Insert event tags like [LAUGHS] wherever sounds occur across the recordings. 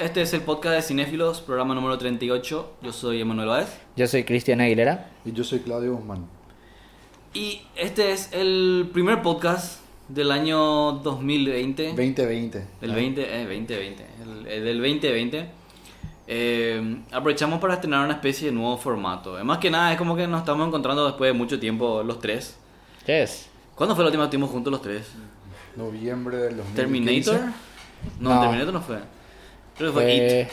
Este es el podcast de Cinéfilos, programa número 38. Yo soy Emanuel Báez. Yo soy Cristian Aguilera. Y yo soy Claudio Guzmán. Y este es el primer podcast del año 2020. 2020. Del 20, eh, 2020. El, el del 2020. Eh, aprovechamos para estrenar una especie de nuevo formato. Eh, Más que nada, es como que nos estamos encontrando después de mucho tiempo los tres. ¿Qué es? ¿Cuándo fue la última vez que estuvimos juntos los tres? Noviembre del 2015. ¿Terminator? No, No. Eh, Terminator no fue. Creo que fue It. Fue-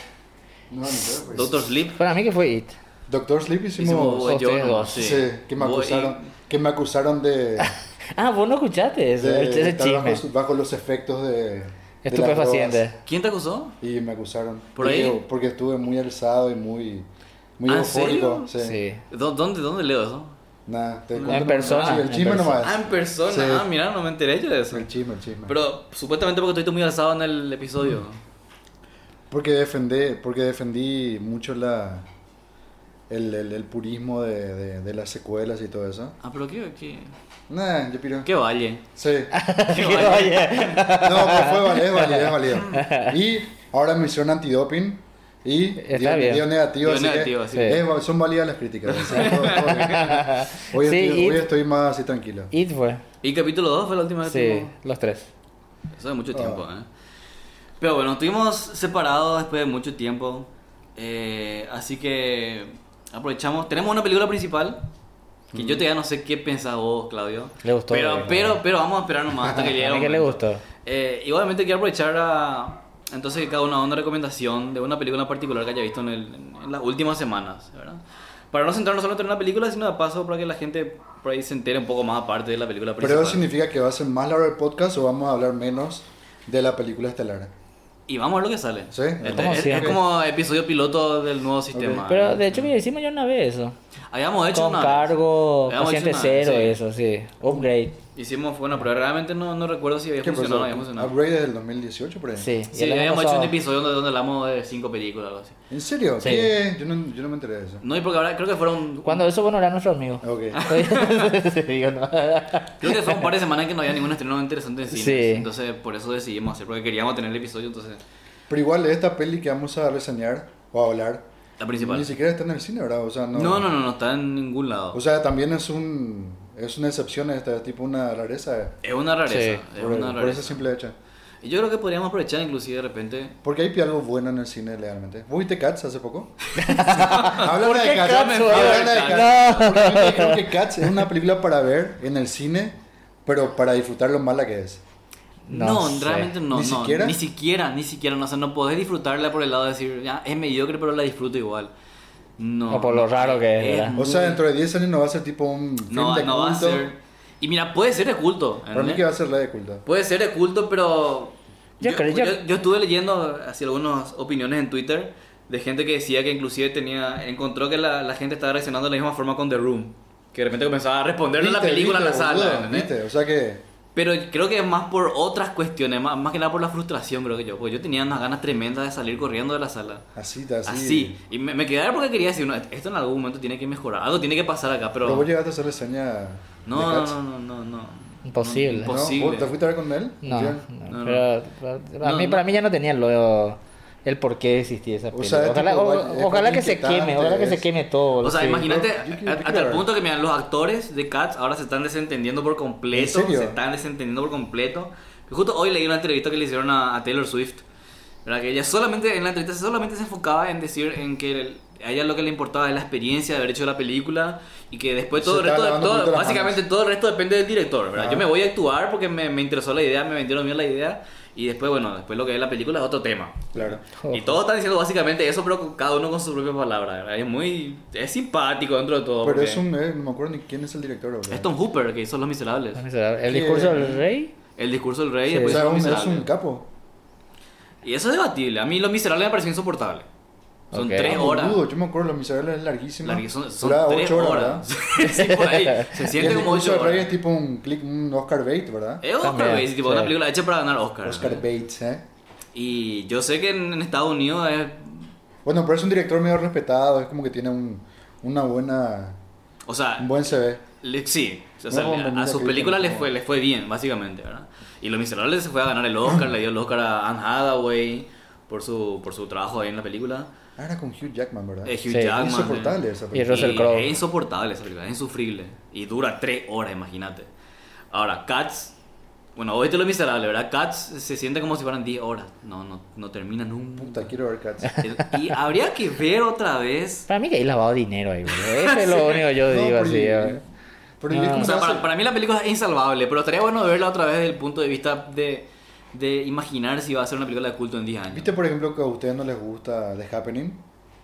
No, no creo, pues. Doctor Sleep. Para mí que fue It. Doctor Sleep hicimos. Hicimos- Ustedes yo no, dos. sí. sí. que me Voy- acusaron. Que me [LAUGHS] acusaron de. Ah, vos no escuchaste eso, de ese estar chisme. bajo, su- bajo los efectos de. de las Estupefaciente. drogas. ¿Quién te acusó? Y me acusaron. ¿Por ahí? Porque, porque estuve muy alzado y muy. Muy ¿Ah, en serio? eufórico. Sí. Sí. ¿Dó- ¿Dónde, dónde leo eso? Nada, te En cuento nomás. persona, Sí, el en chisme persona. nomás. Ah, en persona. Sí. Ah, mira, no me enteré yo de eso. El chisme, el chisme. Pero supuestamente porque estuviste muy alzado en el episodio. Mm. Porque defendí, porque defendí mucho la, el, el- el purismo de, de- de las secuelas y todo eso. Ah, pero qué, qué, Nah, yo piro. qué [LAUGHS] valle. Sí. Qué valle. Oye, No, pero fue válido, es válido, es válido. Y ahora me hicieron antidoping y Está dio, bien. dio negativo, Dio así negativo, que así que- es- son válidas las críticas. o sea, todo- [LAUGHS] todo bien. Hoy, Sí, estoy, y- hoy estoy más así tranquilo. It fue. Y capítulo 2 fue la última vez que Sí, Oh. tuvimos. los tres. Eso de mucho Ah. tiempo, ¿eh? Pero bueno, estuvimos separados después de mucho tiempo. Eh, así que aprovechamos. Tenemos una película principal. Que yo todavía no sé qué pensás vos, Claudio. Mm. Le gustó, Pero, eh, pero, pero vamos a esperar nomás hasta que llegue. A el mí que le momento. gustó. Eh, y obviamente quiero aprovechar a. Entonces, que cada uno haga una recomendación de una película en particular que haya visto en, el- en- en las últimas semanas, ¿verdad? Para no centrarnos solo en una película, sino de paso para que la gente por ahí se entere un poco más aparte de la película Pero principal. eso significa que va a ser más largo el podcast o vamos a hablar menos de la película estelar. Y vamos a ver lo que sale. Sí. Este- Como es, siempre. es como episodio piloto del nuevo sistema. Pero de hecho que hicimos ya una vez eso. habíamos hecho Con una vez. cargo, Habíamos hecho paciente una vez, cero, sí. eso, sí. Upgrade. Hicimos, fue una prueba. Realmente no, no recuerdo si había ¿Qué funcionado o no había pasó? funcionado. ¿Upgrade del 2018 por ahí? Sí, y Sí, el año habíamos hecho pasado- un episodio donde, donde hablamos de cinco películas o algo así. ¿En serio? Sí. ¿Qué? Yo no, yo no me enteré de eso. No, y porque ahora creo que fueron. Cuando eso, bueno, era nuestro [LAUGHS] amigo. Ok. [LAUGHS] Sí, digo, no. Creo que fue un par de semanas que no había ningún estreno interesante en cine. Sí. Entonces, por eso decidimos hacer, porque queríamos tener el episodio, entonces. Pero igual esta peli que vamos a reseñar o a hablar, La principal. ni siquiera está en el cine, ¿verdad? O sea, no, No, no, no, no, está en ningún lado. O sea, también es un es una excepción esta, tipo una rareza. eh. es una rareza. Sí, es por, una por rareza. ese simple hecho. Y yo creo que podríamos aprovechar, inclusive, de repente. Porque hay algo bueno en el cine, realmente. ¿Vos viste Cats [LAUGHS] hace poco? Háblame qué de Cats. Cats, háblame de boludo? Cats. Porque yo te creo que Cats es una película para ver en el cine, pero para disfrutar lo mala que es. No, [LAUGHS] No sé. realmente no, ¿Ni no, siquiera? ni siquiera, ni siquiera, no, o sea, no podés disfrutarla por el lado de decir, ya, es mediocre, pero la disfruto igual. No. O por lo raro que es, ¿verdad? O sea, dentro de 10 años no va a ser tipo un film Mm. No, de no va a culto. ser. Y mira, puede ser de culto. Para mí ¿entendés? que va a ser la de culto. Puede ser de culto, pero. Yo creo- yo- yo estuve leyendo así algunas opiniones en Twitter de gente que decía que inclusive tenía. encontró que la, la gente estaba reaccionando de la misma forma con The Room. Que de repente comenzaba a responderle a la Viste, película viste, en la sala. boludo, ¿entendés? viste, O sea que Pero creo que es más por otras cuestiones, más, más que nada por la frustración, creo que yo. Porque yo tenía unas ganas tremendas de salir corriendo de la sala. así, Así. así. Y me, me quedé porque quería decir, no, esto en algún momento tiene que mejorar, algo tiene que pasar acá, pero. Pero vos llegaste a hacer reseña no, de no, Cats. no, no, no, no. Imposible. ¿No? Imposible. ¿Vos ¿Te fuiste a ver con él? No, Bien. no, No, no. pero para, para No, mí, no. para mí ya no tenía lo, el por qué existía esa O película. sea, es ojalá tipo, o- es como ojalá que se inquietante, queme, ojalá que se es- queme todo. O sea, sí. imagínate, Yo quiero- yo a- hasta el quiero- punto que miran, los actores de Cats ahora se están desentendiendo por completo. ¿En serio? Se están desentendiendo por completo. Justo hoy leí una entrevista que le hicieron a, a Taylor Swift. ¿verdad? Que ella solamente, en la entrevista solamente se enfocaba en decir en que el- a ella lo que le importaba es la experiencia de haber hecho la película y que después todo Se el resto, estaba de- lavando un todo- poquito las básicamente todo el resto depende del director. ¿verdad? Ah. Yo me voy a actuar porque me, me interesó la idea, me vendieron bien la idea y después, bueno, después lo que es la película es otro tema. Claro. Y todos están diciendo básicamente eso, pero con- cada uno con su propia palabra. ¿verdad? Es muy. Es simpático dentro de todo. Pero porque es un. eh, no me acuerdo ni quién es el director, boludo. es Tom Hooper que hizo Los Miserables. Es miserable. El que- discurso del rey. El discurso del rey y Sí. O después sea, hizo Los un- es Miserables. un capo. Y eso es debatible. A mí Los Miserables me pareció insoportable. Son Ok. tres Ah, horas. boludo, yo me acuerdo, Los Miserables es larguísima. Largas- Son, son Duraba tres ocho horas. ¿verdad? [LAUGHS] Sí, por ahí. Se [LAUGHS] y siente el como Eh, 8 discurso del Rey horas. es tipo un, click, un Oscar Bait, ¿verdad? Es Oscar También, Bates, tipo sí. una película hecha para ganar Oscar. Oscar Bates, ¿eh? Y yo sé que en, en Estados Unidos es. Bueno, pero es un director medio respetado, es como que tiene un, una buena, O sea, un buen CV. Le- sí, o sea, No, le- no, a no, sus no, películas no. les fue, les fue bien, básicamente, ¿verdad? Y Los Miserables se fue a ganar el Oscar, le dio el Oscar a Anne Hathaway. por su, por su trabajo ahí en la película. Ah, era con Hugh Jackman, ¿verdad? Eh, Hugh Sí. Jackman. eh, Insoportable esa película. Y Russell Crowe. Es insoportable esa película, es insufrible. Y dura tres horas, imagínate. Ahora, Cats. Bueno, hoy te lo miserable, ¿verdad? Cats se siente como si fueran 10 horas. No, no, no termina nunca. Puta, quiero [LAUGHS] ver Cats. El- Y habría que ver otra vez. Para mí que hay lavado dinero ahí, boludo. Eso [LAUGHS] es lo único que yo No, digo pero así. y- eh. pero y es No. como O sea, hace- para, para mí la película es insalvable, pero estaría bueno verla otra vez desde el punto de vista de, de imaginar si va a ser una película de culto en 10 años. ¿Viste, por ejemplo, que a ustedes no les gusta The Happening?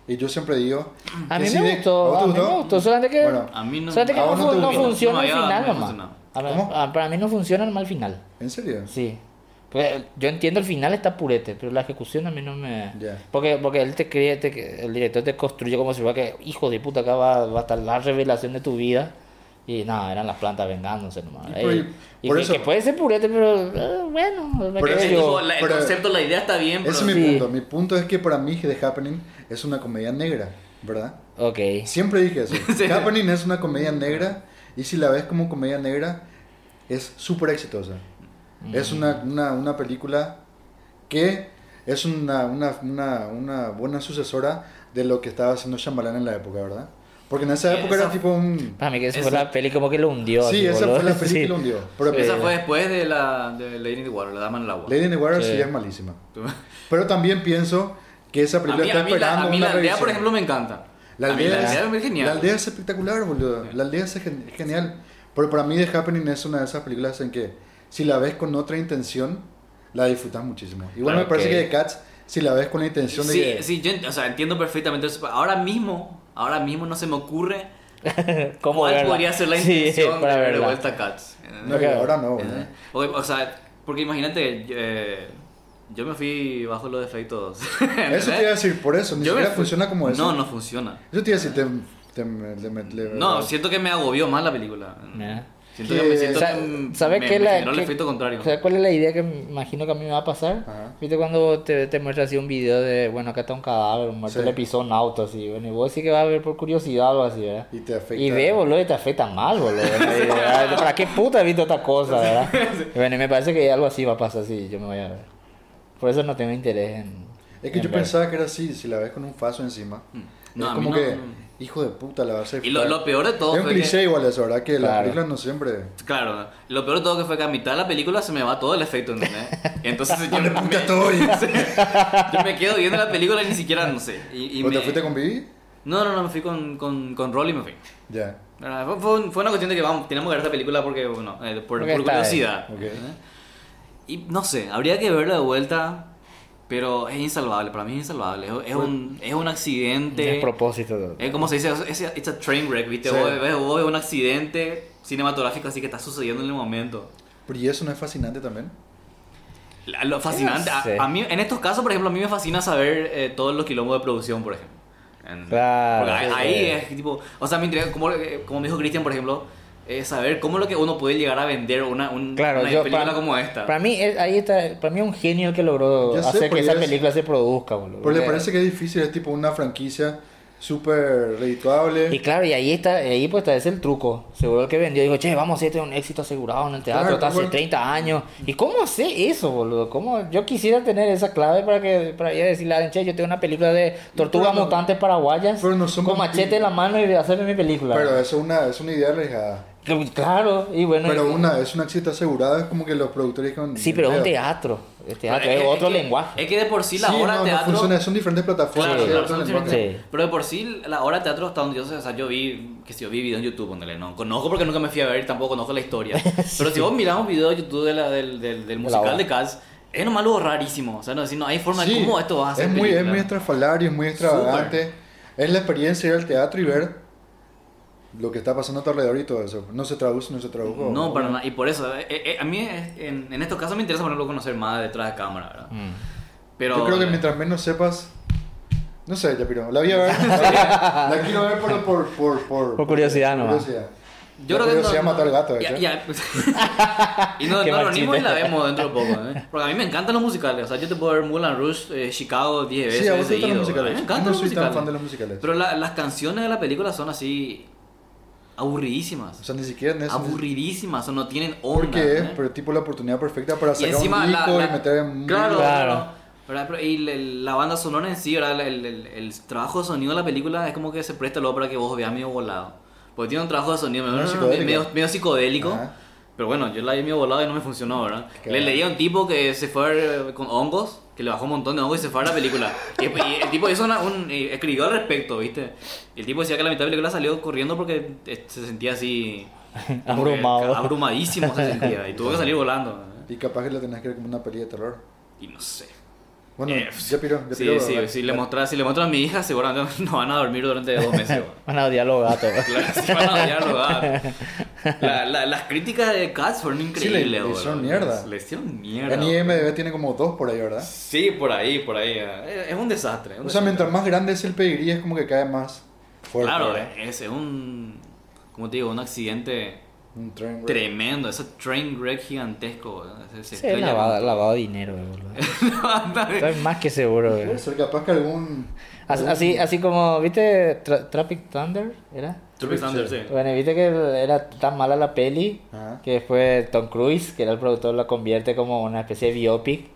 Y yo siempre digo... A que mí si me de- gustó, ¿A a vos mí te me gustó, solamente que, Bueno, A mí no, solamente que a no, vos no fu- te no gustó. funciona No, el ya me final nomás. funcionó. A mí- ¿Cómo? a- para mí no funciona nomás el final, ¿En serio? sí. Porque yo entiendo el final está purete, pero la ejecución a mí no me... Ya. Porque, porque él te cree, te- el director te construye como si fuera que, hijo de puta, acá va, va a estar la revelación de tu vida. Y nada, eran las plantas vengándose nomás. Y Ey, por- Y, por que, eso- que puede ser purete, pero eh, bueno, me Por quedo Sí, eso yo. digo, la- el pero- concepto, la idea está bien, Ese pero es mi Sí. punto. Mi punto es que para mí The Happening es una comedia negra, ¿verdad? Ok. Siempre dije eso. [LAUGHS] Sí. Happening es una comedia negra y si la ves como comedia negra es súper exitosa. Es Mm. una, una, una película que es una, una, una, una buena sucesora de lo que estaba haciendo Shyamalan en la época, ¿verdad? Porque en esa Sí, época esa- era tipo un... Para mí que esa Esa- fue la peli como que lo hundió. así, Sí, esa fue [LAUGHS] boludo. la película [LAUGHS] Sí. que lo hundió. Pero esa fue después de la de Lady in the Water, la dama en el [LAUGHS] agua. Lady in the Water Sí. sí es malísima. Pero también pienso que esa A película mí, está a mí la, esperando a mí una la aldea, revisión. por ejemplo, me encanta. La A mí la aldea, aldea es, es genial. la aldea es espectacular, boludo. La aldea es gen- es genial. Pero para mí The Happening es una de esas películas en que si la ves con otra intención, la disfrutas muchísimo. Igual Claro, me parece ok. que The Cats, si la ves con la intención de Sí, que... sí, yo ent- o sea, entiendo perfectamente. eso, pero Ahora mismo, ahora mismo no se me ocurre [LAUGHS] ¿Cómo cuál verla? podría ser la [LAUGHS] Sí, intención para de ver de verla. vuelta a Cats. No, Ok. ahora no, boludo. ¿Entendés? O, o sea, porque imagínate, eh, yo me fui bajo los [LAUGHS] defectos. Eso te iba a decir, por eso, ni Yo me siquiera fui- funciona como eso. No, no funciona. Eso te iba a decir, te... te- me- le- me- le- No, siento que me agobió más la película. Nah. Siento Que- que me siento Sa- que ¿Sabes me- qué? me la- generó el qué- efecto contrario. ¿Sabes cuál es la idea que me imagino que a mí me va a pasar? Ajá. ¿Viste cuando te, te muestra así un video de, bueno, acá está un cadáver, un muerto Sí. le pisó un auto así, bueno, y vos sí que vas a ver por curiosidad o algo así, ¿verdad? Y te afecta. Y ve, boludo, y te afecta mal, boludo. ¿verdad? ¿Para qué puta he visto esta cosa, verdad? Bueno, y me parece que algo así va a pasar si yo me voy a ver. Por eso no tengo interés en. Es que en yo ver. pensaba que era así, si la ves con un faso encima. Mm. No, es a mí como no- que, hijo de puta, la vas a Y lo, disfrutar. lo peor de todo Es un fue que- cliché igual eso, ¿verdad? Que las Claro. películas no siempre... Claro, lo peor de todo que fue que a mitad de la película se me va todo el efecto, [LAUGHS] ¿entendés? Y entonces [LAUGHS] yo me, puta estoy. [LAUGHS] Sí. yo me quedo viendo la película y ni siquiera, no sé. Y, y ¿O Pues te me- fuiste con Vivi? No, no, no, me fui con, con, con Rolly y me fui. Ya. Ah, Fue, fue un- fue una cuestión de que vamos, tenemos que ver esta película porque, bueno, eh, por, Porque por está ahí. curiosidad. Ok. ¿entendés? Y no sé, habría que verla de vuelta, pero es insalvable, para mí es insalvable. Es, es un, es un accidente. Es propósito. todo. Es como se dice, es it's a train wreck, ¿viste? Sí. Vos, ves- vos ves un accidente cinematográfico así que está sucediendo en el momento. Pero ¿y eso no es fascinante también? La- Lo fascinante, a- sé. a, mí, en estos casos, por ejemplo, a mí me fascina saber eh, todos los quilombos de producción, por ejemplo. En- Claro, porque ahí, sí, ahí sí. es tipo, o sea, me intriga, como, como me dijo Cristian, por ejemplo, eh, saber cómo lo que uno puede llegar a vender una, un- Claro, una yo, película para- como esta. Para mí, es- ahí está, para mí es un genio el que logró Ya sé, hacer que porque esa es- película se produzca, boludo. Porque le Porque- parece que es difícil, es tipo una franquicia súper redituable. Y claro, y ahí está, ahí pues está, es el truco. Seguro el que vendió dijo, che, vamos, este es un éxito asegurado en el teatro, Claro, pues. está hace bueno. 30 años. ¿Y cómo sé eso, boludo? ¿Cómo? Yo quisiera tener esa clave para que para ir a decirle a alguien, che, yo tengo una película de tortugas Pero no- mutantes paraguayas pero no son con vampiros. machete en la mano y de hacer mi película. Pero eso es una, es una idea arriesgada. Que- claro, y bueno. Pero y- una, es una cita asegurada, es como que los productores con... Sí, pero es un con- teatro. Es Pero teatro, es, que- otro que- lenguaje. Es que de por sí Sí, la obra no, no teatro. funciona, son diferentes plataformas. Claro, sí, claro, otro son lenguaje. diferentes. Pero de por sí, la hora de teatro hasta donde yo sé, o sea, yo vi, que si yo vi videos en YouTube, ponele, no conozco porque nunca me fui a ver, tampoco conozco la historia. Pero si vos miramos videos de YouTube de la- del, del, del La musical obra. de Cats, es nomás algo rarísimo, o sea, no, si no hay forma Sí, de cómo esto va a ser es muy, es película. muy estrafalario, es muy extravagante. Es la experiencia de ir al teatro y ver lo que está pasando a tu alrededor y todo eso. No se traduce, no se tradujo. No, para nada, y por eso, eh, eh, a mí eh, en, en estos casos me interesa, por ejemplo, conocer más detrás de cámara, ¿verdad? Mm. Pero, Yo creo que mientras menos sepas. No sé, Yapiro. La voy a ver. [LAUGHS] La, la quiero ver por, por, por, por, Por curiosidad nomás. curiosidad. Yo La creo que curiosidad mató al gato, de Ya- hecho. ya. [LAUGHS] [LAUGHS] y nos Qué nos mal reunimos y chiste. la vemos dentro de poco. ¿eh? Porque a mí me encantan los musicales. O sea, yo te puedo ver Mulan Rouge, eh, Chicago 10 veces. Sí, a vos te seguido, gustan los ¿verdad? A mí musicales. me Yo encantan Ah, no los soy musicales. tan fan de los musicales. Pero la- las canciones de la película son así. aburridísimas. o sea, ni siquiera en eso. aburridísimas. O no tienen onda. Porque es ¿eh? pero tipo la oportunidad perfecta para y sacar encima un la, disco la- y meter en Claro, Claro. claro. ¿verdad? Pero, y el- la banda sonora en sí, ¿verdad? El, el- el trabajo de sonido de la película es como que se presta luego para que vos veas medio volado. Porque tiene un trabajo de sonido medio, Medio medio- psicodélico. medio- medio psicodélico. Ajá. Pero bueno, yo la vi medio volado y no me funcionó, ¿verdad? Qué le bueno. leí a un tipo que se fue eh, con hongos, que le bajó un montón de hongos y se fue a la película. y, y el tipo hizo una- un, y escribió al respecto, ¿viste? Y el tipo decía que la mitad de la película salió corriendo porque eh, se sentía así... como que [LAUGHS] [LAUGHS] Abrumado. Abrumadísimo se sentía y tuvo que salir volando. Y capaz que lo tenés que ver como una peli de terror. Y no sé. Bueno, Eh, ya piró, ya Sí, piró. sí, ¿verdad? si le mostras, si le muestro a mi hija, seguramente [LAUGHS] no van a dormir durante dos meses. güey. Van a odiar los gatos. [LAUGHS] Claro, se van a odiar los gatos. La- la- las críticas de Cats fueron increíbles, Sí, le- le güey. hicieron mierda. Le hicieron mierda. En güey. IMDB tiene como dos por ahí, ¿verdad? Sí, por ahí, por ahí. eh. Es es un desastre. es un O sea, desastre. mientras más grande es el pedigrí, es como que cae más fuerte. Claro, eh. ¿verdad? es es un. Como te digo, un accidente Un tren, güey. tremendo. Ese train wreck gigantesco. güey. Se- se Sí, estrella lavado, con- lavado de dinero, boludo. Anda, güey. Estoy más que seguro, güey. Puede ser capaz que algún. As- Así, así como, ¿viste Tra- Traffic Thunder? ¿Era? Tropic Thunder, sí. Bueno, y viste que era tan mala la peli Ajá. que después Tom Cruise, que era el productor, la convierte como una especie de biopic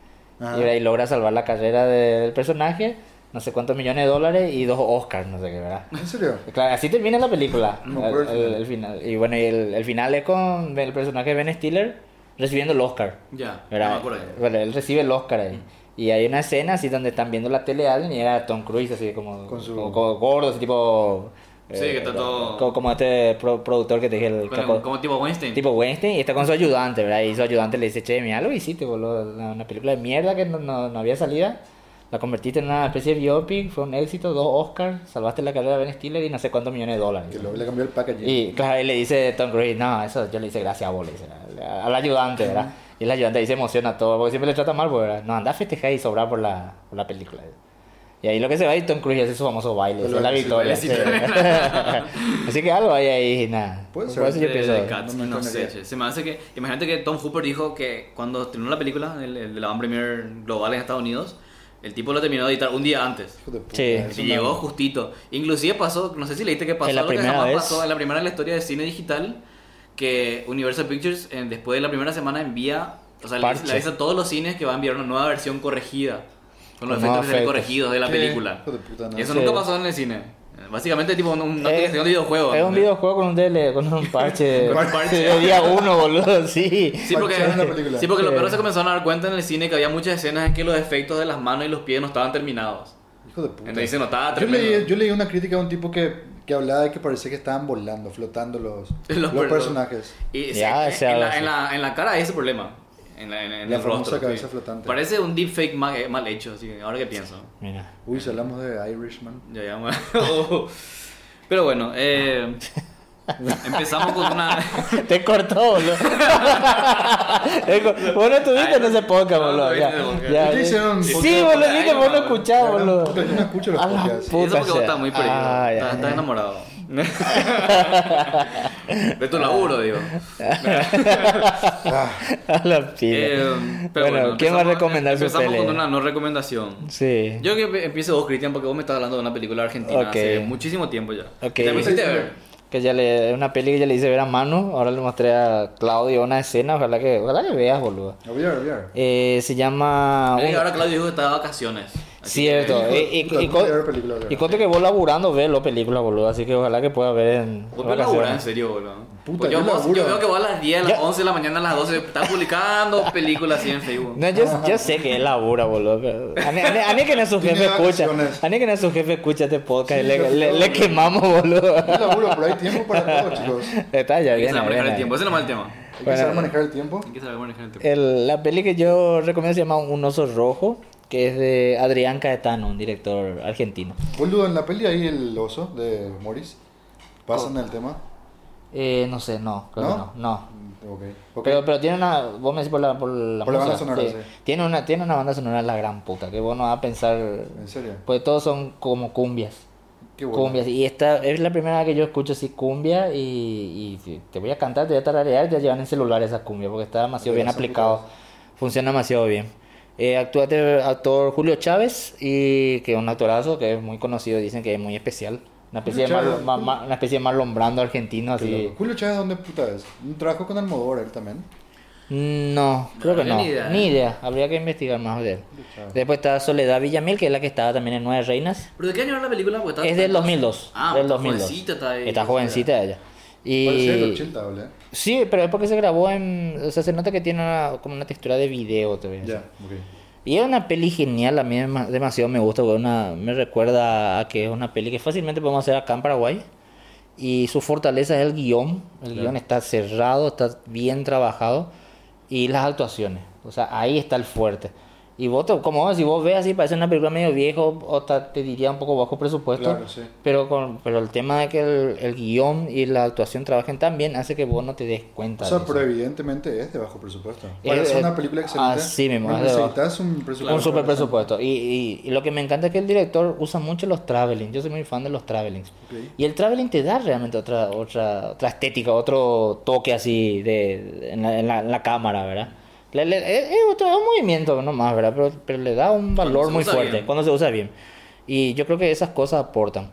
Ajá. y ahí logra salvar la carrera de- del personaje, no sé cuántos millones de dólares y dos Oscars, no sé qué, ¿verdad? ¿En serio? Claro, así termina la película. No me el, acuerdo el el- el final. Y bueno, y el, el final es con el personaje de Ben Stiller recibiendo el Oscar. Ya, no me ¿verdad? acuerdo. Bueno, él recibe el Oscar ahí. Y hay una escena así donde están viendo la tele a alguien y era Tom Cruise así como, Con su- como- como gordo, así tipo... eh, Sí, que está todo- Como, como este pro- productor que te dije, el Bueno, capo- como tipo Weinstein. tipo Weinstein, y está con su ayudante, ¿verdad? Y su ayudante le dice, che, mira lo que hiciste, boludo, una, una película de mierda que no, no- no había salida. La convertiste en una especie de biopic, fue un éxito, dos Oscars, salvaste la carrera de Ben Stiller y no sé cuántos millones de dólares. Que luego le cambió el packaging. Y claro, y le dice Tom Cruise, no, eso yo le hice gracias a vos, le dice, a- al ayudante, ¿verdad? Y el ayudante ahí se emociona todo, porque siempre le trata mal, pues, ¿verdad? No, anda a festejar y sobrar por la, por la película. Y ahí lo que se va y Tom Cruise hace su famoso baile, Pero es la sí, victoria. sí, sí. [LAUGHS] Así que algo hay ahí, nada. Puede Por ser. eso yo de- pienso- de Cats, no me no sé, extrañaría. che. Se me hace que. Imagínate que Tom Hooper dijo que cuando estrenó la película, el, el de la van premier global en Estados Unidos, el tipo lo terminó de editar un día antes. Hijo de puta, Sí. es Y una- llegó justito. Inclusive pasó, no sé si leíste que pasó En la algo que primera jamás vez. pasó en la primera de la historia de cine digital, que Universal Pictures eh, después de la primera semana envía, o sea, le dice- Parche. le dice a todos los cines que va a enviar una nueva versión corregida, con los Con efectos nuevos especiales efectos. corregidos de la Sí, película. hijo de puta, no. Y eso Sí. nunca pasó en el cine. Básicamente tipo un- una Eh, utilización de videojuego. Es un ¿entendés? videojuego con un DL, con un parche, [LAUGHS] Con un parche. de día uno, boludo, sí. Sí porque, Parchearon la [LAUGHS] película. sí, porque los Sí. perros se comenzaron a dar cuenta en el cine que había muchas escenas en que los efectos de las manos y los pies no estaban terminados. Hijo de puta. Entonces se notaba yo, ah, tremendo. leí, yo leí una crítica de un tipo que, que hablaba de que parecía que estaban volando, flotando los, [LAUGHS] Los los per- personajes. Y Ya, se- se en, habla la, así. en, la, en la cara hay ese problema. En, la- en- en La el famosa rostro. cabeza sí. flotante. Parece un deepfake mal, eh, mal hecho, así, ahora que pienso. Mira. Uy, si hablamos de Irishman. Ya, ya, bueno. [LAUGHS] Pero bueno, eh, [LAUGHS] empezamos con una... [LAUGHS] Te cortó, boludo. Te co- vos no estuviste en ese podcast, No, no boludo. estuviste en ya. el podcast. Ya, Ustedes ya. hicieron Sí, podcast boludo, por viste, ahí, vos no mamá, escuchás, La gran boludo. puta, yo no escucho los A la podcasts. Y eso porque Puta vos sea. estás muy perdido. Ah, ya. estás, estás [LAUGHS] enamorado. [LAUGHS] De tu laburo, digo. Ah, [LAUGHS] A la pila. Eh, pero bueno, ¿quién va a empezamos- recomendar su Empezamos pele? con una no recomendación. Sí. Yo que empiezo vos, Cristian, porque vos me estás hablando de una película argentina Ok. hace muchísimo tiempo ya. Ok. Que también hiciste ver. Que ya le, una peli que ya le hice ver a Manu, ahora le mostré a Claudio una escena, ojalá que, ojalá que veas, boludo. a ver, a ver. Eh, se llama... Eh, un- ahora Claudio dijo que estaba de vacaciones. Así Cierto. Eh, Hijo de y, y- puta, y no co- voy a ver películas, y ¿verdad? conte que vos laburando ves los películas, boludo, así que ojalá que puedas ver en... que- Vos vacaciones. laburás, en serio, boludo. Puta, Pues yo, yo vos- laburo. yo veo que vos a las 10, a las Ya. 11 de la mañana, a las 12, estás publicando [LAUGHS] películas así en Facebook. No, yo, yo sé que él labura, boludo. pero A mí, a mí- a mí que no es su Tiene jefe escucha. vacaciones. A mí que no es su jefe escucha este podcast. y Sí, le, yo le- creo. le quemamos, boludo. [LAUGHS] Yo laburo, pero hay tiempo para todo, chicos. Hay Está ya Hay que bien. saber manejar bien, el tiempo, ese no es el tema. que Bueno. saber manejar el tiempo. Hay que saber manejar el tiempo. El- la peli que yo recomiendo se llama Un oso rojo, que es de Adrián Caetano, un director argentino. Boludo, en la peli ahí el oso de Morris. Pasan Oh. el tema. Eh, no sé, no, creo ¿No? que no. No. Ok. ok. Pero, pero tiene una. Vos me decís por la, por la Por la banda música, sonora, sí. Tiene, una, tiene una banda sonora la gran puta, que vos no vas a pensar. en serio. Pues todos son como cumbias. Qué bueno. Cumbia, y esta es la primera vez que yo escucho así cumbia y, y te voy a cantar, te voy a tararear y te llevan en celular esa cumbia porque está demasiado Mira, bien son aplicado, funciona demasiado bien. Eh, actúa este actor Julio Chávez y que es un actorazo que es muy conocido, dicen que es muy especial, una especie, de, Marlon- Julio Chávez. ma- ma- una especie de Marlon Brando argentino Qué así. loco. Julio Chávez, ¿dónde puta es? Un trabajo con Almodóvar él también. Mm, No, creo que habría no. ni idea, Ni ¿eh? idea. Habría que investigar más de él. Después está Soledad Villamil, que es la que estaba también en Nueve Reinas. ¿Pero de qué año era la película? Porque está- Es del 2002. Ah, del está 2002. jovencita, está ahí. jovencita ella. Parece del Y... 80, ¿vale? Sí, pero es porque se grabó en... O sea, se nota que tiene una- como una textura de video todavía. Ya, ok. Y es una peli genial, a mí dema- demasiado me gusta, porque una, me recuerda a que es una peli que fácilmente podemos hacer acá en Paraguay. Y su fortaleza es el guión. El guión está cerrado, está bien trabajado. Y las actuaciones. O sea, ahí está el fuerte. Y vos, te- como vos, si vos ves así, parece una película medio viejo, o ta- te diría un poco bajo presupuesto. Claro, sí. pero, con, pero el tema de que el, el guión y la actuación trabajen tan bien hace que vos no te des cuenta. O sea, de eso. pero evidentemente es de bajo presupuesto. Eh, Para hacer eh, una película excelente. así mismo, no es de bajo. necesitas un presupuesto. un super presupuesto. Y, y- y lo que me encanta es que el director usa mucho los traveling. Yo soy muy fan de los travelings. Ok. Y el traveling te da realmente otra, otra, otra estética, otro toque así de, de- en, la, en la- en la cámara, ¿verdad? Le- le- es, es otro, es un movimiento nomás, ¿verdad? Pero, pero le da un valor se muy usa fuerte bien. cuando se usa bien. Y yo creo que esas cosas aportan.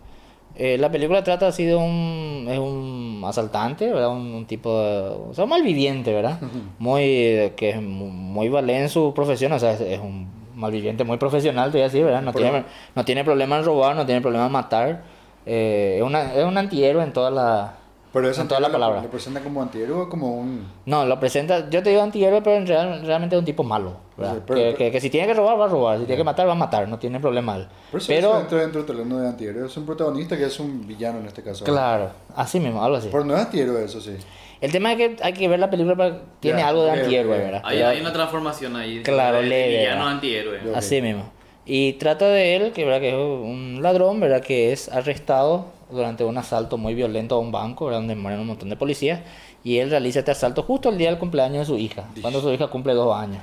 Eh, la película trata así de un, es un asaltante, ¿verdad? Un, un tipo, de- o sea, un malviviente, ¿verdad? Muy, eh, que es mu- muy valiente en su profesión, o sea, es, es un malviviente muy profesional, te voy a decir, ¿verdad? No Por- tiene, no tiene problema en robar, no tiene problema en matar. Eh, es, una- es un antihéroe en toda la... Pero eso en toda la lo- palabra. Lo presenta como antihéroe o como un. No, lo presenta, yo te digo antihéroe, pero en real- realmente es un tipo malo. ¿verdad? Sí, pero- que, pero- que- que si tiene que robar, va a robar, si tiene que matar, va a matar, no tiene problema. él. Pero eso eso entra dentro del terreno de antihéroe. Es un protagonista que es un villano en este caso. Claro, así mismo, algo así. Pero no es antihéroe, eso sí. El tema es que hay que ver la película para... Tiene Ya, algo de ok, antihéroe, ok. ¿verdad? Hay, Pero- hay una transformación ahí. Claro, de, leve, de villano ¿verdad? a antihéroe. Yo- Ok. Así mismo. Y trata de él, que, ¿verdad? que es un ladrón, ¿verdad? que es arrestado durante un asalto muy violento a un banco, ¿verdad? donde mueren un montón de policías, y él realiza este asalto justo el día del cumpleaños de su hija, cuando su hija cumple dos años.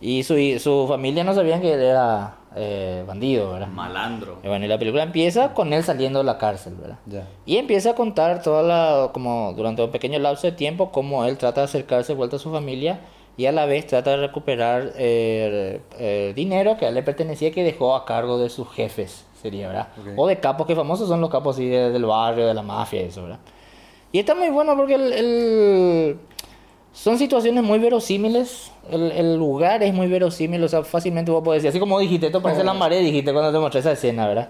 Y su, hi- su familia no sabían que él era eh, bandido, ¿verdad? Malandro. Y bueno, y la película empieza con él saliendo de la cárcel, ¿verdad? Ya. Y empieza a contar toda la, como durante un pequeño lapso de tiempo, cómo él trata de acercarse de vuelta a su familia y a la vez trata de recuperar eh, eh, dinero que a él le pertenecía que dejó a cargo de sus jefes, sería, ¿verdad? Ok. O de capos, que famosos son los capos así de- del barrio, de la mafia, eso, ¿verdad? Y está muy bueno porque el, el- son situaciones muy verosímiles, el, el lugar es muy verosímil, o sea, fácilmente vos podés decir, así como dijiste, esto parece la marea, dijiste cuando te mostré esa escena, ¿verdad?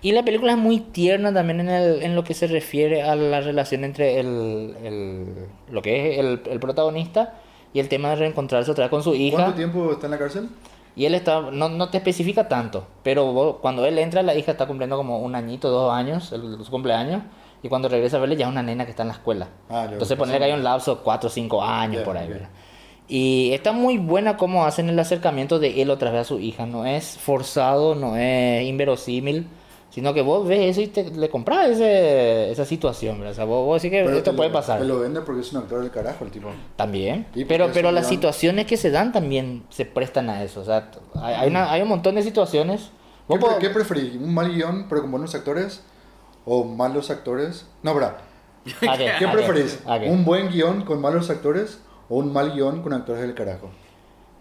Y la película es muy tierna también en, el- en lo que se refiere a la relación entre el, el- lo que es el, el protagonista y el tema de reencontrarse otra vez con su hija. ¿Cuánto tiempo está en la cárcel? Y él está, no, no te especifica tanto, pero vos- cuando él entra, la hija está cumpliendo como un añito, dos años, el, su cumpleaños, y cuando regresa a verle ya es una nena que está en la escuela. Ah, ya, Entonces ok. ponerle que hay un lapso, cuatro o cinco años Ya, por ahí, ok. ¿verdad? Y está muy buena cómo hacen el acercamiento de él otra vez a su hija, no es forzado, no es inverosímil, sino que vos ves eso y te, le compras ese- esa situación, ¿verdad? O sea, vos, vos decís que esto te puede lo- pasar. Te lo vende porque es un actor del carajo el tipo. También. Y porque Pero, es pero un las gran- situaciones que se dan también se prestan a eso. O sea, t- hay, hay una- hay un montón de situaciones. Vos ¿Qué, pod- pre- qué preferís? ¿Un mal guión pero con buenos actores? ¿O malos actores? No, bra. ¿A qué? [LAUGHS] ¿Qué ¿A qué? preferís? ¿A qué? ¿Un buen guión con malos actores? ¿O un mal guión con actores del carajo?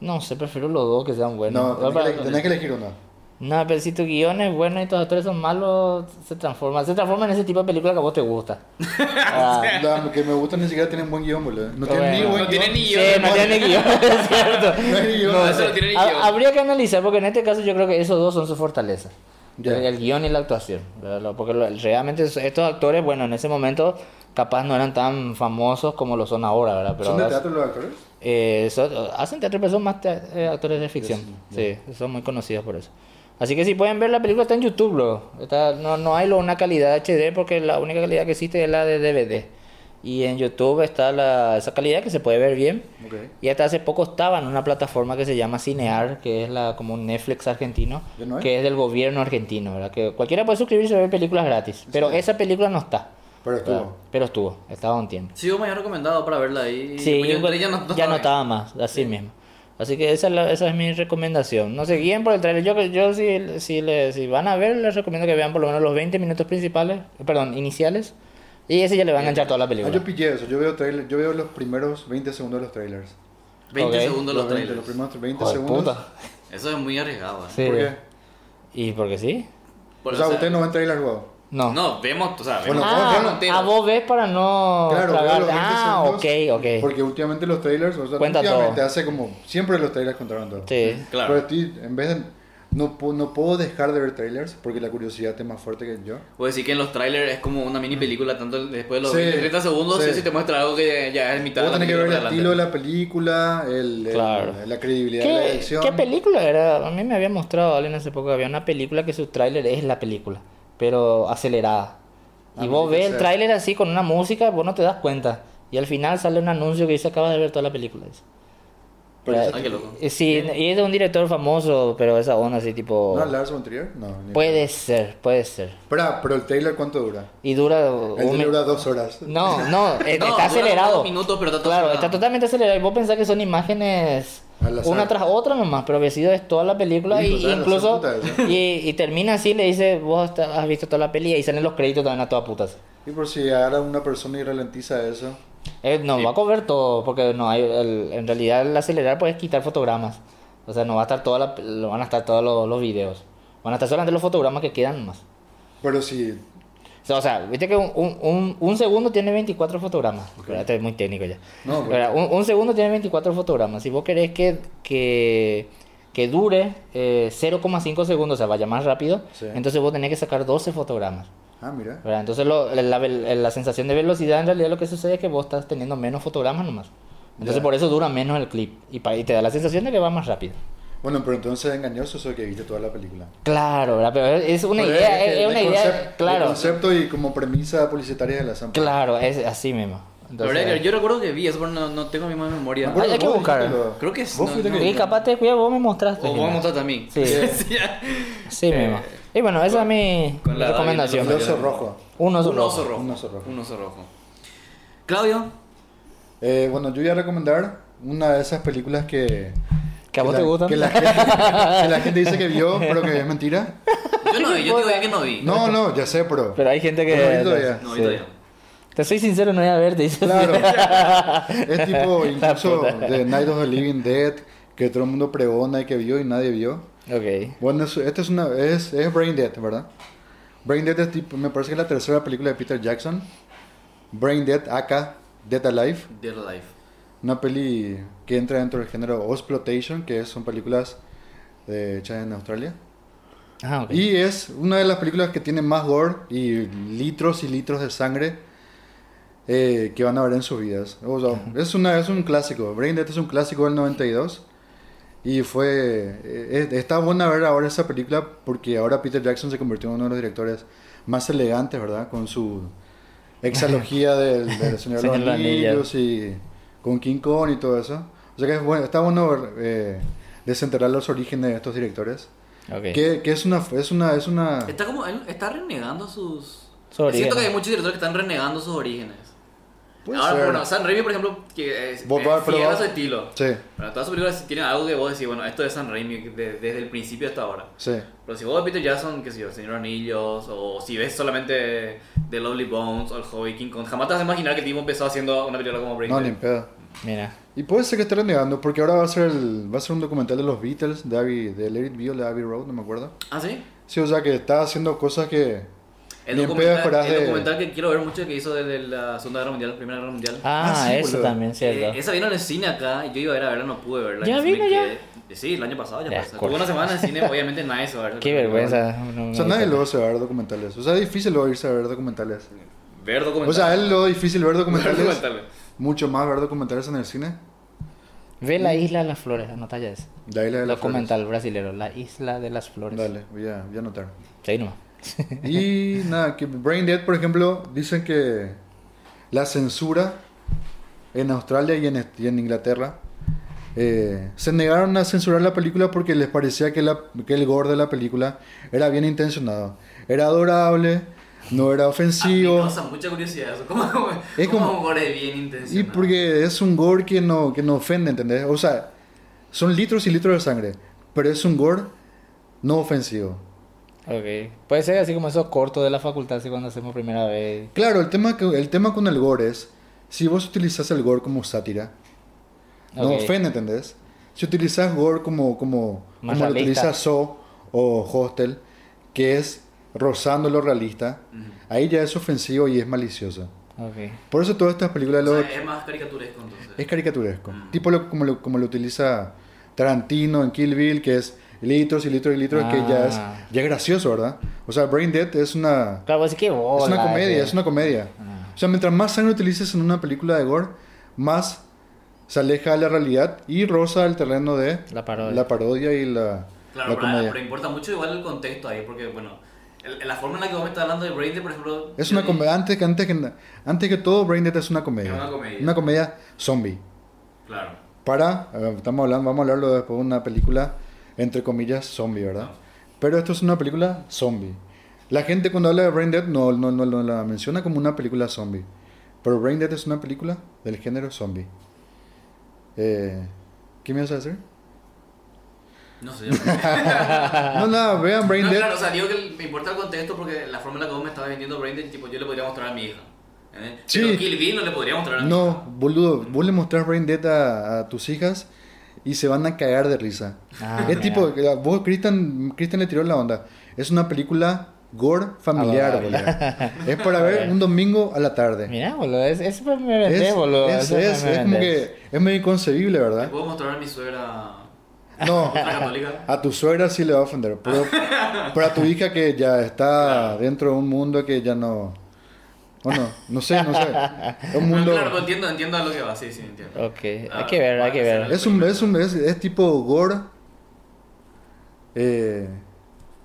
No sé, prefiero los dos que sean buenos. No, Pero tenés para- que, tenés que elegir uno. No, pero si tu guión es bueno y tus actores son malos, se transforma. Se transforma en ese tipo de película que a vos te [LAUGHS] gusta. Ah, La que me gusta ni siquiera tienen buen guión, boludo. No tienen ni Bueno. buen No tiene ni sí, guión. no tiene guión, [LAUGHS] es cierto. [LAUGHS] No hay guión. No, eso no tiene ni Ha- guión. Habría que analizar, porque en este caso yo creo que esos dos son su fortaleza. Ya. El, el guión y la actuación. ¿verdad? Lo- Porque lo- realmente es- estos actores, bueno, en ese momento capaz no eran tan famosos como lo son ahora, ¿verdad? Pero ¿Son de ahora- teatro los actores? eh, son- hacen teatro, pero son más te- eh, actores de ficción. Sí, son muy conocidos por eso. Así que si pueden ver la película, está en YouTube, bro. Está- no, no hay lo- una calidad HD porque la única calidad que existe es la de DVD. Y en YouTube está la, esa calidad que se puede ver bien. Ok. Y hasta hace poco estaba en una plataforma que se llama Cinear, que es la como un Netflix argentino, ¿Ya no hay? que es del gobierno argentino, ¿verdad? Que cualquiera puede suscribirse a ver películas gratis. Pero esa película no está. Pero ¿verdad? estuvo. Pero estuvo, estaba un tiempo. Sí, yo me había recomendado para verla ahí. Sí, Pues yo yo entré y ya, no, ahí. estaba más, así mismo. Así que esa es, la- esa es mi recomendación. No se guíen por el trailer. Yo, yo si, si, le- si van a ver, les recomiendo que vean por lo menos los 20 minutos principales, eh, perdón, iniciales. Y ese ya le va a enganchar toda la Ah, película. yo pillé eso. Yo veo, trailer, yo veo los primeros 20 segundos de los trailers. 20 Ok. segundos los 20, trailers. Los primeros 20 Joder, segundos. puta. Eso es muy arriesgado. ¿eh? Sí. ¿Por qué? ¿Y porque sí? Por- o sea, o sea, ustedes no ven trailers, wow. No. No, vemos, o sea, Bueno, vemos vos- todo vos- ah, entero. ah, vos ves para no Claro, veo tragarte. los 20 Ah, ok, segundos, ok. Porque últimamente los trailers, o sea, Cuenta últimamente todo. hace como. Siempre los trailers contaron todo. Sí. Claro. Pero estoy, en vez de. No, pu- no puedo dejar de ver trailers porque la curiosidad es más fuerte que yo. Puedo decir que en los trailers es como una mini película, tanto el- después de los Sí, 20, 30 segundos, sí. si te muestra algo que ya es mitad de Vos la tenés que ver el película estilo de adelante. la película, el, el- Claro. la credibilidad de la ¿Qué, dirección. qué película era? A mí me había mostrado alguien hace poco que había una película que su tráiler es la película, pero acelerada. Ah, Y vos mira, ves sí. el tráiler así con una música, vos no te das cuenta. Y al final sale un anuncio que dice acabas de ver toda la película. dice. Pero Ah, qué loco. Eh, Sí, y es de un director famoso, pero esa onda así tipo... ¿No Lars von Trier? No. ni- puede ser, puede ser. Pará, pero el trailer cuánto dura? Y dura... El un trailer mi- dura dos horas. No, [LAUGHS] no, eh, No, está dura acelerado. dos minutos, pero está todo Claro, acelerado. está totalmente acelerado. Y vos pensás que son imágenes Al azar. una tras otra nomás, pero que sido es toda la película y, Hijo, incluso claro, son putas, y, y termina así, le dice, vos te- has visto toda la peli y salen los créditos también a todas putas. Y por si ahora una persona y ralentiza eso. Eh, no va a comer todo, porque no hay el- en realidad el acelerar puedes quitar fotogramas. O sea, no va a estar toda la, no van a estar todos los, los videos. Van a estar solamente los fotogramas que quedan más. Pero si. O sea, o sea, viste que un, un- un- un segundo tiene 24 fotogramas. Pero esto es muy técnico ya. No, bueno. Pero un, un segundo tiene 24 fotogramas. Si vos querés que, que, que dure eh, 0,5 segundos, o sea, vaya más rápido, Sí. entonces vos tenés que sacar 12 fotogramas. Ah, mira. ¿verdad? Entonces lo- la, la vel- la sensación de velocidad en realidad lo que sucede es que vos estás teniendo menos fotogramas nomás. Entonces Ya. por eso dura menos el clip y, pa- y te da la sensación de que va más rápido. Bueno, pero entonces es engañoso eso de que viste toda la película. Claro, ¿verdad? pero es es una Pero idea, es, que es el una idea, concep- claro, El concepto y como premisa publicitaria de la Zampa. claro, es así mismo. Pero Entonces- era que yo recuerdo que vi eso, pero no, no tengo mi misma memoria. acuerdo. Hay que buscar. Creo que es- Vos no, fuiste no. que- Y capaz te cuida, vos me mostraste. O Jimena. vos mostrás también. [LAUGHS] Sí. ya. Sí, mismo. Y bueno, esa es mi eh, con la edad El viene recomendación. los- oso rojo. Un oso un rojo. oso rojo. Un oso rojo. Un oso rojo. Claudio, Eh, bueno, yo voy a recomendar una de esas películas que. Que a vos la- te gustan. Que la, gente, que la gente dice [LAUGHS] que vio, pero que es mentira. yo no vi, yo digo ya que no vi. No, no, ya sé, pero. Pero [LAUGHS] hay gente que. No lo vi todavía. No vi Sí. todavía. Te soy sincero, no voy a verte. dice. [LAUGHS] Claro. es tipo La incluso puta. de Night of the Living Dead, que todo el mundo pregona y que vio y nadie vio. Ok. Bueno, es- esta es una. Es, es Brain Dead, ¿verdad? Brain Dead es tipo. Me parece que es la tercera película de Peter Jackson. Brain Dead, acá, Dead Alive. Dear Life. Una peli que entra dentro del género Exploitation, que son películas eh, hechas en Australia. Ah, ok. Y es una de las películas que tiene más gore y litros y litros de sangre eh, que van a ver en sus vidas. O sea, es, una, es un clásico. Brain Dead es un clásico del 92. Y fue. eh, eh, está buena ver ahora esa película porque ahora Peter Jackson se convirtió en uno de los directores más elegantes, ¿verdad? Con su [LAUGHS] exalogía del, del Señor Señor de de los los Anillos y con King Kong y todo eso. O sea que es bueno, está bueno ver, eh, desenterrar los orígenes de estos directores. Ok. Que, que es una. Es una, es una Está como, él está renegando sus... Sus orígenes. Siento que hay muchos directores que están renegando sus orígenes. puede Ahora, ser. bueno, San Raimi, por ejemplo, que es, Vos- es vos- pero fiel a vos- su estilo. Sí, Bueno, todas sus películas tienen algo que vos decís, bueno, esto es San Raimi de- desde el principio hasta ahora. sí. Pero si vos ves Peter Jackson, qué sé yo, Señor Anillos, o si ves solamente The Lovely Bones o El Hobbit King Kong, jamás te vas a imaginar que el tipo empezó haciendo una película como Brain No, Dead. ni en pedo. Mira. Y puede ser que esté renegando, porque ahora va a ser el, va a ser un documental de los Beatles, de Abbey, de Let It Be o de Abbey Road, no me acuerdo. ¿Ah, sí? Sí, o sea que está haciendo cosas que El ni en pedo documental, esperás el de- documental que quiero ver mucho que hizo desde la Segunda Guerra Mundial, la Primera Guerra Mundial. Ah, Ah, sí, eso boludo. también, Eh, cierto. esa vino en el cine acá y yo iba a ir a verla, no pude verla. ¿Ya Entonces vino me ya? quedé- Sí, el año pasado ya Ya, pasó. Tuve corta. una semana en cine, obviamente nadie se va a ver. [LAUGHS] Qué vergüenza. no- O sea, no- nadie luego se va a ver documentales. O sea, es difícil luego irse a ver documentales. [LAUGHS] Ver O sea, es lo difícil ver documentales. Ver documentales. documentales. Mucho más ver documentales en el cine. Ve la isla de las flores, anota ya eso. De ahí la de las Documental brasilero, la isla de las flores. flores. Dale, voy a, voy a anotar. Sí, ahí nomás. Y nada, que Brain Dead, por ejemplo, dicen que la censura en Australia y en, y en Inglaterra eh, se negaron a censurar la película porque les parecía que, la, que el gore de la película era bien intencionado. Era adorable, no era A mí ofensivo. causa mucha curiosidad eso. ¿Cómo, cómo, Es como- cómo gore bien Y intencionado? porque es un gore que no, que no ofende, ¿entendés? O sea, son litros y litros de sangre, pero es un gore no ofensivo. Ok. Puede ser así como esos cortos de la facultad, así cuando hacemos primera vez. Claro, el tema, que- el tema con el gore es, si vos utilizás el gore como sátira, no Ok. ofende, ¿entendés? Si utilizás gore como, como, Más como lo realista. utiliza So o Hostel, que es rozando lo realista, ahí ya es ofensivo y es malicioso. Ok. Por eso todas estas películas de O los sea, es más caricaturesco entonces. Es caricaturesco. Mm. Tipo lo, como, lo, como lo utiliza Tarantino en Kill Bill, que es litros y litros y litros, que ya es, Ah. ya es gracioso, ¿verdad? O sea, Brain Dead es una, Claro, pues que bola. es una comedia, que- es una comedia. Ah. O sea, mientras más sangre utilices en una película de gore, más se aleja de la realidad y roza el terreno de La parodia. la parodia y la, Claro, la pero, comedia. pero importa mucho igual el contexto ahí, porque bueno, el- la forma en la que vos me estás hablando de Brain Dead, por ejemplo. Es yo una di- comedia, antes que, antes que, antes que todo, Brain Dead es una comedia. Es una comedia. Una comedia zombie. Claro. para, eh, estamos hablando, vamos a hablarlo después de una película, entre comillas, zombie, ¿verdad? Ah. Pero esto es una película zombie. La gente cuando habla de Brain Dead no, no, no, no la menciona como una película zombie. Pero Brain Dead es una película del género zombie. Eh, ¿Qué me vas a decir? No [LAUGHS] sé. yo- No, nada, vean Brain Ah. no, Dead. claro, o sea, digo que el- me importa el contexto porque la forma en la que vos me estabas vendiendo Brain Dead, tipo, yo le podría mostrar a mi hija. ¿entendés? Sí. Pero Kill Bill no le podría mostrar a mi No, hija. boludo, vos le mostrás Brain Dead a, a tus hijas y se van a cagar de risa. Ah, es mira. tipo, eh, vos, Cristian, Cristian le tiró la onda. Es una película gore familiar, Adorable. boludo. Es para ver un domingo a la tarde. Mira, boludo, es, es me vendés, es, boludo. es, eso me es- es como vendés. que es medio inconcebible, Le ¿verdad? puedo mostrar a mi suegra. No, ¿Otra católica? a tu suegra sí le va a ofender, pero, pero a tu hija que ya está dentro de un mundo que ya no... Bueno, no sé, no sé. [LAUGHS] Es [LAUGHS] un No, mundo... claro, lo entiendo, entiendo a lo que va, sí, sí, entiendo. Ok, hay que ver, hay que ver. Es un, es un, es, es tipo gore. Eh,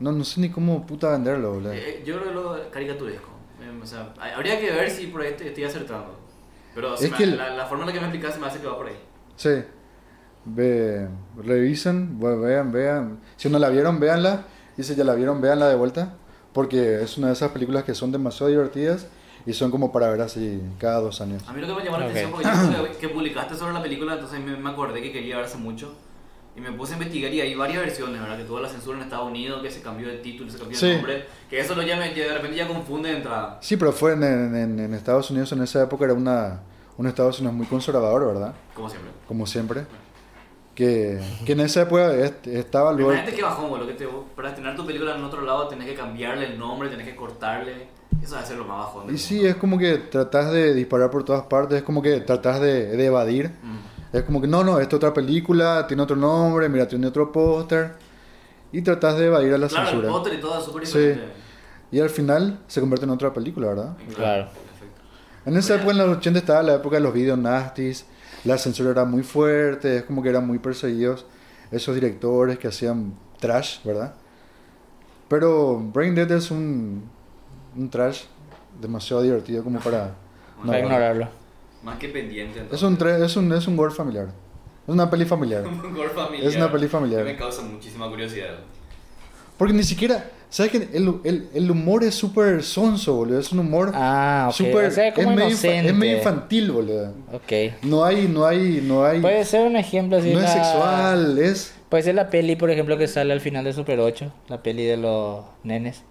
no, no sé ni cómo puta venderlo, boludo. Eh, Yo creo que lo caricaturesco. Eh, O sea, hay- habría que ver si por ahí te- estoy acertando. Pero se Es me- que el- la, la forma en la que me explicaste me hace que va por ahí. Sí. Ve, revisen, ve- vean, vean. Si no la vieron, véanla. Y si ya la vieron, véanla de vuelta. Porque es una de esas películas que son demasiado divertidas y son como para ver así cada dos años. A mí lo que me llamó la Ok. atención porque yo creo que publicaste sobre la película, entonces me, me acordé que quería verse mucho. Y me puse a investigar y hay varias versiones, ¿verdad? Que tuvo la censura en Estados Unidos, que se cambió de título, se cambió Sí. de nombre. Que eso lo ya me- ya de repente ya confunde de entrada. Sí, pero fue en, en- en- en Estados Unidos en esa época era una, un Estados Unidos muy conservador, ¿verdad? Como siempre. Como siempre. Que, que en esa época est- estaba luego... Imagínate que bajón, boludo, que te, para estrenar tu película en otro lado tenés que cambiarle el nombre, tenés que cortarle. Eso es hacerlo más bajón. del Y sí, mundo. es como que tratás de disparar por todas partes, es como que tratás de, de evadir. Mm. Es como que no, no, esta otra película, tiene otro nombre, mira, tiene otro póster. Y tratás de evadir a la Claro, el censura. póster y todo es súper Sí. diferente. Y al final se convierte en otra película, ¿verdad? Claro. Perfecto. En esa época, en los 80 estaba la época de los videos nasties, la censura era muy fuerte, es como que eran muy perseguidos esos directores que hacían trash, ¿verdad? Pero Brain Dead es un, un trash demasiado divertido como para... Para no, ignorarlo. Más que pendiente. Entonces. Es un, tra- es un, es un gore familiar. Es una peli familiar. [LAUGHS] Un gol familiar. Es una peli familiar. Me causa muchísima curiosidad. Porque ni siquiera, ¿sabes que el, el, el humor es súper sonso, boludo? Es un humor Ah, ok. súper... o sea, es como medio infa- inocente. es medio infantil, boludo. Ok. No hay, no hay, no hay... Puede ser un ejemplo así. no la- es sexual, es... Puede ser la peli, por ejemplo, que sale al final de Super 8. La peli de los nenes.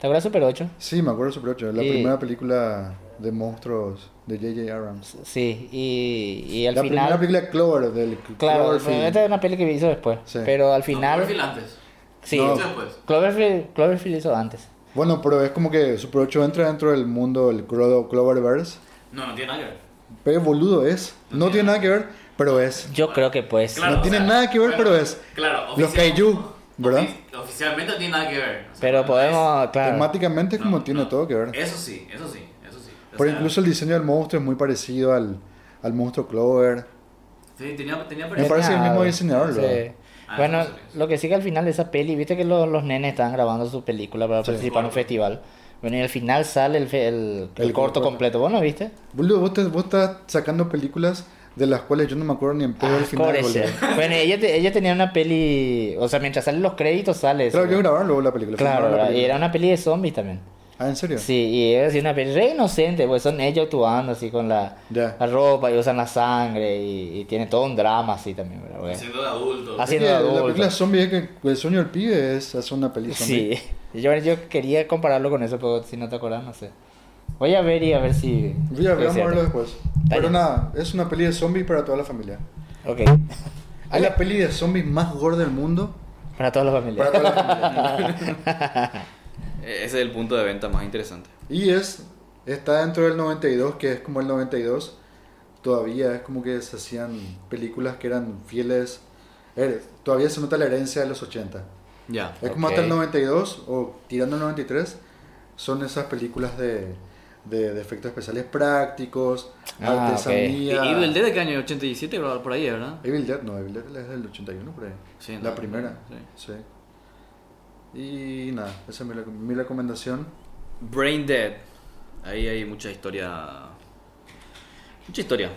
¿Te acuerdas de Super 8? Sí, me acuerdo Super 8, la Sí. primera película de monstruos de J.J. Abrams. Sí. Y, y al la primera final... película Clover, del Claro, este Cloverfield. esta es una peli que hizo después. Sí. Pero al final... No, perfil antes. sí. No. Mucho después. Cloverfield, Cloverfield hizo antes. Bueno, pero es como que Super 8 entra dentro del mundo del Clo- Cloververse. No, no tiene nada que ver. Pero boludo es. No tiene nada que ver, pero es. Yo creo que pues... Claro, no o tiene sea, nada que ver, bueno, pero es. Claro, Los oficial- Kaiju, ¿verdad? ofici- Oficialmente no tiene nada que ver. O sea, Pero no podemos... Claro. Temáticamente es es- como no, tiene no. todo que ver. Eso sí, eso sí, eso sí. O Pero sea, incluso el diseño del monstruo es muy parecido al, al monstruo Clover. Sí, tenía, tenía Me parecer. parece el mismo Ah, diseñador, sí. ¿verdad? Ah, Bueno, eso sí. lo que sí que al final de esa peli, viste que los, los nenes estaban grabando su película para Sí. participar en un festival. Bueno, y al final sale el, fe- el, el El corto corto. completo. ¿Vos no viste? Boludo, vos, te- vos estás sacando películas de las cuales yo no me acuerdo ni en pedo Ah, al final, cobrece. boludo. Bueno, ella, te- ella tenía una peli. O sea, mientras salen los créditos, sale. eso. Claro, yo grabaron luego la película. Claro, filmaron la ¿verdad? y película. era una peli de zombies también. Ah, ¿en serio? Sí, y era así una peli re inocente, pues son ellos actuando así con la, Ya. la ropa y usan la sangre y, y tiene todo un drama así también, ¿verdad? Bueno, Siendo de adulto. Así- Es que Haciendo la adulto. película zombie es que el sueño del pibe es hacer una película Sí, yo, yo quería compararlo con eso, pero si no te acordás, no sé. Voy a ver y a ver si... Ya, si es vamos a verlo cierto. después. Está Pero bien. nada, es una peli de zombies para toda la familia. Ok, [LAUGHS] Es la peli de zombies más gorda del mundo [LAUGHS] para todas las familias. para toda la familia. E-, Ese es el punto de venta más interesante. Y es, está dentro del 92, que es como el 92, todavía es como que se hacían películas que eran fieles, er, todavía se nota la herencia de los 80. Ya. Es como Ok. hasta el 92 o tirando al 93, son esas películas de, de, de efectos especiales prácticos, Ah, ok. ¿Y artesanía. Evil Dead de qué año? 87, bro, por ahí, ¿verdad? Evil Dead, no, Evil Dead es del 81 por ahí. Sí, la no, primera. Sí. Y nada, esa es mi, recom- mi recomendación. Brain Dead. Ahí hay mucha historia. Mucha historia.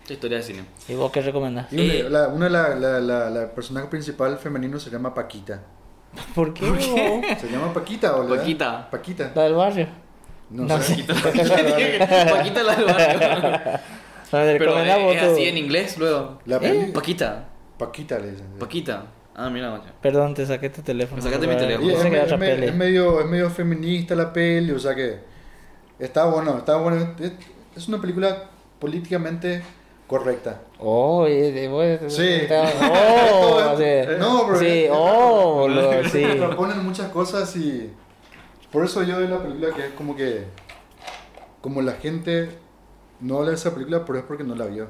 Mucha historia de [LAUGHS] cine. [LAUGHS] ¿Y vos qué recomendás? Y una- Eh. la, una de la, la, la, la personaje principal femenino se llama Paquita. ¿Por qué? vos? ¿Se llama Paquita o la- Paquita. Paquita. La del barrio. No, No sé. sé. Paquita la del barrio. La del Pero recomendás vos es, es tu- así en inglés luego. La peli- Paquita. [LAUGHS] Paquita le dicen. Paquita. Ah, mira, macho. Perdón, te saqué tu teléfono. Me sacaste mi Yo teléfono. Y es, pensé que me- era es otra me- peli. es medio, es medio feminista la peli, o sea que está bueno, está bueno. Es, es una película políticamente correcta. Oh, y de- vos- [LAUGHS] Sí. te- [LAUGHS] [LAUGHS] Oh, Esto es- Eh, así. no, bro. Sí, oh, [LAUGHS] boludo, sí. Se proponen muchas cosas y por eso yo veo la película que es como que como la gente no habla de esa película, pero es porque no la vio.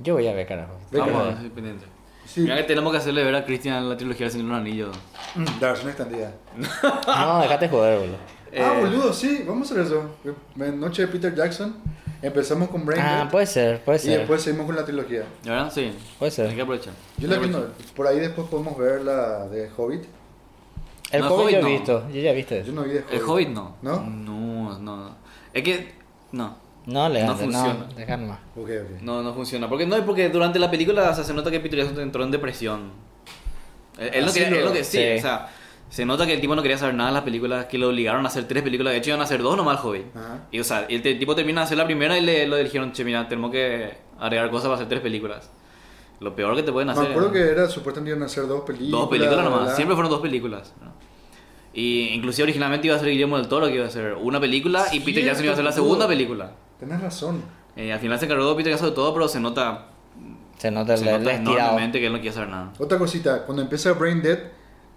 Yo voy a ver, carajo. Ve que- Vamos, estoy pendiente. Sí, Mira que tenemos que hacerle ver a Cristian la trilogía del Señor de los Anillos. mm, la versión extendida. No, dejate joder, boludo. Ah, Eh, boludo, sí, vamos a hacer eso. En Noche de Peter Jackson, empezamos con Brain Ah, Dead puede ser, puede y ser. después seguimos con la trilogía. ¿Verdad? Sí. Puede ser. Hay que aprovechar. Yo la Hay que que no- aprovechar. por ahí después podemos ver la de Hobbit. El No, COVID yo he Hobbit no. visto, yo ya he visto Yo eso. no vi de Hobbit. El Hobbit no. ¿No? No, no. Es que. No. No, le No funciona. no, dejad más. Ok, ok. No, no funciona. Porque no, y porque durante la película o sea, se nota que Peter Jackson entró en depresión. Eh, Él, él no Así quería, lo- él lo que sí, sí. o sea, se nota que el tipo no quería hacer nada de las películas, que lo obligaron a hacer tres películas, de hecho iban a hacer dos nomás al hobby. Ajá. Y o sea, el, t- tipo termina de hacer la primera y le lo dijeron, che, mira, tenemos que agregar cosas para hacer tres películas. Lo peor que te pueden hacer. Me acuerdo ¿no? que era supuestamente iban a hacer dos películas. Dos películas nomás, ¿verdad? siempre fueron dos películas. ¿no? Y inclusive originalmente iba a ser Guillermo del Toro que iba a hacer una película y Peter Cierto, Jackson iba a hacer la boludo. segunda película. Tenés razón. Eh, al final se encargó Peter Jackson de todo, pero se nota, Se nota se el, el nota estirado. enormemente que él no quiere hacer nada. Otra cosita, cuando empieza Brain Dead,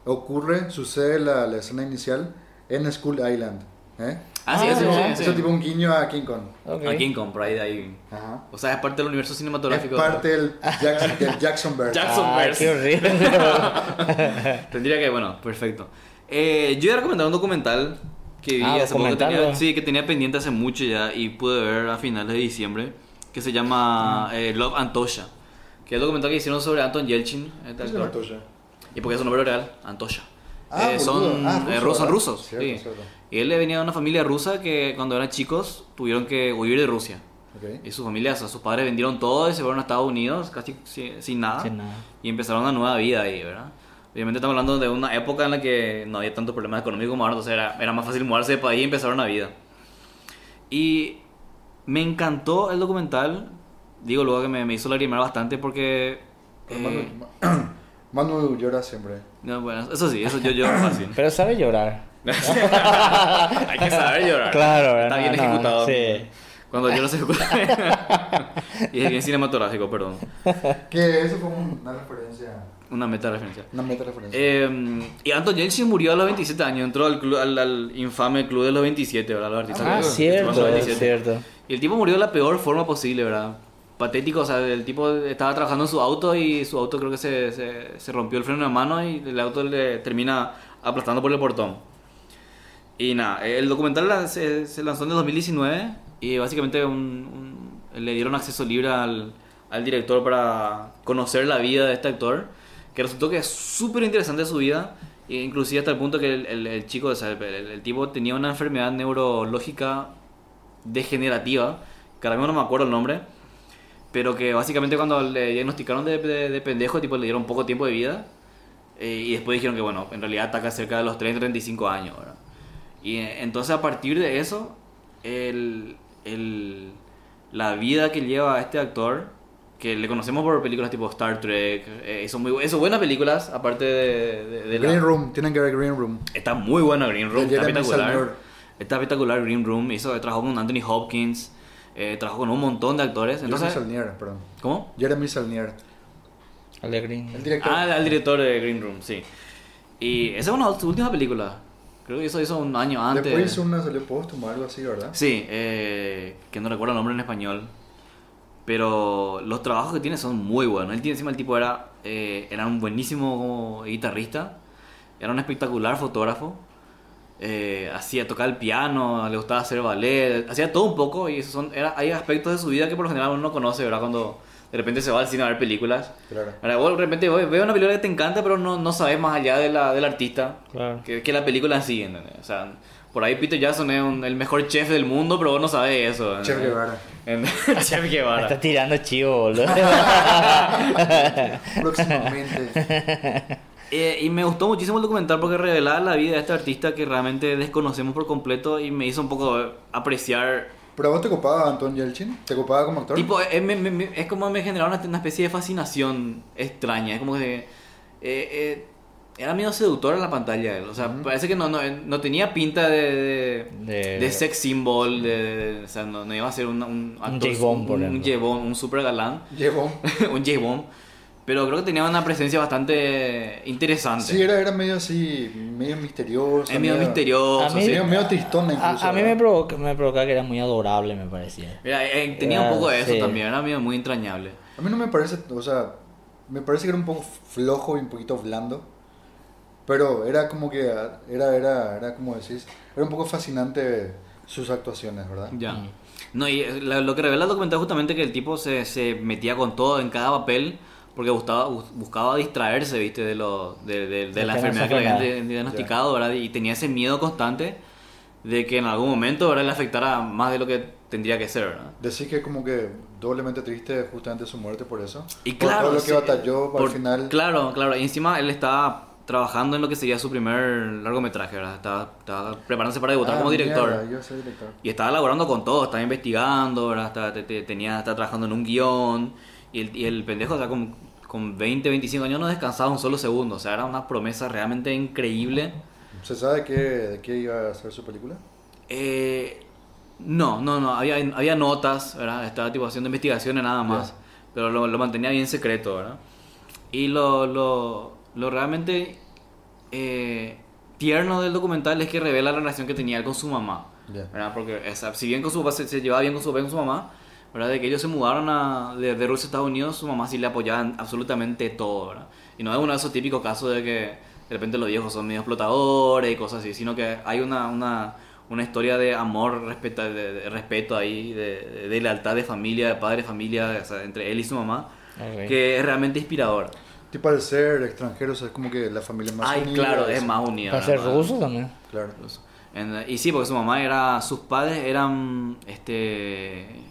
ocurre, sucede la, la escena inicial en School Island. ¿eh? Ah, sí, Ah, sí, no. sí, Eso sí. es tipo un guiño a King Kong. Ok. A King Kong, por ahí de ahí. Ajá. O sea, es parte del universo Es cinematográfico. parte del, Jackson, del Jacksonberg. Jack- Ay, Jacksonverse. Ah, qué [LAUGHS] Ah. horrible. [LAUGHS] Tendría que, bueno, perfecto. Eh, yo iba a recomendar un documental que vi Ah, hace poco. que documental, Tenía, ¿no? sí, que tenía pendiente hace mucho ya y pude ver a finales de diciembre. Que se llama eh, Love and Tosha. Que es el documental que hicieron sobre Anton Yelchin. este Ah, ¿Cómo se llama actor. Toya? Y porque es un nombre real, Antosha. Ah, Eh, boludo. son Ah, eh, ruso, rusos, son ¿verdad? rusos. Cierto, sí. cierto. Y él venía de una familia rusa que cuando eran chicos tuvieron que huir de Rusia. Ok. Y su familia, o sea, sus padres vendieron todo y se fueron a Estados Unidos casi sin, sin nada. Sin nada. Y empezaron una nueva vida ahí, ¿verdad? Obviamente estamos hablando de una época en la que no había tantos problemas económicos como ahora, entonces era, era más fácil mudarse de país y empezar una vida. Y me encantó el documental, digo luego que me, me hizo lagrimar bastante porque... Pero eh, Manu, [CLEARS THROAT] Manu llora siempre. no, bueno, eso sí, eso yo lloro fácil. Pero sabe llorar. Ah, Hay que saber llorar. Claro, Está no, bien no, ejecutado. sí. Cuando yo lo sé [LAUGHS] y es bien cinematográfico, perdón. Que eso fue una referencia. Una meta referencia. Una meta referencia. Eh, y Anton Yelchin murió a los 27 años. Entró al, club, al, al infame club de los 27, ¿verdad? Los artistas Ah, de los- de cierto, los es cierto. Y el tipo murió de la peor forma posible, ¿verdad? Patético, o sea, el tipo estaba trabajando en su auto y su auto creo que se, se, se rompió el freno de mano y el auto le termina aplastando por el portón. Y nada, el documental la- se, se lanzó en el 2019 y básicamente un- un- le dieron acceso libre al, al director para conocer la vida de este actor, que resultó que es súper interesante su vida, e inclusive hasta el punto que el, el- el chico, o sea, el, el- el tipo tenía una enfermedad neurológica degenerativa, que ahora mismo no me acuerdo el nombre, pero que básicamente cuando le diagnosticaron de, de- de pendejo, tipo le dieron poco tiempo de vida, eh, y después dijeron que bueno, en realidad ataca cerca de los 30, 35 años, ¿verdad? Y eh, entonces a partir de eso, el, el- la vida que lleva este actor, que le conocemos por películas tipo Star Trek, eh, hizo, muy, bu- hizo buenas películas, aparte de, de- de la- Green Room, tienen que ver Green Room. Está muy buena Green Room, De está Jeremy espectacular. Salvador. Está espectacular Green Room, hizo, trabajó con Anthony Hopkins, eh, trabajó con un montón de actores. Entonces, Jeremy Salnier, perdón. ¿Cómo? Jeremy Salnier. Alegrín. El director. Ah, al director de Green Room, sí. Y esa es una de sus últimas películas. Creo que eso hizo un año antes. Después hizo una, salió póstuma, algo así, ¿verdad? Sí, eh, que no recuerdo el nombre en español. Pero los trabajos que tiene son muy buenos. Él tiene encima el tipo era, eh, era un buenísimo como guitarrista, era un espectacular fotógrafo. eh, hacía tocar el piano, le gustaba hacer ballet, hacía todo un poco y eso son, era, hay aspectos de su vida que por lo general uno no conoce, ¿verdad? Cuando de repente se va al cine a ver películas. Claro. Ahora, vos de repente vos ves una película que te encanta, pero no, no sabes más allá de la, del artista Claro. que, que la película en sí, ¿entendés? O sea, por ahí Peter Jackson es un- el mejor chef del mundo, pero vos no sabes eso. ¿entendés? Chef [LAUGHS] Guevara. En- chef Me Guevara. está tirando chivo, [LAUGHS] boludo. [LAUGHS] Próximamente. Eh, y me gustó muchísimo el documental porque revelaba la vida de este artista que realmente desconocemos por completo y me hizo un poco eh, apreciar. ¿Pero a vos te copaba Anton Yelchin? ¿Te copaba como actor? Tipo, eh, me- me- me- es como me generaba una, una especie de fascinación extraña. Es como que. eh, eh, era medio seductor en la pantalla él. O sea, parece que no, no, no tenía pinta de- de, De- de sex symbol. De, de- o sea, no, no iba a ser un, un J-Bomb, por un, ejemplo. J-Bomb, un super galán. [LAUGHS] Llevó. un J-Bomb. Pero creo que tenía una presencia bastante interesante. Sí, era, era medio así, medio misterioso. Es medio misterioso. A mí- sí. Medio, medio tristón incluso. A, a mí me ¿verdad? provoca, me provocaba que era muy adorable, me parecía. Era- eh, tenía Era- un poco de eso Ah, sí. también, era medio muy entrañable. A mí no me parece, o sea, me parece que era un poco flojo y un poquito blando. Pero era como que, ah, era, era, era como decís, era un poco fascinante sus actuaciones, ¿verdad? Ya. Mm. No, y eh, la- lo que revela el documental es justamente que el tipo se, se metía con todo en cada papel porque gustaba, bus- buscaba distraerse, viste, de, lo, de, de- de De la que no enfermedad se que le habían enfermara. di- diagnosticado, ¿verdad? Y tenía ese miedo constante de que en algún momento, ¿verdad? Le afectara más de lo que tendría que ser, ¿verdad? Decís que como que doblemente triste justamente su muerte por eso. Y Por claro, todo lo que sí, batalló por- al final. Claro, claro. Y encima él estaba trabajando en lo que sería su primer largometraje, ¿verdad? Estaba, estaba preparándose para debutar Ah, como director. mierda, yo soy director. Y estaba laborando con todo, estaba investigando, ¿verdad? Estaba, te- te- tenía, estaba trabajando en un guión. Y el, y el pendejo, o sea, con, con 20, 25 años no descansaba un solo segundo. O sea, era una promesa realmente increíble. ¿Se sabe de qué, de qué iba a ser su película? Eh, no, no, no. Había, había notas, ¿verdad? Estaba tipo haciendo investigaciones nada más. Ya. Pero lo, lo mantenía bien secreto, ¿verdad? Y lo, lo, lo realmente eh, tierno del documental es que revela la relación que tenía él con su mamá. Ya. ¿verdad? Porque o sea, si bien con su, se, se llevaba bien con su, con su mamá, ¿verdad? De que ellos se mudaron a, de, de Rusia a Estados Unidos, su mamá sí le apoyaba en absolutamente todo, ¿verdad? Y no es uno de esos típicos casos de que de repente los viejos son medio explotadores y cosas así, sino que hay una, una, una historia de amor, respeta- de, de respeto ahí, de, de- de lealtad de familia, de padre de familia, o sea, entre él y su mamá, Ok. que es realmente inspiradora. Tipo al ser extranjero, o sea, es como que la familia más Ay, unida, claro, es- es más unida. Para ser ¿verdad? ruso también. Claro. En- y sí, porque su mamá era. Sus padres eran. Este.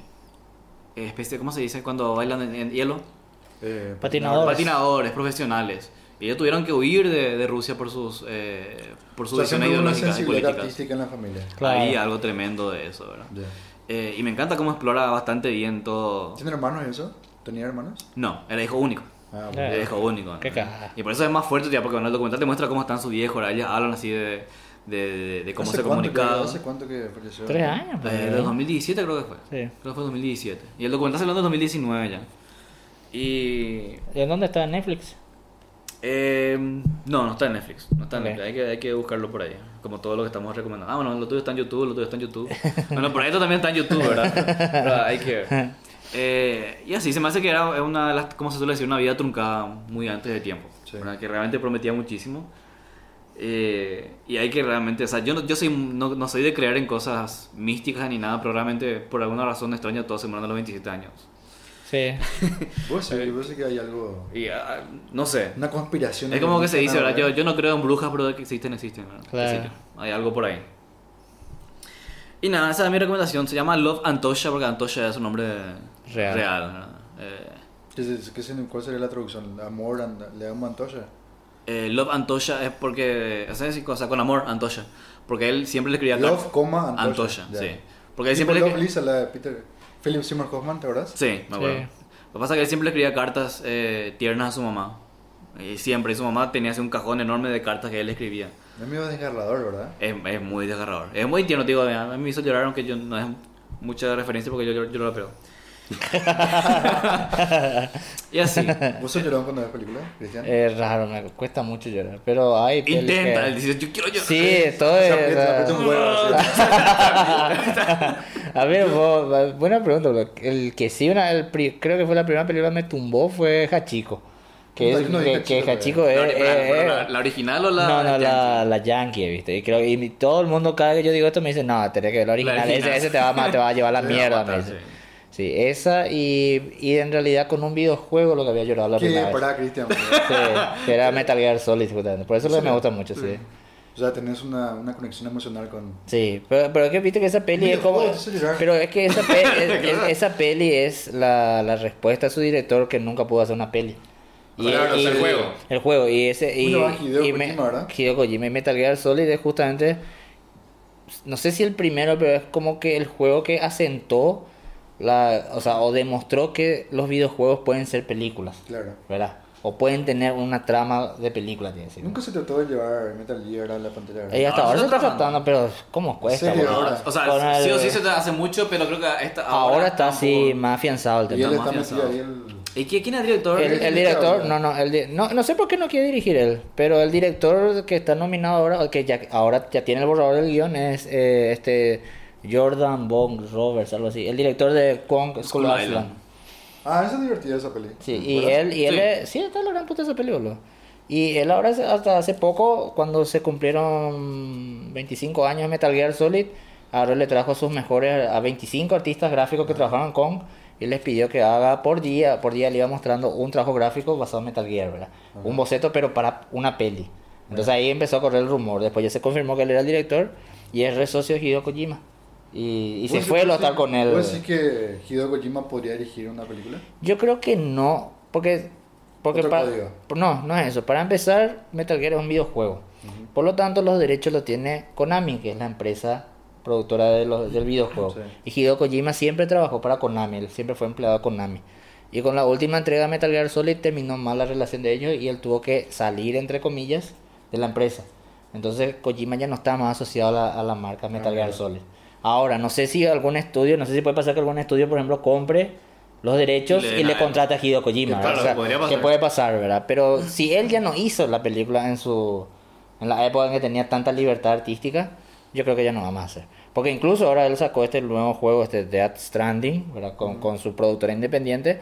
Especie, ¿Cómo se dice cuando bailan en, en hielo? Eh, Patinador. Patinadores. Patinadores, profesionales. Y ellos tuvieron que huir de, de Rusia por sus. eh, por O sus sea, visiones siempre hubo una ideológicas y sensibilidad políticas. artística en la familia. Claro. Hay algo tremendo de eso, ¿verdad? Ya. Eh, y me encanta cómo explora bastante bien todo. ¿Tiene hermanos y eso? ¿Tenía hermanos? No, era hijo único. Ah, Ya. Era hijo único. ¿no? Qué caja. Y por eso es más fuerte, tía, porque bueno, el documental te muestra cómo están sus viejos, ¿verdad? ellos hablan así de, de, de- de cómo ¿Hace se cuánto que- comunicaban. ¿Hace cuánto que falleció? Tres años, pues, Eh, del ¿verdad? 2017 creo que fue. Sí. Creo que fue 2017. Y el documental salió en el 2019 ya. Y... ¿Y en dónde está Netflix? eh, no, no está en Netflix. No está en Ok. Netflix. Hay que, hay que buscarlo por ahí. Como todo lo que estamos recomendando. Ah, bueno, lo tuyo está en YouTube, lo tuyo está en YouTube. bueno, por ahí esto también está en YouTube, ¿verdad? Pero hay que ver. Eh, y así, se me hace que era una de las, como se suele decir, una vida truncada muy antes de tiempo. Sí. ¿verdad? Que realmente prometía muchísimo. Eh, y hay que realmente, o sea, yo no, yo soy, no, no soy de creer en cosas místicas ni nada, pero realmente por alguna razón extraña todo sembrando a los 27 años. [LAUGHS] Sí. Vos sí, vos sí que hay algo... Y ah, no sé. Una conspiración. Es como que se dice, americana, ¿verdad? Yo, yo no creo en brujas, pero de que existen, existen. ¿verdad? Claro. Qué sé yo. Hay algo por ahí. Y nada, esa es mi recomendación. Se llama Love Antosha porque Antosha es un nombre Real. ¿verdad? Eh, ¿Qué se- qué se- ¿Cuál sería la traducción? ¿Amor and- le amo a Antoya? eh, Love Antosha es porque. O sea, es- o sea, con amor, Antosha. Porque él siempre le escribía. Love, coma, Antosha. Antosha, Ya. sí. Porque él Tipo siempre le. Love Lisa, la de Peter... Philip Seymour Hoffman, ¿te acuerdas? Sí, me acuerdo. Sí. Lo que pasa es que él siempre le escribía cartas eh, tiernas a su mamá. Y siempre. Y su mamá tenía así un cajón enorme de cartas que él escribía. Es medio desgarrador, [LAUGHS] ¿verdad? Es, es muy [LAUGHS] desgarrador. Es muy tierno, te digo. A mí me hizo llorar, aunque yo no es mucha referencia porque yo lloro, lloro la peor. Y así. ¿Vos sos llorón cuando ves películas, Cristian? Es raro, me cuesta mucho llorar. Pero hay. pelis Intenta, él que- dice, yo quiero llorar. Sí, todo Se es. aprieta- se aprieta un eh, huevo, [LAUGHS] así. Ah, [LAUGHS] A ver, vos, buena pregunta. bro. El que sí, una, el pri- creo que fue la primera película que me tumbó fue Hachiko. Que, es, Puta, eh, yo no vi que, Hachiko, que pero- Hachiko es. La, ori- es- pero es- la- la original o la.? no, no, la, la Yankee, ¿viste? Y, creo, y mi- todo el mundo, cada vez que yo digo esto, me dice, no, tenés que ver la original. original. Ese, ese te, va a, ma- te va a [LAUGHS] llevar a la Te va a mierda, matar, me dice. Sí, esa y, y en realidad con un videojuego lo que había llorado la ¿Qué? primera vez. Pará, Cristian. Sí, [LAUGHS] que era Metal Gear Solid, justamente. Por eso es lo que me gusta mucho, sí. O sea, tenés una, una conexión emocional con... Sí, pero, pero es que viste que esa peli es como... Videojuegos, eso es llorar. Pero es que [LAUGHS] esa, pe- es- es- esa peli es la, la respuesta a su director que nunca pudo hacer una peli. Claro, es el juego. El juego, y ese... Y, Uno va a Hideo y me- Kojima, ¿verdad? Hideo Kojima y Metal Gear Solid es justamente... No sé si el primero, pero es como que el juego que asentó la... O sea, o demostró que los videojuegos pueden ser películas, Claro. ¿verdad? O pueden tener una trama de película, tiene que decir. Nunca se trató de llevar Metal Gear a la pantalla. grande. Y hasta No, ahora se se está está tratando, pero ¿cómo cuesta? serio? boludo? O sea, Con el- sí o sí se te hace mucho, pero creo que esta, Ahora, está un así poco- más afianzado el Y tema. él no, está más metido ahí pensado. el... ¿Y qué- quién es el director? El, ¿Quién el es el director, que no, habla? no, el di- no, no sé por qué no quiere dirigir él, pero el director que está nominado ahora, o que ya, ahora ya tiene el borrador del guión, es eh, este Jordan Bong Roberts, algo así, el director de Kong School Skull Island. Island. Ah, esa es divertida esa peli. Sí, y ¿Verdad? él, y él Sí. es- sí. está la gran puta esa peli, boludo. Y él ahora, hace- hasta hace poco, cuando se cumplieron 25 años de Metal Gear Solid, ahora le trajo a sus mejores, a 25 artistas gráficos que trabajaron con, y les pidió que haga por día, por día le iba mostrando un trabajo gráfico basado en Metal Gear, ¿verdad? Un boceto, pero para una peli. Entonces ahí empezó a correr el rumor, después ya se confirmó que él era el director, y es re socio de Hideo Kojima. Y, y se ¿Vos fue a decís- lotar con él. ¿Vos decís Pues que Hideo Kojima podría dirigir una película? Yo creo que no, porque... porque Otro pa- código. no, no es eso. Para empezar, Metal Gear es un videojuego. Por lo tanto, los derechos los tiene Konami, que es la empresa productora de los, del videojuego. Sí. Y Hideo Kojima siempre trabajó para Konami, él siempre fue empleado de Konami. Y con la última entrega de Metal Gear Solid terminó mal la relación de ellos y él tuvo que salir, entre comillas, de la empresa. Entonces Kojima ya no está más asociado a la, a la marca Ah, Metal Gear Solid. Ahora, no sé si algún estudio, no sé si puede pasar que algún estudio, por ejemplo, compre los derechos Y le y den le, a él. contrata a Hideo Kojima. Claro, ¿verdad? O sea, podría que pasar. puede pasar, ¿verdad? Pero si él ya no hizo la película en su en la época en que tenía tanta libertad artística, yo creo que ya no va más a hacer. Porque incluso ahora él sacó este nuevo juego, este Death Stranding, ¿verdad? Con, con su productora independiente.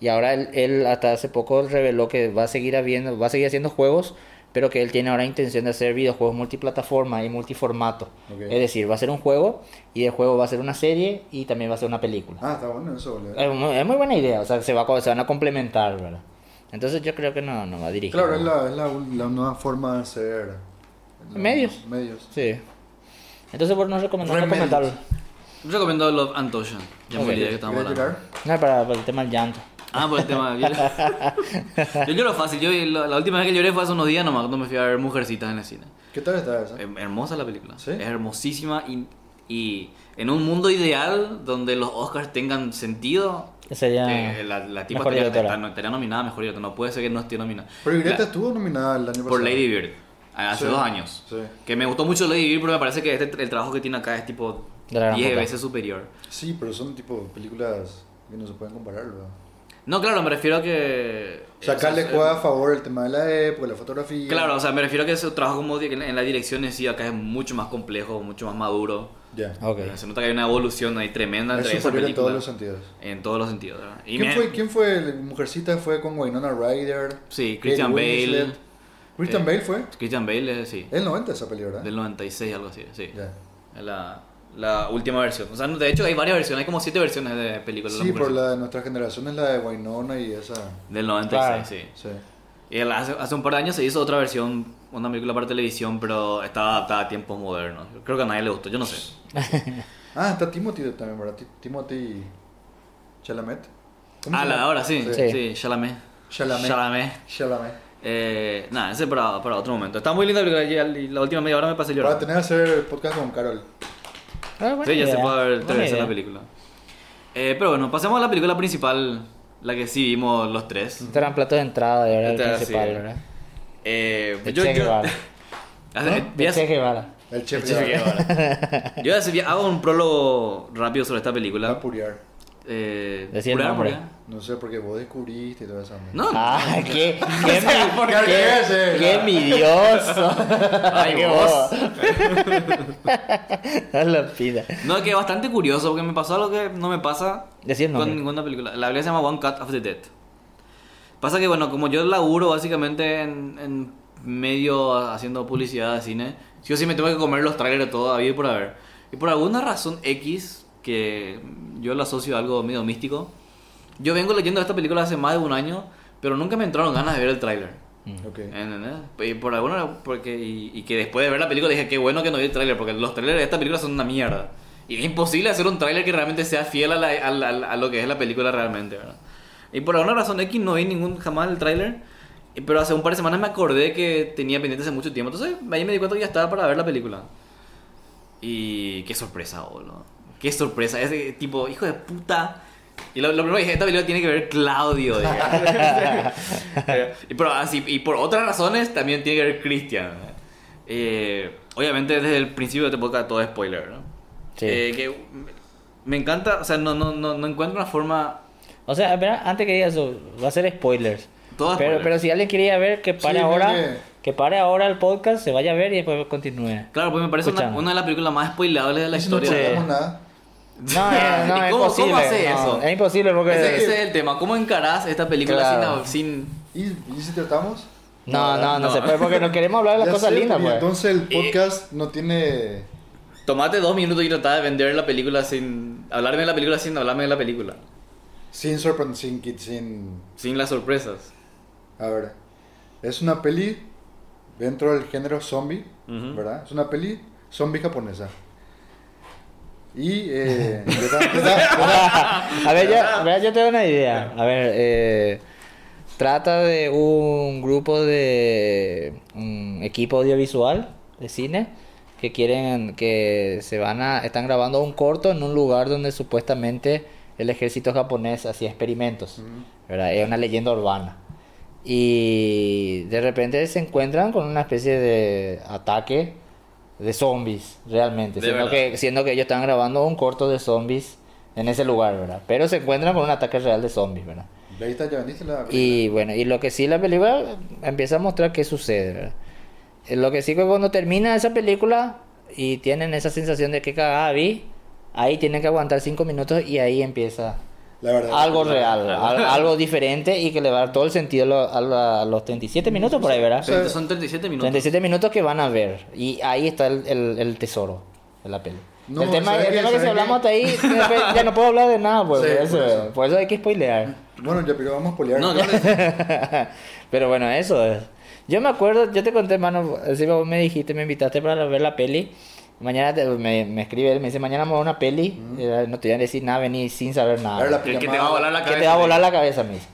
Y ahora él, él hasta hace poco reveló que va a seguir habiendo, va a seguir haciendo juegos, pero que él tiene ahora intención de hacer videojuegos multiplataforma y multiformato. Ok. Es decir, va a ser un juego y el juego va a ser una serie y también va a ser una película. Ah, está bueno eso, boludo. Es muy, es muy buena idea, o sea, se, va, a co- se van a complementar, ¿verdad? Entonces yo creo que no, no va a dirigir. Claro, es ¿no? la, es la, la nueva forma de hacer... los Medios. Medios. Sí. Entonces vos nos recomendamos Remedios. comentarlo. Yo recomiendo Love and Tosha. Ya Ok. me olvidé que estábamos ¿Querés hablando. llorar? No, para, para el tema del llanto. Ah, por el tema. Yo, [LAUGHS] yo lloro fácil. Yo, la, la última vez que lloré fue hace unos días nomás cuando me fui a ver Mujercitas en el cine. ¿Qué tal está esa? Her- Hermosa la película. ¿Sí? Es hermosísima y, y en un mundo ideal donde los Oscars tengan sentido. Sería eh, la, la tipa mejor estaría, directora. estaría- estaría nominada, mejor directora. No puede ser que no esté nominada. Pero Greta La- estuvo nominada el año pasado. por Lady Bird, hace Sí, dos años. sí. Que me gustó mucho Lady Bird, pero me parece que este, el trabajo que tiene acá es tipo De la gran 10 puta. veces superior. Sí, pero son tipo películas que no se pueden comparar, boludo. No, claro, me refiero a que... Sacarle o sea, juega a favor el tema de la época, la fotografía. Claro, o sea, me refiero a que su trabajo como di- en la dirección en sí acá es mucho más complejo, mucho más maduro. Ya. Ok. Se nota que hay una evolución ahí tremenda Es entre esa superior en película. todos los sentidos. En todos los sentidos, ¿verdad? Y ¿Quién me- fue, ¿Quién fue el- Mujercita? ¿Fue con Winona Ryder? Sí, Kate Christian Bale. Winslet. ¿Christian Eh, Bale fue? Christian Bale, eh, sí. El 90 esa peli, ¿verdad? Del 96, algo así, sí. Ya. La, la última versión. O sea, de hecho hay varias versiones, hay como siete versiones de películas. de Sí, Mujercitas. por la de nuestra generación es la de Winona y esa. Del 96, Claro. sí. Sí. Y él hace, hace un par de años se hizo otra versión, una película para televisión, pero estaba adaptada a tiempos modernos. Creo que a nadie le gustó, yo no sé. Ah, está Timothy también, ¿verdad? Ti- Timothy Chalamet. ¿Cómo Ah, la se de llama? ahora sí, Sí. sí, Chalamet. Chalamet. Chalamet. Chalamet. Eh, nada, ese para, para otro momento. Está muy linda la película y la última media hora me pasé Para llorando. tener que hacer el podcast con Carol. Ah, buena Sí, ya se idea, puede ver buena tres veces idea. la película. Eh, pero bueno, pasemos a la película principal, la que sí vimos los tres. Estos eran platos de entrada y ahora Este, el sí. principal, ¿verdad? Eh, De yo, Che yo- Guevara. Hace- [LAUGHS] De ya- Che Guevara. El chef Che Guevara. Yo hace- hago un prólogo rápido sobre esta Va a película. purear. Eh, Decía el Pura nombre. Ámbar. No sé, porque vos descubriste y todo eso. ¿no? No, Ah, qué, qué, ¿por mi, qué? qué, Sí, qué claro. envidioso. [LAUGHS] Ay, Qué vos. bobo. [LAUGHS] No lo pida. No, que es bastante curioso porque me pasó algo que no me pasa Decía el nombre. con ninguna película. La película se llama One Cut of the Dead. Pasa que, bueno, como yo laburo básicamente en, en medio haciendo publicidad de cine, sí o sí me tengo que comer los trailers todo a vida y por haber. Y por alguna razón X, que yo lo asocio a algo medio místico, yo vengo leyendo esta película hace más de un año, pero nunca me entraron ganas de ver el tráiler. Mm, Ok. ¿Entendés? Y por alguna porque y, y que después de ver la película dije qué bueno que no vi el tráiler porque los trailers de esta película son una mierda y es imposible hacer un tráiler que realmente sea fiel a, la- a la- a lo que es la película realmente ¿verdad? y por alguna razón X no vi ningún jamás el tráiler y- pero hace un par de semanas me acordé que tenía pendiente hace mucho tiempo entonces ahí me di cuenta que ya estaba para ver la película y qué sorpresa boludo qué sorpresa ese tipo hijo de puta y lo, lo primero que dije, esta película tiene que ver Claudio. dije. [LAUGHS] Eh, y, pero así, y por otras razones también tiene que ver Cristian. Eh, obviamente desde el principio de este podcast todo es spoiler, ¿no? Sí. Eh, que me- me encanta, o sea, no, no, no, no encuentro una forma... O sea, espera, antes que digas eso, va a ser spoilers. Todo pero, spoilers. pero si alguien quería ver, que pare Sí, ahora, mire. que pare ahora el podcast, se vaya a ver y después continúe. Claro, pues me parece una, Escuchamos. una de las películas más spoileables de la Y si no historia. sé. tenemos nada. [LAUGHS] No, eh, [LAUGHS] no, ¿Y es cómo- imposible. cómo hace no, eso? Es imposible porque. Ese, ese es el tema, ¿cómo encarás esta película Claro. sin... ¿Y, y si tratamos? No, no, no, No. se puede porque no queremos hablar de las Ya cosas sé, lindas, y pues. Entonces el podcast no tiene. sin... Tomate dos minutos y tratar de vender la película sin... Hablarme de la película sin hablarme de la película. Sin sorprender, sin, kit- sin. Sin las sorpresas. A ver. Es una peli dentro del género zombie, Ujú. ¿verdad? Es una peli zombie japonesa. Y. [LAUGHS] Eh, yo ta- yo ta- yo ta- a ver, yo, a ver, yo tengo una idea. A ver, eh, trata de un grupo de un equipo audiovisual de cine que quieren que se van a están grabando un corto en un lugar donde supuestamente el ejército japonés hacía experimentos. ¿verdad? Es una leyenda urbana. Y de repente se encuentran con una especie de ataque de zombies, realmente. De Siendo verdad. que, siendo que ellos están grabando un corto de zombies en ese lugar, ¿verdad? Pero se encuentran con un ataque real de zombies, ¿verdad? Ahí está, ya vendiste la. Y bueno, y lo que sí la película empieza a mostrar qué sucede, ¿verdad? Eh, Lo que sí que cuando termina esa película y tienen esa sensación de que cagada vi, ahí tienen que aguantar cinco minutos y ahí empieza La verdad. algo real, al- algo diferente y que le va a dar todo el sentido a lo- a, la- a los 37 minutos por ahí, ¿verdad? Sí. sea, son 37 minutos. 37 minutos que van a ver. Y ahí está el, el- el tesoro de la peli. No, el tema, ¿sabes el qué? tema que si ¿sabes hablamos hasta qué? ahí, [LAUGHS] después ya no puedo hablar de nada, pues, Sí, por, eso, por eso. por eso hay que spoilear. [LAUGHS] Bueno, ya, pero vamos a poliar. No, claro que sí. Pero bueno, eso es. Yo me acuerdo, yo te conté, mano, encima vos me dijiste, me invitaste para ver la peli. Mañana te- me, me escribe él, me dice, mañana vamos a ver una peli. Eh, No te voy a decir nada, vení sin saber nada. A ver Mm. la Que, que te va a volar la que cabeza. te va a volar la cabeza, mis.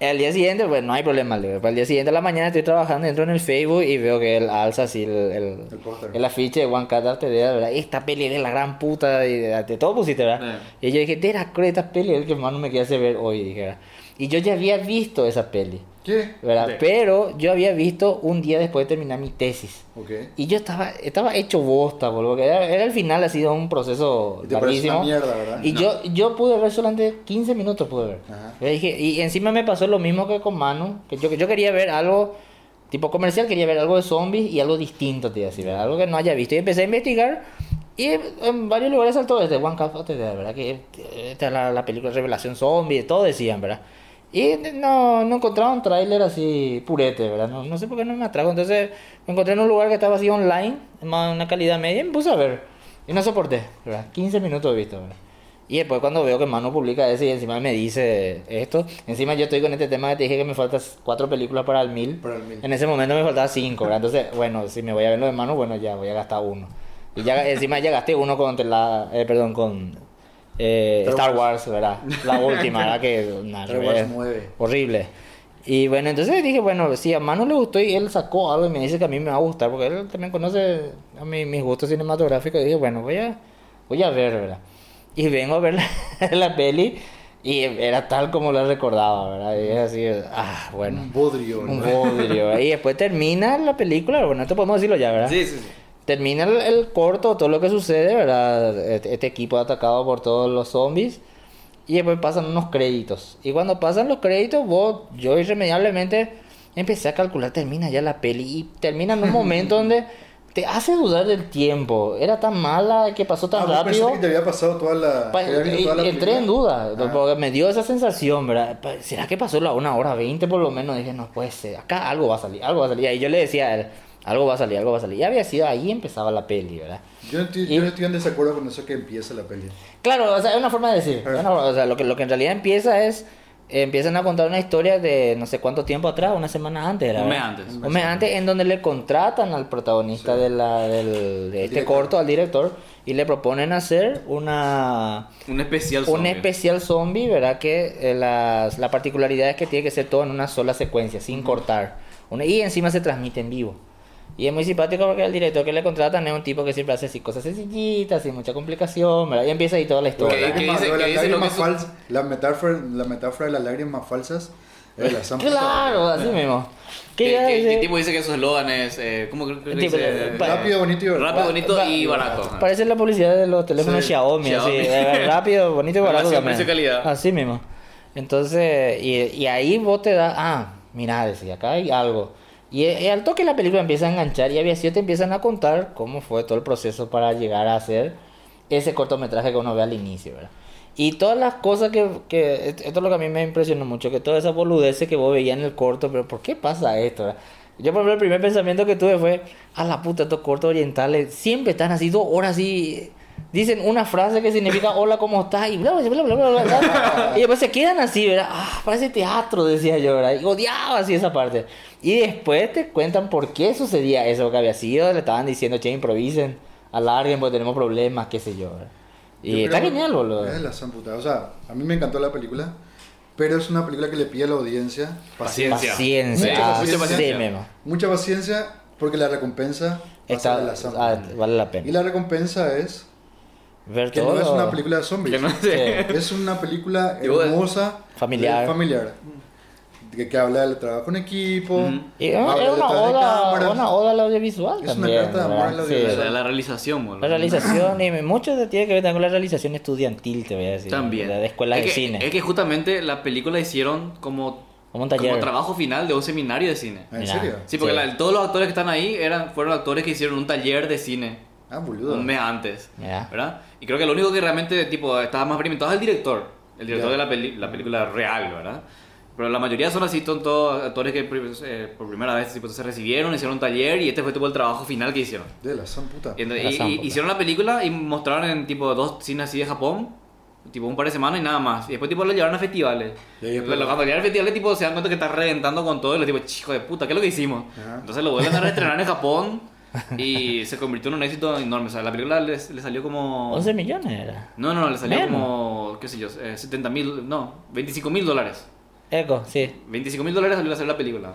Al día siguiente, pues no hay problema, le digo. Para el día siguiente a la mañana estoy trabajando, entro en el Facebook y veo que él alza así el, el, El póster. el afiche de One Cut After Death, ¿verdad? Esta peli de la gran puta, y de, de todo pusiste, ¿verdad? Y yo dije, de la cre- esta peli es el que hermano me quiere hacer ver hoy, dije, ¿verdad? Y yo ya había visto esa peli, ¿Qué? ¿verdad? Sí. Pero yo había visto un día después de terminar mi tesis. Ok. Y yo estaba, estaba hecho bosta, boludo, porque era, era el final, ha sido un proceso Y te parece larguísimo. una mierda, ¿verdad? Y yo, yo pude ver solamente 15 minutos, pude ver. Ajá. Le dije, y encima me pasó lo mismo que con Manu, que yo, yo quería ver algo tipo comercial, quería ver algo de zombies y algo distinto, te iba a decir, ¿verdad? Algo que no haya visto. Y empecé a investigar y en varios lugares saltó desde One Cup of the Dead, ¿verdad? Que eh, esta es la, la película Revelación Zombie, todo decían, ¿verdad? Y no, no encontraba un tráiler así purete, ¿verdad? No, no sé por qué no me atrajo. Entonces me encontré en un lugar que estaba así online, más una calidad media, y me puse a ver. Y no soporté, ¿verdad? 15 minutos he visto, ¿verdad? Y después cuando veo que Manu publica ese y encima me dice esto, encima yo estoy con este tema que te dije que me faltan cuatro películas para el mil. Para el mil. En ese momento me faltaban cinco, ¿verdad? Entonces, bueno, si me voy a ver lo de Manu, bueno, ya voy a gastar uno. Y ya, encima ya gasté uno con la, eh, perdón, con eh, Star, Star Wars. ¿verdad? La última, ¿verdad? Que [LAUGHS] nada, Star yo Wars veía- nueve. horrible. Y bueno, entonces dije, bueno, si a Manu le gustó y él sacó algo y me dice que a mí me va a gustar, porque él también conoce a mí, mis gustos cinematográficos, y dije, bueno, voy a, voy a ver, ¿verdad? Y vengo a ver [LAUGHS] la, la peli y era tal como la recordaba, ¿verdad? Y es así, ah, bueno. Un bodrio. Un ¿no? bodrio. ¿verdad? Y después termina la película, bueno, esto podemos decirlo ya, ¿verdad? Sí, sí, sí. Termina el, E-, el corto, todo lo que sucede, ¿verdad? Este, este equipo atacado por todos los zombies. y después pasan unos créditos. Y cuando pasan los créditos, vos, yo irremediablemente empecé a calcular, termina ya la peli y termina en un [LAUGHS] momento donde te hace dudar del tiempo. Era tan mala que pasó tan Ah, vos rápido. pensaste que te había pasado toda la. Pa- que había visto Pues, y- toda la entré en película. duda, Ah. porque me dio esa sensación, ¿verdad? Pa- ¿Será que pasó la una hora 20 por lo menos? Dije, no puede ser, acá algo va a salir, algo va a salir. Y yo le decía a él, algo va a salir, algo va a salir. Y había sido ahí empezaba la peli, ¿verdad? Yo, no estoy, yo no estoy en desacuerdo con eso que empieza la peli. Claro, o sea, es una forma de decir. Ah. es una- o sea, lo que, lo que en realidad empieza es. eh, empiezan a contar una historia de no sé cuánto tiempo atrás, una semana antes. era, Un mes ¿verdad? antes. Un mes antes, en donde le contratan al protagonista de, la, del, de este director. corto, al director, y le proponen hacer una. Un especial Un zombie. especial zombie, ¿verdad? Que eh, las, la particularidad es que tiene que ser todo en una sola secuencia, sin cortar. Una- y encima se transmite en vivo. Y es muy simpático porque el director que le contratan es un tipo que siempre hace así cosas sencillitas, sin mucha complicación, ¿verdad? Y empieza ahí toda la Las historia. ¿Qué- qué lágrimas- dice- las qué dice lo lágrimas que su- fals- La metáfora, la metáfora de las lágrimas falsas. eh, las han puesto- Claro, así mismo. Que, Que ya que- dice- que tipo dice que su eslogan es. Eh, ¿Cómo creo que Tipo, eh, dice? pa- Rápido, bonito y Rápido, bonito pa- y barato. Parece la publicidad de los teléfonos Sí. Xiaomi, Xiaomi. así, eh, rápido, bonito y barato Relación también. precio-calidad. Así mismo. Entonces, y, y ahí vos te das, ah, mirá, decía, acá hay algo. Y, eh, al toque la película empieza a enganchar y había sido te empiezan a contar cómo fue todo el proceso para llegar a hacer ese cortometraje que uno ve al inicio, ¿verdad? Y todas las cosas que, que- esto es lo que a mí me impresionó mucho, que todas esas boludeces que vos veías en el corto, pero ¿por qué pasa esto? verdad? Yo, por ejemplo, el primer pensamiento que tuve fue, a la puta, estos cortos orientales siempre están así, dos horas así, dicen una frase que significa hola, ¿cómo estás? Y bla, bla, bla, bla, bla, bla, bla. Y después se quedan así, ¿verdad? Ah, parece teatro, decía yo, ¿verdad? Y odiaba así esa parte. Y después te cuentan por qué sucedía eso que había sido, le estaban diciendo, che, improvisen, alarguen porque tenemos problemas, qué sé yo, ¿verdad? Yo Y está creo- eh, genial, boludo. Es la san puta. O sea, a mí me encantó la película, pero es una película que le pide a la audiencia Paciencia. Paciencia. Mucha Ah, paciencia. sí, mismo. Mucha paciencia porque la recompensa va a Está- ser de la san ah, puta. vale la Y pena. la recompensa es Ver que todo. no es una película de zombies. Que no Sí. sé. [LAUGHS] Es una película Yo- hermosa, Familiar. de- familiar, que, que habla del trabajo en equipo, Ujú. Mm. Y es habla es una detrás de oda, cámaras. una oda al audiovisual Es una también. carta de amor ¿verdad? al Sí. La, audiovisual. la realización, boludo. La realización, y mucho de- tiene que ver también con la realización estudiantil, te voy a decir. También. De, de escuelas es de que, cine. Es que justamente la película hicieron como, Como un taller. como trabajo final de un seminario de cine. ¿En Mirá. serio? Sí, porque Sí. la- todos los actores que están ahí eran, fueron actores que hicieron un taller de cine Ah, boludo. un mes antes. Mirá. ¿Verdad? Y creo que lo único que realmente tipo, estaba más experimentado es el director. El director Ya. de la, peli- la película real, ¿verdad? Pero la mayoría son así, son todos actores que pri- eh, por primera vez tipo, se recibieron, hicieron un taller y este fue tipo el trabajo final que hicieron. De la san puta. Y, entonces- La y- Zampa, y- claro. hicieron la película y mostraron en tipo dos cines así de Japón, tipo un par de semanas y nada más. Y después tipo lo llevaron a festivales. Y ahí Pero cuando llegan a festivales tipo se dan cuenta que está reventando con todo y los tipo, chico de puta, ¿qué es lo que hicimos? Ajá. Entonces lo vuelven a reestrenar en Japón y se convirtió en un éxito enorme. O sea, la película le salió como... 11 millones era. No, no, no, le salió Menos. como, qué sé yo, eh, 70 mil, no, 25 mil dólares. Eco, sí. 25 mil dólares salió a hacer la película.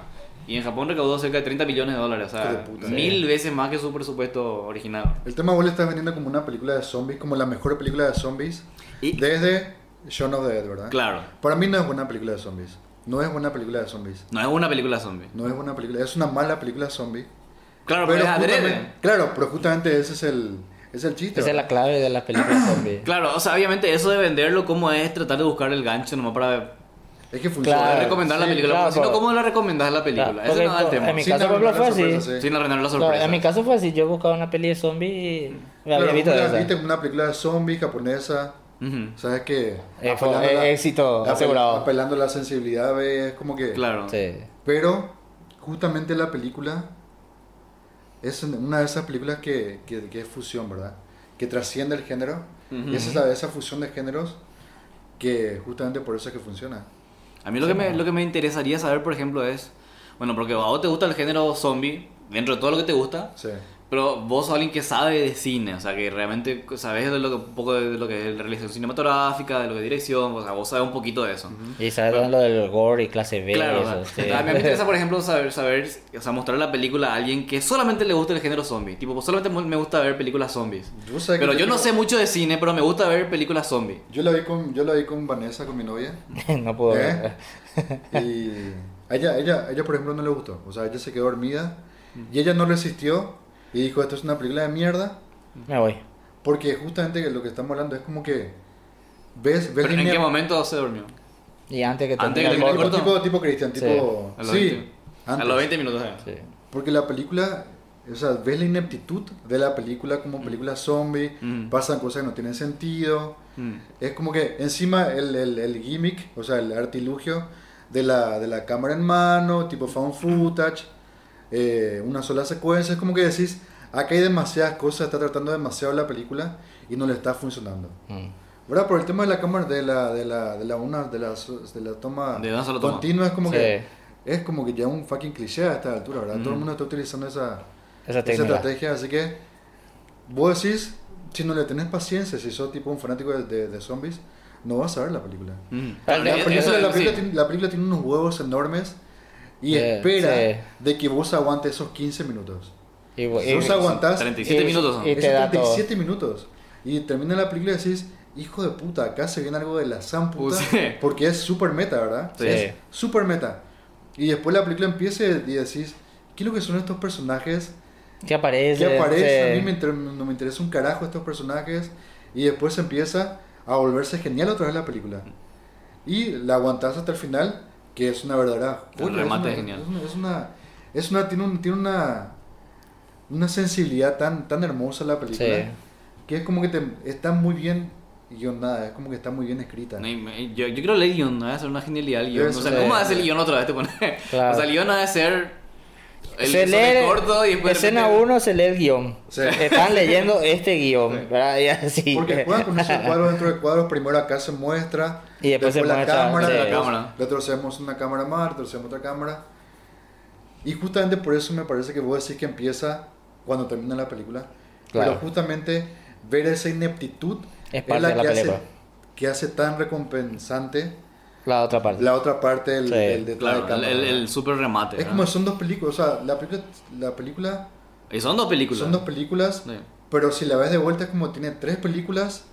Y en Japón recaudó cerca de 30 millones de dólares, o Hijo de sea, puta. mil veces más que su presupuesto original. El tema vos le estás vendiendo como una película de zombies, como la mejor película de zombies Y- desde Shaun of the Dead, ¿verdad? Claro. Para mí no es buena película de zombies. No es buena película de zombies. No es una película zombie. No es buena película. Es una mala película zombie. Claro, pero, es adrede. justamente, claro, pero justamente ese es el, es el chiste. Esa es la ¿verdad? clave de las [COUGHS] películas zombie. Claro, o sea, obviamente eso de venderlo como es tratar de buscar el gancho nomás para Es que funciona. Claro. poder recomendar la Sí, película. claro, porque si no, pero- ¿cómo la recomendás la película? Claro, Ese porque no es el en tema. mi Sin caso, por ejemplo, arruinar la fue así. sorpresa, sí. Sin arruinar la sorpresa. Claro, en mi caso fue así. Yo buscaba una peli de zombie y me había Claro, visto vos la esa. viste como una película de zombie japonesa. Ujú. ¿Sabes qué? Eh, fue- eh, éxito asegurado. Apelando a la sensibilidad, ve, es como que... Claro. Sí. Pero justamente la película es un- una de esas películas que, que- que es fusión, ¿verdad? Que trasciende el género. Y esa es la- esa fusión de géneros que justamente por eso es que funciona. A mí lo que, me, lo que me interesaría saber, por ejemplo, es. Bueno, porque a vos te gusta el género zombie, dentro de todo lo que te gusta. Sí. Pero vos sos alguien que sabe de cine, o sea, que realmente sabes de lo que- un poco de lo que es la realización cinematográfica, de lo que es dirección, o sea, vos sabes un poquito de eso. Y sabes todo lo del gore y clase B. Claro, eso, o sea, sí. a mí [LAUGHS] me interesa, por ejemplo, saber, saber, o sea, mostrar la película a alguien que solamente le gusta el género zombie. Tipo, solamente mu- me gusta ver películas zombies. Yo sé que- Pero yo no sé mucho de cine, pero me gusta ver películas zombie. Yo la vi con, yo la vi con Vanessa, con mi novia. [LAUGHS] no puedo ¿Eh? ver. Y ella, ella, ella, por ejemplo, no le gustó. O sea, ella se quedó dormida. Y ella no resistió. Y dijo, esto es una película de mierda. Me voy. Porque justamente lo que estamos hablando es como que ves, ves ¿Pero en qué línea- momento se durmió? y antes que Antes que termine termine el tipo, el corto. corto. tipo, tipo Cristian, Sí. tipo... A los Sí, 20. A antes. los 20 minutos. ¿eh? Sí. Porque la película, o sea, ves la ineptitud de la película como película zombie, Mm. pasan cosas que no tienen sentido. Mm. Es como que encima el, el, el gimmick, o sea, el artilugio de la, de la cámara en mano, tipo found footage, eh, una sola secuencia, es como que decís, acá hay demasiadas cosas, está tratando demasiado la película y no le está funcionando. Mm. ¿Verdad? Por el tema de la cámara, de la, de la, de la, una, de la, so- de la toma De una sola toma. continua, es como Mm. Sí. que es como que ya un fucking cliché a esta altura, ¿verdad? Todo el mundo está utilizando esa, Esa esa Mm. técnica. estrategia, así que vos decís, si no le tenés paciencia, si sos tipo un fanático de, de- de zombies, no vas a ver la película. Mm. La La Eh, película, eso, la película sí. tiene, la película tiene unos huevos enormes y Sí, espera Eh, sí. de que vos aguantes esos 15 minutos. Y, Si y- vos aguantás 37 y- minutos. ¿no? y- es te da 37 minutos y termina la película y decís, hijo de puta, acá se viene algo de la san puta", Uh, sí. porque es super meta, ¿verdad? Sí. Es super meta. Y después la película empieza y decís, ¿qué es lo que son estos personajes? ¿Qué aparece? que aparece, a Sí. mí me inter- no me interesa un carajo estos personajes y después empieza a volverse genial otra vez la película. Y la aguantás hasta el final, que es una verdadera El joya, remate es es una, genial. Es una, es una, es una- tiene, un- tiene una una sensibilidad tan tan hermosa la película Sí. que es como que te- está muy bien guionada, es como que está muy bien escrita. No, y me- yo, yo creo que el guión no debe ser una genialidad el guión. Eso O sea, sí. ¿cómo hace el guión otra vez? Te pone... [LAUGHS] Claro. O sea, el guión ha de ser. El se sobre lee corto y después. de escena repente- 1 se lee el guión Sí. están leyendo este guión ¿verdad? y así [LAUGHS] Porque juegan con esos cuadros dentro de cuadros. Primero acá se muestra. Y después se la muestra, cámara. sí. después La cámara. retrocedemos una cámara más, retrocedemos otra cámara. Y justamente por eso me parece que vos decís que empieza cuando termina la película. Claro. Pero justamente ver esa ineptitud Es parte de la que película. Hace, que hace tan recompensante la otra parte la otra parte del, Sí. del detalle de Claro, el, cámara. el, el super remate. es ¿verdad? como son dos películas. O sea, la película, la película Y son dos películas. son dos películas. Sí. Pero si la ves de vuelta es como tiene tres películas.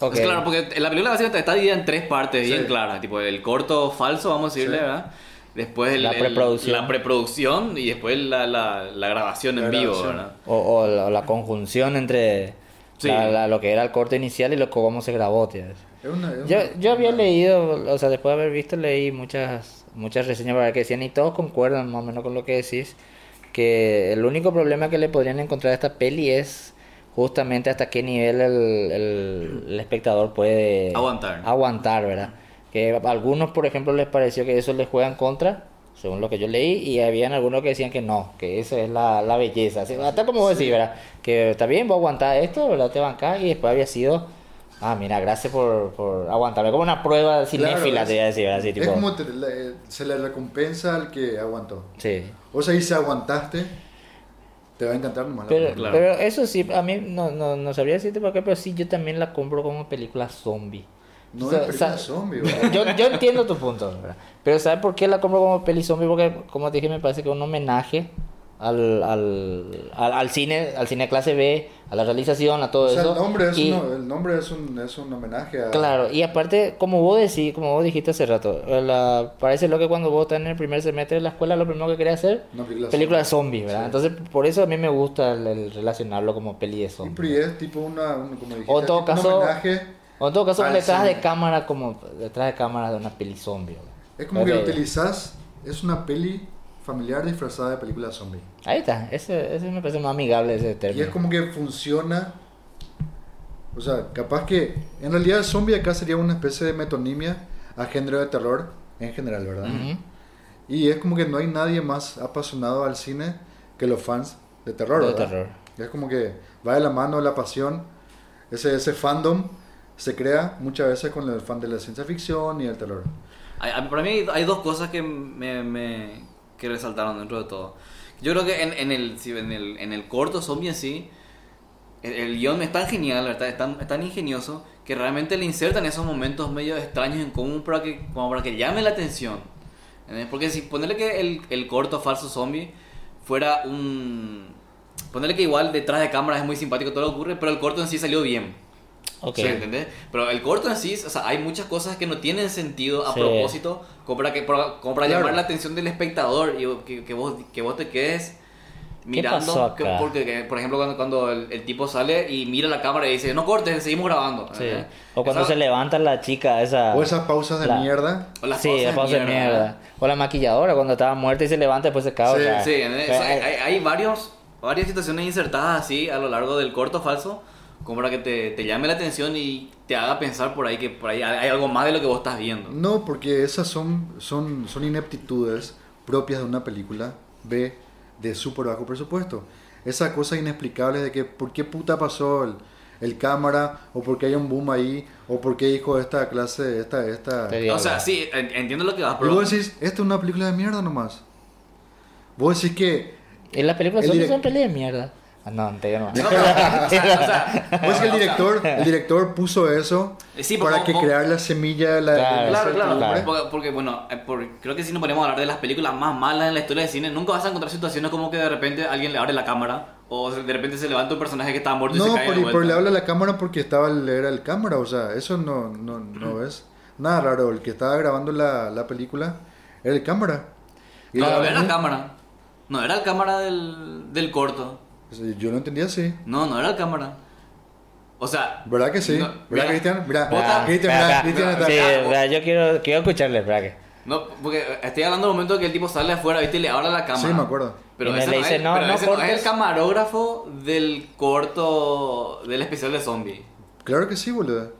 Ok. Es Pues claro, porque la película básicamente está dividida en tres partes bien Sí. claras. Tipo, el corto falso, vamos a decirle, Sí. ¿verdad? Después el- La el- preproducción. la preproducción y después la, la, la grabación La en vivo, grabación. ¿verdad? o, o la, o la conjunción entre pues. Sí. la- la- lo que era el corte inicial y lo que cómo se grabó tío. Es una- es yo, una- yo había una- leído o sea después de haber visto leí muchas muchas reseñas para que decían y todos concuerdan más o menos con lo que decís que el único problema que le podrían encontrar a esta peli es justamente hasta qué nivel el, el- el espectador puede Aguantar. aguantar, ¿verdad? Que a algunos, por ejemplo, les pareció que eso les juega en contra, según lo que yo leí, y habían algunos que decían que no, que esa es la, la belleza. Así, hasta como vos decís, ¿verdad? Que está bien, vos aguantás esto, ¿verdad? Te bancás, y después había sido, ah, mira, gracias por, por aguantarme. Como una prueba cinéfila, Claro, te iba a decir, ¿verdad? Así, Es tipo, como te- la- eh, se le recompensa al que aguantó. sí. O sea, y si aguantaste, te va a encantar nomás. la Pero, película. Claro. pero eso sí, a mí no, no, no sabría decirte por qué, pero sí, yo también la compro como película zombie. no O sea, es película sa- zombie, boludo. yo, yo entiendo tu punto, ¿verdad? pero ¿sabes por qué la compro como peli zombie? Porque, como te dije, me parece que es un homenaje al, al, al, al cine, al cine clase B, a la realización, a todo O sea, eso. el nombre es, Y- un, el nombre es, un, es un homenaje a. Claro, y aparte, como vos decís, como vos dijiste hace rato, la- parece lo que cuando vos estás en el primer semestre de la escuela, lo primero que querés hacer, Una película, película de zombies, ¿verdad? Sí. Entonces, por eso a mí me gusta el, el relacionarlo como peli de Y zombies. pero es tipo una, un, como dijiste, O en todo tipo un caso- homenaje. O en todo caso, Ah, un detrás sí. de cámara, como detrás de cámara de una peli zombie. ¿verdad? Es como Porque- que utilizás. Es una peli familiar disfrazada de película zombie. Ahí está, ese, ese me parece más amigable ese Y término. es como que funciona. O sea, capaz que. En realidad, zombie acá sería una especie de metonimia a género de terror en general, ¿verdad? Ujú. Y es como que no hay nadie más apasionado al cine que los fans de terror. De ¿verdad? terror. Es como que va de la mano la pasión. Ese, ese fandom se crea muchas veces con el fan de la ciencia ficción y el terror. Hay- hay- para mí hay, hay dos cosas que me, me- que resaltaron dentro de todo. Yo creo que en, en el, si- en, el, en el corto zombie en sí, el, el guión es tan genial, la ¿verdad? Es tan, es tan ingenioso que realmente le insertan esos momentos medio extraños en común para que, como para que llame la atención. ¿entendés? Porque si ponerle que el, el corto falso zombie fuera un... Ponerle que igual detrás de cámara es muy simpático todo lo que ocurre, pero el corto en sí salió bien. Ok. Sí, ¿entendés? Pero el corto en sí, o sea, hay muchas cosas que no tienen sentido a Sí. propósito, como para, que, para- como para Claro. llamar la atención del espectador y que, que vos, que vos te quedes mirando. pasó acá? que- porque, que, por ejemplo, cuando, cuando el, el tipo sale y mira la cámara y dice, no cortes, seguimos grabando. Sí. ¿verdad? O cuando Esa- se levanta la chica, esa. O esas pausas de la- mierda. o las sí, pausas la pausa de mierda. ¿verdad? O la maquilladora cuando estaba muerta y se levanta y después se cae. Sí, o sea, Sí, ¿entendés? eh, O sea, hay, hay- hay varios, varias situaciones insertadas así a lo largo del corto falso, como para que te, te llame la atención y te haga pensar por ahí que por ahí hay hay algo más de lo que vos estás viendo. No, porque esas son, son, son ineptitudes propias de una película B de súper bajo presupuesto. Esa cosa inexplicable de que por qué puta pasó el, el cámara, o por qué hay un boom ahí, o por qué dijo esta clase, esta, esta... Te Y digo, O sea, sí, en- entiendo lo que vas, pero... vos decís, esta es una película de mierda nomás. Vos decís que... Y las películas El son, direct- son peleas de mierda. Ah, no, te digo no. No, pero, o sea, [LAUGHS] o [LAUGHS] sea, [LAUGHS] Vos decís que el o sea, director, el director puso eso Eh, sí, para porque- que porque- crear la semilla de la... de la Claro, Claro, claro, incertidumbre. claro. Porque, porque, bueno, eh, por- creo que si nos ponemos a hablar de las películas más malas en la historia del cine, nunca vas a encontrar situaciones como que de repente alguien le abre la cámara o de repente se levanta un personaje que estaba muerto y No, se cae de pero, vuelta. pero le habla a la cámara porque estaba era el cámara, o sea, eso no, no, no es nada raro. El que estaba grabando la, la película era el cámara. Y No, la- era la cámara. No, era la cámara del, del corto. Sí, pues, Yo lo entendía así. No, no era la cámara. O sea... ¿Verdad que sí? no, ¿Verdad, mira, Cristian? Mirá, vos Ah, estás- Cristian, espera, mirá, espera. Cristian está- Sí, Ah, verdad, yo quiero, quiero escucharle, espera que- No, porque estoy hablando del momento que el tipo sale afuera, ¿viste? Y le habla a la cámara. Sí, me acuerdo. Pero Y le ese, no, dice, es, "No, pero no ese no es cortes". el camarógrafo del corto, del especial de zombie. Claro que sí, boludo.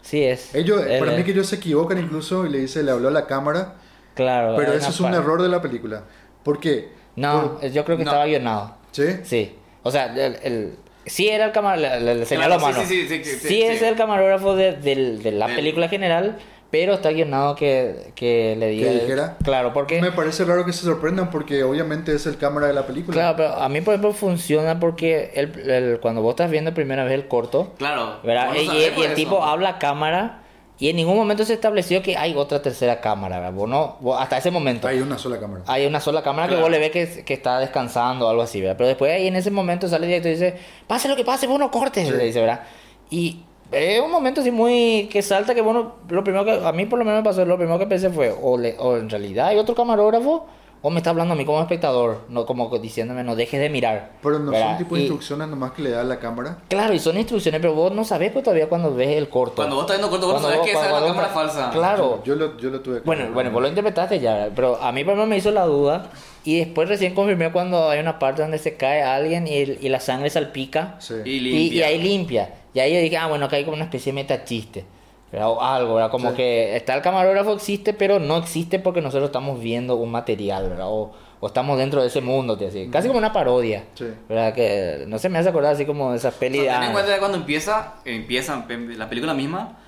Sí, es. Ellos, Es- Eh, para mí que ellos se equivocan incluso y le dice, le habló a la cámara, Claro. pero hay eso una es un pa- error de la película. ¿Por qué? No, eh, yo creo que No. estaba guionado. ¿Sí? Sí. O sea, el, el- sí era el camarógrafo, le, le señaló Claro, sí, mano. sí, sí, sí, sí, es sí. el camarógrafo de, del- de la Del- película general, pero está guionado que, que le diga. dijera? Claro, porque. Me parece raro que se sorprendan porque obviamente es el cámara de la película. Claro, pero a mí, por ejemplo, funciona porque el, el- cuando vos estás viendo primera vez el corto, Claro. ¿verdad? vos no Y, sabés y por el eso. tipo habla a cámara y en ningún momento se estableció que hay otra tercera cámara, ¿verdad? Vos no, vos- hasta ese momento. Hay una sola cámara. Hay una sola cámara que Claro. vos le ves que, que está descansando o algo así, ¿verdad? Pero después ahí en ese momento sale directo y dice, pase lo que pase, vos no cortes, Sí. le dice, ¿verdad? Y es un momento así muy que salta que, bueno, lo primero que a mí por lo menos me pasó, lo primero que pensé fue, o, le- o en realidad hay otro camarógrafo, o me está hablando a mí como espectador, no como que diciéndome, no dejes de mirar. Pero no ¿verdad? son tipo de Y- instrucciones nomás que le da a la cámara. Claro, y son instrucciones, pero vos no sabés pues, todavía cuando ves el corto. Cuando vos estás viendo corto, vos no Cuando sabés que esa es la cuando cámara vos- falsa. Claro. Yo lo, yo lo tuve que Bueno, comprar. bueno, vos lo interpretaste ya, ¿verdad? pero a mí por lo menos me hizo la duda y después recién confirmé cuando hay una parte donde se cae alguien y, el- y la sangre salpica Sí. Y y, limpia. y ahí limpia. Y ahí yo dije, ah, bueno, que hay como una especie de metachiste. ¿verdad? O algo, ¿verdad? Como Sí. que está el camarógrafo, existe, pero no existe porque nosotros estamos viendo un material, ¿verdad? O, o estamos dentro de ese mundo, te así. Casi como una parodia. Sí. ¿Verdad? Que no se me hace acordar así como de esas O pelis. sea, de, ten en ah, cuenta que cuando empieza, empieza em, la película misma,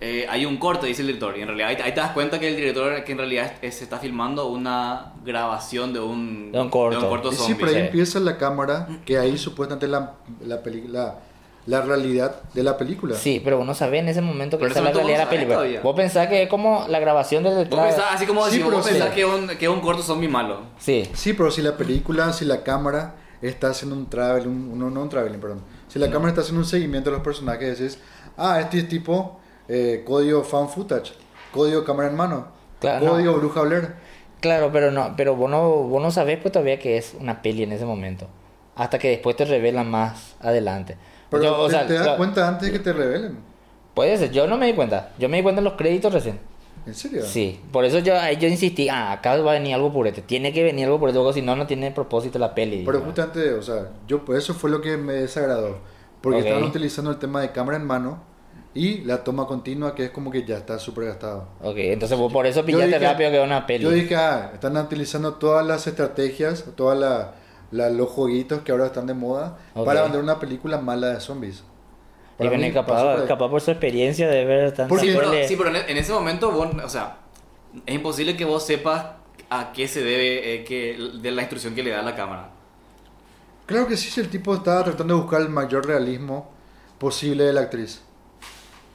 eh, hay un corte, dice el director. Y en realidad ahí, ahí te das cuenta que el director que en realidad es- se está filmando una grabación de un, De un corto. Y sí, zombie. pero ahí sí. empieza la cámara, Mm. que ahí supuestamente la, la, peli- la, la realidad de la película. Sí, pero uno sabe en ese momento que Pero en esa ese es la momento realidad de vos la no película. sabés todavía. Vos pensás que es como la grabación del Vos pensás, ah, así como Sí, decís, vos pero pensás sí. que es un, que es un corto zombie malo. Sí, Sí, pero si la película, si la cámara está haciendo un travel, un, un- no un traveling, perdón. Si la cámara está haciendo un seguimiento de los personajes, decís, ah, este es tipo eh, código fan footage, código cámara en mano, Claro, no. código bruja Blair. claro, pero no, pero vos no, vos no sabés pues todavía que es una peli en ese momento. Hasta que después te revelan más adelante. Pero Yo, te, o sea, te das yo- cuenta antes de que te revelen. Puede ser, yo no me di cuenta. Yo me di cuenta en los créditos recién. ¿En serio? Sí, por eso yo, ahí yo insistí, ah, acá va a venir algo purete. Tiene que venir algo purete, porque si no, no tiene propósito la peli. Pero ¿no? justamente, o sea, yo pues, eso fue lo que me desagradó. Porque Ok. estaban utilizando el tema de cámara en mano y la toma continua, que es como que ya está súper gastado. Ok, entonces vos por eso Yo pillaste dije- rápido que es una peli. Yo dije, ah, están utilizando todas las estrategias, todos los jueguitos que ahora están de moda Ok. para vender una película mala de zombies. y Para bueno, mí y pasó capaz, por ahí. capaz por su experiencia de ver tantas Porque- Sí, pero, pelis. sí, pero en, e, en ese momento vos, o sea, es imposible que vos sepas a qué se debe eh, que, de la instrucción que le da la cámara. Claro que sí, si el tipo estaba tratando de buscar el mayor realismo posible de la actriz.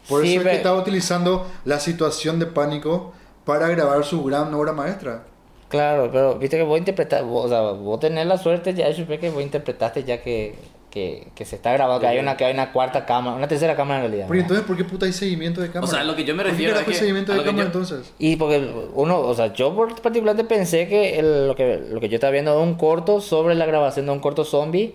Por Sí, eso es que pero- estaba utilizando la situación de pánico para grabar su gran obra maestra. Claro, pero viste que vos interpretaste, o sea, vos tenés la suerte ya, yo supe que vos interpretaste ya que, que, que se está grabando, que hay, una, que hay una cuarta cámara, una tercera cámara en realidad. Pero ¿verdad? entonces, ¿por qué puta hay seguimiento de cámara? O sea, a lo que yo me ¿Por qué refiero carajo es que- hay seguimiento a de lo que cámara yo- entonces? Y porque uno, o sea, yo por particularmente pensé que el- lo, que lo que yo estaba viendo es un corto sobre la grabación de un corto zombie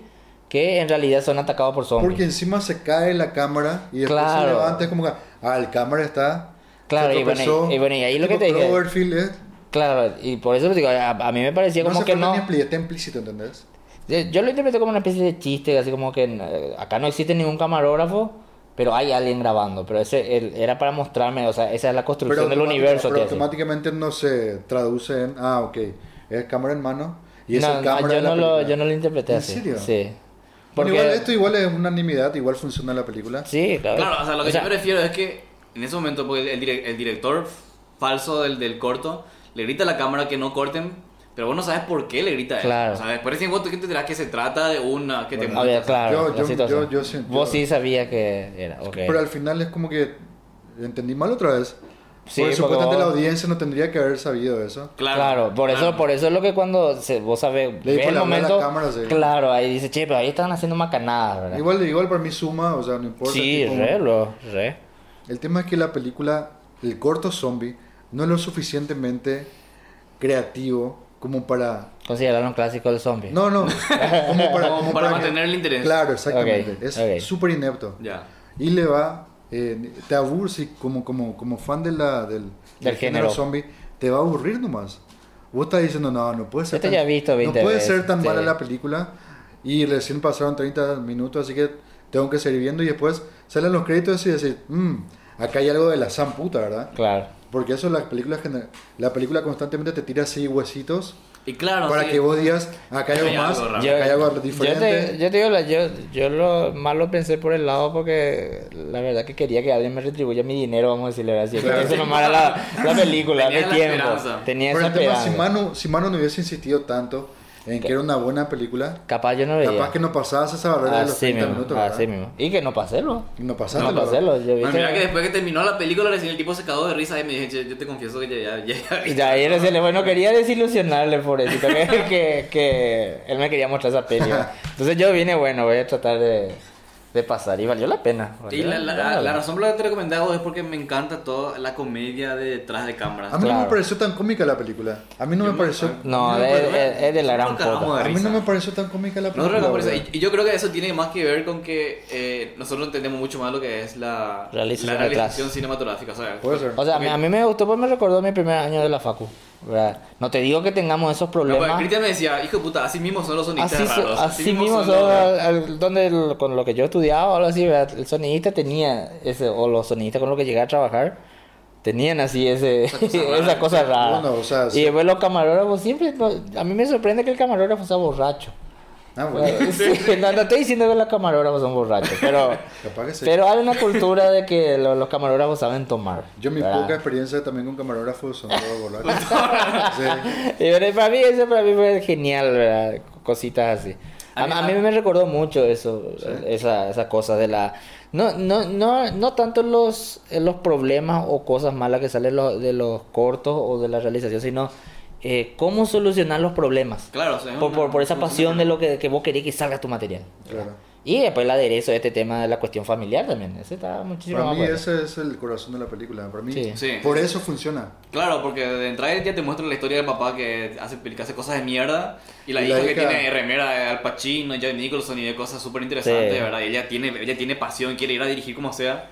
que en realidad son atacados por zombies. Porque encima se cae la cámara y después se Claro. levanta, es como que, ah, el cámara está... Claro, se y bueno, y- tropezó. y bueno, y ahí lo que Tipo te dije. Cloverfield, ¿eh? Claro, y por eso lo digo, a, a mí me parecía No como se que puede no. ni explicar, está implícito, ¿entendés? Yo yo lo interpreté como una especie de chiste, así como que eh, acá no existe ningún camarógrafo, pero hay alguien grabando. Pero ese el- era para mostrarme, o sea, esa es la construcción del automática- universo. pero te hace. automáticamente no se traduce en, ah, ok, es cámara en mano y es No, el no, cámara yo, de la no lo, película. yo no lo interpreté ¿En así. serio? Sí. Bueno, igual esto igual es unanimidad, igual funciona en la película. Sí, claro. Claro, o sea, lo que O sea, yo me refiero es que en ese momento, porque el, direc- el director falso del, del corto le grita a la cámara que no corten, pero vos no sabes por qué le grita a él. Claro. O sea, después recién vos te enterás que se trata de una que te Bueno, a ver, muestra. claro. Yo- la yo- situación. yo- yo sí- Vos yo- sí sabías que era. ok. Pero al final es como que entendí mal otra vez. Sí, Por porque supuestamente vos- la audiencia no tendría que haber sabido eso. Claro, Claro, por claro. eso, por eso es lo que cuando se- vos sabés, Le ves dijo el la bola a la momento, cámara, sí. claro, ahí dice, che, pero ahí estaban haciendo macanadas, ¿verdad? Igual, igual para mí suma, o sea, no importa. sí, tipo, re, lo, re. El tema es que la película, el corto zombie, no es lo suficientemente creativo como para... Considerarlo un clásico del zombie. [LAUGHS] No, no. Como para, Como como para que- mantener el interés. Claro, exactamente. Ok, es ok. súper inepto. Ya. Y le va, eh, te aburre, sí, como, como, como fan de la, del, género. zombie, te va a aburrir nomás. Vos estás diciendo, no, no puede ser Esto ya he visto 20 No puede veces, ser tan mala sí. la película. Y recién pasaron 30 minutos, así que tengo que seguir viendo. Y después salen los créditos y decís, mmm, acá hay algo de la san puta, ¿verdad? Claro. Porque eso la película, gener- la película constantemente te tira así huesitos Y claro, para sí. que vos digas, acá hay algo Hay más, algo raro. acá hay algo diferente. Yo te, yo te digo, la- yo, yo lo, más lo pensé por el lado porque la verdad que quería que alguien me retribuya mi dinero, vamos a decirle así. Claro. Eso nomás era la, la película, Tenía mi la tiempo. esperanza. Tenía Pero esa el tema, esperanza. si Manu, si Manu no hubiese insistido tanto en que era una buena película, Capaz yo no veía. capaz que no pasabas esa barrera de los así 30 mismo, minutos. ¿verdad? así mismo. Y que no pasé, ¿no? Y No pasaste. No la pasé, verdad. lo- yo vi Bueno, mira que- que después que terminó la película, recién el tipo se cagó de risa y me dije, "Che, yo te confieso que ya, ya, ya- [LAUGHS] Y de ahí él se le bueno, quería desilusionarle, pobrecito, que, [LAUGHS] que, que él me quería mostrar esa peli. [LAUGHS] ¿verdad? Entonces yo vine, bueno, voy a tratar de, de pasar y valió la pena. Y valió la, la- pena. la razón por la que te recomendé a vos es porque me encanta toda la comedia de detrás de cámaras. A mí no me Claro. pareció tan cómica la película. A mí no me pareció. No, Yo me es, acuerdo- es- es de la gran Nosotros nos cagamos puta. de A mí risa. no me pareció tan cómica la Nosotros película. nos cagamos de ¿verdad? risa. y y yo creo que eso tiene más que ver con que eh, nosotros entendemos mucho más lo que es la Realización la detrás. realización cinematográfica, ¿sabes? Puede ser. O sea, a mí- a mí me gustó porque me recordó mi primer año de la facu. ¿verdad? No te digo que tengamos esos No, porque problemas. Cristian me decía, hijo de puta, así mismo son los sonistas Así, so- raros. así mismo, son son los- al- al- donde el- con lo que yo estudiaba o algo así, ¿verdad? el sonidista tenía ese, o los sonidistas con los que llegué a trabajar, tenían así ese, [LAUGHS] esa cosa rara. Bueno, o sea, y sí. después los camarógrafos siempre, no- a mí me sorprende que el camarógrafo sea borracho. Ah, bueno. [LAUGHS] Sí, no, no estoy diciendo que los camarógrafos son borrachos, pero, Capaz que sí. pero hay una cultura de que lo- los camarógrafos saben tomar. Yo mi ¿verdad? poca experiencia también con camarógrafos son [LAUGHS] todos borrachos. Sí. Y bueno, y para mí eso para mí fue genial, ¿verdad? Cositas así. A, A mí- a mí me recordó mucho eso, esa, esa cosa de la... No, no, no, no tanto los, eh, los problemas o cosas malas que salen los- de los cortos o de la realización, sino eh, cómo solucionar los problemas. Claro, o sea, es por, una- por, por esa una- pasión de lo que, que vos querés que salga tu material. Claro. Y después el aderezo de este tema de la cuestión familiar también. Ese está muchísimo Para más mí bueno. ese es el corazón de la película. Para mí, Sí. Sí. por eso funciona. Claro, porque de entrada ya te muestran la historia del papá que hace, peli- que hace cosas de mierda y la, Y la hija, que hija- tiene remera de Al Pacino, Jack Nicholson y de cosas súper interesantes, Sí. ¿verdad? Y ella tiene, ella tiene pasión, quiere ir a dirigir como sea.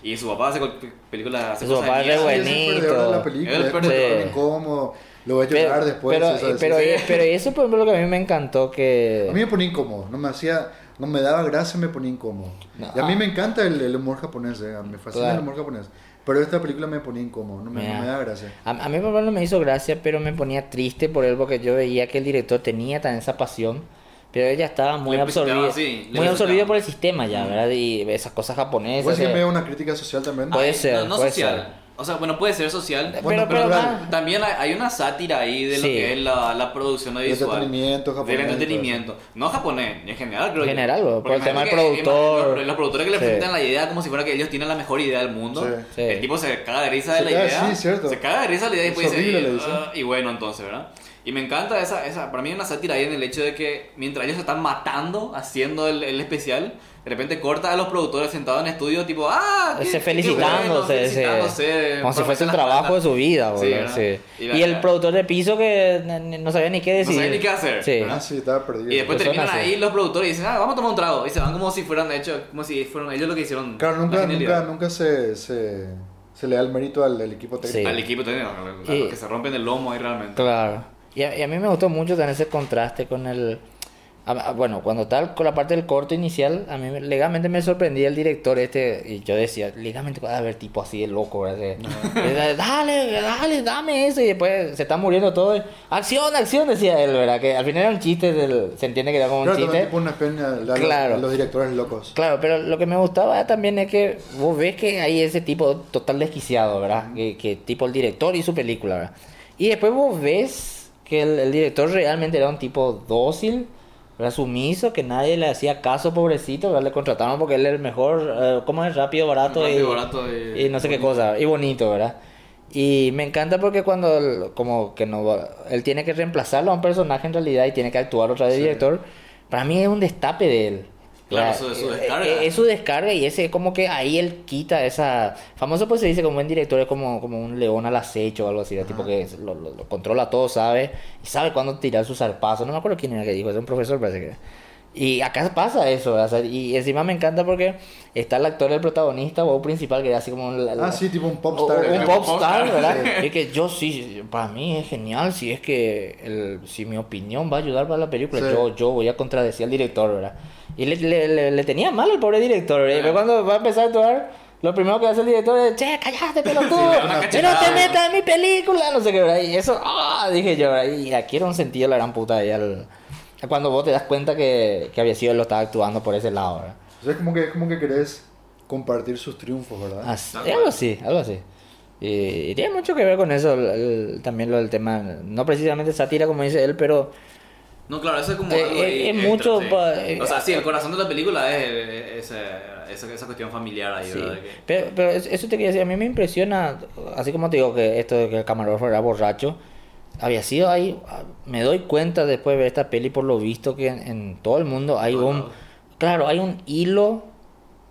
Y su papá hace col- películas, hace Su cosas papá de es mierda. re Sí, Es el perdedor de la película. El Es como perdedor. tan incómodo. Lo voy a llorar después. pero, eh, o sea, sí, pero, eh, sí. pero eso, por ejemplo, lo que a mí me encantó que... A mí me ponía incómodo, no me hacía, no me daba gracia, me ponía incómodo. No, y a mí ah. me encanta el, el humor japonés, eh, me fascina Claro. el humor japonés. Pero esta película me ponía incómodo, no me, Mira. no me daba gracia. A, a mí por ejemplo, no me hizo gracia, pero me ponía triste por él porque yo veía que el director tenía tan esa pasión, pero ella estaba muy Le pisteaba, absorbida, sí, le muy absorbida pisteaba. por el sistema ya, ¿verdad? Y esas cosas japonesas. eh, Puede ser de- que Pues me vea una crítica social también. Puede Ay, ser, No, no puede social. ser. O sea, bueno, puede ser social. Pero- Bueno, pero pero dale. más- También hay hay una sátira ahí de lo Sí. que es la, la producción Del audiovisual. entretenimiento japonés Del y todo entretenimiento. No japonés, en general creo En yo. general, bro, Porque por el tema del imagínate que- productor. Los, los productores que le Sí. presentan la idea como si fuera que ellos tienen la mejor idea del mundo. Sí. Sí. El tipo se caga de risa de Se la caga, idea. sí, cierto. Se caga de risa de la idea y Es después dice, horrible, "Ah, le dice. y bueno, entonces, ¿verdad? Y me encanta esa, esa, para mí hay una sátira ahí en el hecho de que mientras ellos se están matando haciendo el, el especial, de repente corta a los productores sentados en estudio tipo, ah, qué- Se qué bueno, felicitándose, se- felicitándose, como si fuese el las trabajo de plantas. su vida, Sí, boludo, ¿verdad? sí. Y Y, la- el productor de piso que n- n- no sabía ni qué No decir. sabía ni qué hacer, Sí. ¿verdad? Ah, sí, estaba perdido. Y después Pues son terminan así. ahí los productores y dicen, ah, vamos a tomar un trago. Y se van como si fueran, de hecho, como si fueron ellos lo que hicieron. Claro, la nunca, genialidad. nunca, nunca se, se, se le da el mérito al, al equipo técnico. Al equipo técnico, claro, Sí. que se rompen el lomo ahí realmente. Claro. Y a, y a mí me gustó mucho tener ese contraste con el... a- a- Bueno, cuando tal con la parte del corto inicial, a mí me- legalmente me sorprendía el director este y yo decía, legalmente va a haber tipo así de loco, ¿verdad? Era, Dale, dale, dame eso y después se está muriendo todo. y, Acción, acción, decía él, ¿verdad? Que al final era un chiste, del- se entiende que era como un Claro, también chiste. tipo una peña a los- Claro. a los directores locos. Claro, pero lo que me gustaba también es que vos ves que hay ese tipo total desquiciado, ¿verdad? Que, que tipo el director y su película, ¿verdad? Y después vos ves que el, el director realmente era un tipo dócil, era sumiso, que nadie le hacía caso, pobrecito, ¿verdad? Le contrataron porque él era el mejor, eh, ¿cómo es? Rápido, barato, Rápido, y, barato y- y no sé qué cosa, y bonito, ¿verdad? Y me encanta porque cuando el- como que no va- él tiene que reemplazarlo a un personaje en realidad y tiene que actuar otra vez de director, para mí es un destape de él. Claro, La- eso es su eh, descarga. eh, Es su descarga y ese como que ahí él quita esa... Famoso pues se dice como buen director es como, como un león al acecho o algo así, de tipo que lo, lo- lo controla todo, sabe, y sabe cuándo tirar su zarpazo. No me acuerdo quién era que dijo, es un profesor parece que... era. Y acá pasa eso, o sea, y encima me encanta porque está el actor, el protagonista o principal que era así como... un- Ah, sí, tipo un o- popstar. o- un ¿verdad? popstar, ¿verdad? Es que yo sí, para mí es genial si es que el- si mi opinión va a ayudar para la película, Sí. yo, yo voy a contradecir al director, ¿verdad? Y le, le, le- le tenía mal al pobre director, ¿eh? Pero cuando va a empezar a actuar, lo primero que hace el director es, che, callate, [LAUGHS] Sí, pelotudo, le da una que no cachetada, te ¿no? metas en mi película, no sé qué, ¿verdad? Y eso, ah, dije yo, ¿verdad? Y aquí era un sentido la gran puta, ahí al- cuando vos te das cuenta que, que había sido él lo estaba actuando por ese lado, ¿verdad? O sea, es como que, es como que querés compartir sus triunfos, ¿verdad? Así, Tal algo cual. así, algo así. Y, y tiene mucho que ver con eso, el- el- también lo del tema, no precisamente sátira como dice él, pero No, claro, eso es como. Eh, algo ahí eh, es extra, mucho sí. pa- O sea, sí, el corazón de la película es eh, esa, esa, esa cuestión familiar ahí, Sí, ¿verdad? Que- Pero, pero es- eso te quería decir, a mí me impresiona, así como te digo que esto de que el camarógrafo era borracho, había sido ahí, ah, me doy cuenta después de ver esta peli por lo visto que en, en todo el mundo hay Todo un, lado. claro, hay un hilo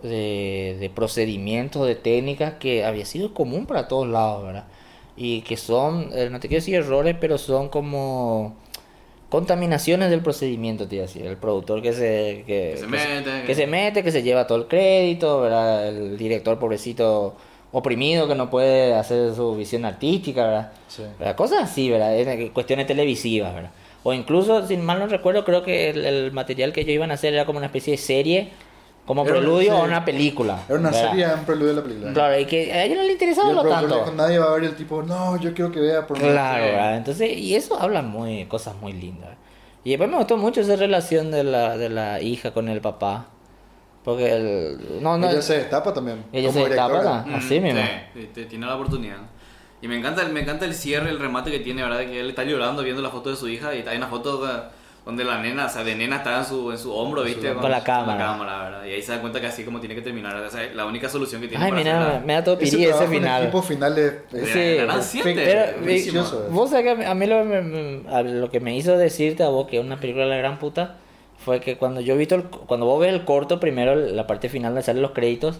de, de procedimientos, de técnicas que había sido común para todos lados, ¿verdad? Y que son, eh, no te quiero decir errores, pero son como contaminaciones del procedimiento, te iba a decir. El productor que se, que, Que se que mete, que que- se mete, que se lleva todo el crédito, ¿verdad? El director pobrecito oprimido que no puede hacer su visión artística, ¿verdad? Sí. ¿verdad? Cosas así, ¿verdad? Es de- Cuestiones televisivas, ¿verdad? O incluso, sin mal no recuerdo, creo que el, el material que ellos iban a hacer era como una especie de serie, como Era una preludio a serie. una película. Era una ¿verdad? serie, un preludio de la película. Claro, y que a ellos no les Y interesaba el lo productor tanto. dijo, nadie va a ver el tipo, no, yo quiero que vea por mí". Claro, Sí. ¿verdad? entonces, y eso habla muy, cosas muy lindas. Y después me gustó mucho esa relación de la, de la hija con el papá. Porque el. No, no. Ella se destapa también. ella como se destapa, directora. ¿verdad? Así Mm, mismo. sí, te- tiene la oportunidad. Y me encanta, el- me encanta el cierre, el remate que tiene, ¿verdad? Que él está llorando viendo la foto de su hija y hay una foto eh, donde la nena, o sea, de nena está en su, en su hombro, ¿viste? Con la cámara. ¿verdad? Y ahí se da cuenta que así como tiene que terminar, o sea, la única solución que tiene Ay, para mira, hacerla- me da todo pirí ese trabajo en final. equipo final es, es- Mira, Sí, ganan es siete, Pero, eh, buenísimo. delicioso. vos sabés que a mí lo, me- me- a lo que me hizo decirte a vos que es una película de la gran puta fue que cuando yo he visto, el- cuando vos ves el corto, primero la parte final donde salen los créditos,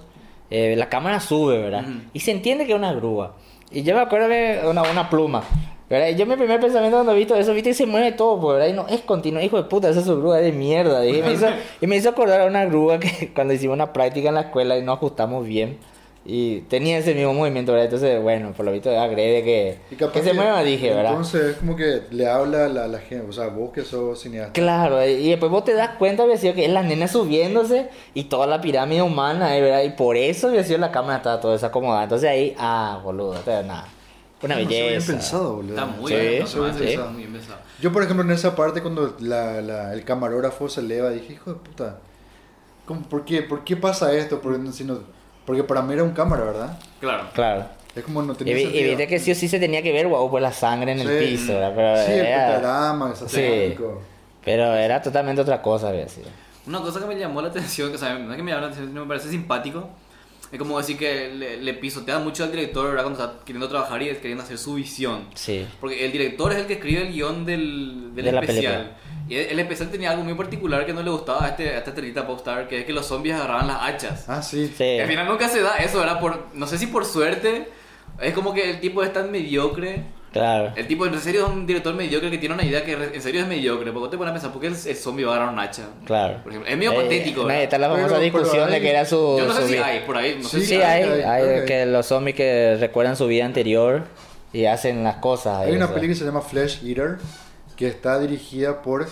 eh, la cámara sube, ¿verdad? Ujú. Y se entiende que es una grúa. Y yo me acuerdo de una, una pluma. ¿verdad? Y yo mi primer pensamiento cuando he visto eso, viste, y se mueve todo, pues, ¿verdad? Y no, es continuo, hijo de puta, esa es su grúa es de mierda. dije, Y me, hizo, y me hizo acordar a una grúa que [LAUGHS] cuando hicimos una práctica en la escuela y no ajustamos bien. Y tenía ese mismo movimiento, ¿verdad? Entonces, bueno, por lo visto agrede que, y capaz que se mueva, dije, ¿verdad? Entonces es como que le habla a la, la gente, o sea, vos que sos cineasta. Claro, y después vos te das cuenta, había sido que es la nena subiéndose y toda la pirámide humana, eh, ¿verdad? Y por eso, había sido la cámara estaba toda desacomodada. Entonces ahí, ah, boludo, te da nada. Una No, belleza. Bien pensado, boludo. Está muy Sí, bien, sí, está sí. muy bien pensado. Yo, por ejemplo, en esa parte cuando la, la- el camarógrafo se eleva, dije, hijo de puta, ¿cómo- por, qué, ¿por qué pasa esto? Porque, no- si no- porque para mí era un cámara, ¿verdad? Claro. Claro. Es como no Y, tenía vi- y sentido. viste que sí o sí se tenía que ver, wow, por la sangre en el Sí. piso, ¿verdad? Pero, Sí, el era, pentagrama, es Sí. asiático. pero era totalmente otra cosa, había sido. Una cosa que me llamó la atención, que, o sea, no es que me llamó la atención, sino me parece simpático, Es como decir que le, le pisotean mucho al director, ¿verdad? Cuando está queriendo trabajar y queriendo hacer su visión. Sí. Porque el director es el que escribe el guión del, del De la especial. Y el, el especial tenía algo muy particular que no le gustaba a, este, a esta estrellita popstar, que es que los zombies agarraban las hachas. Ah, sí. Sí. Y al final nunca se da eso, ¿verdad? Por, no sé si por suerte, es como que el tipo es tan mediocre. Claro. El tipo en serio es un director mediocre que tiene una idea que re- en serio es mediocre. Porque te pones a pensar, ¿por qué el, el zombie va a agarrar un hacha? Claro. Por ejemplo, es medio Eh, patético. no, ¿verdad? está la famosa Pero- pero discusión hay- de que era su. Yo no sé su si vida. hay por ahí, no sé Sí, si Sí, hay, hay, ok. que los zombies que recuerdan su vida anterior y hacen las cosas. Hay y una eso. película que se llama Flesh Eater, que está dirigida por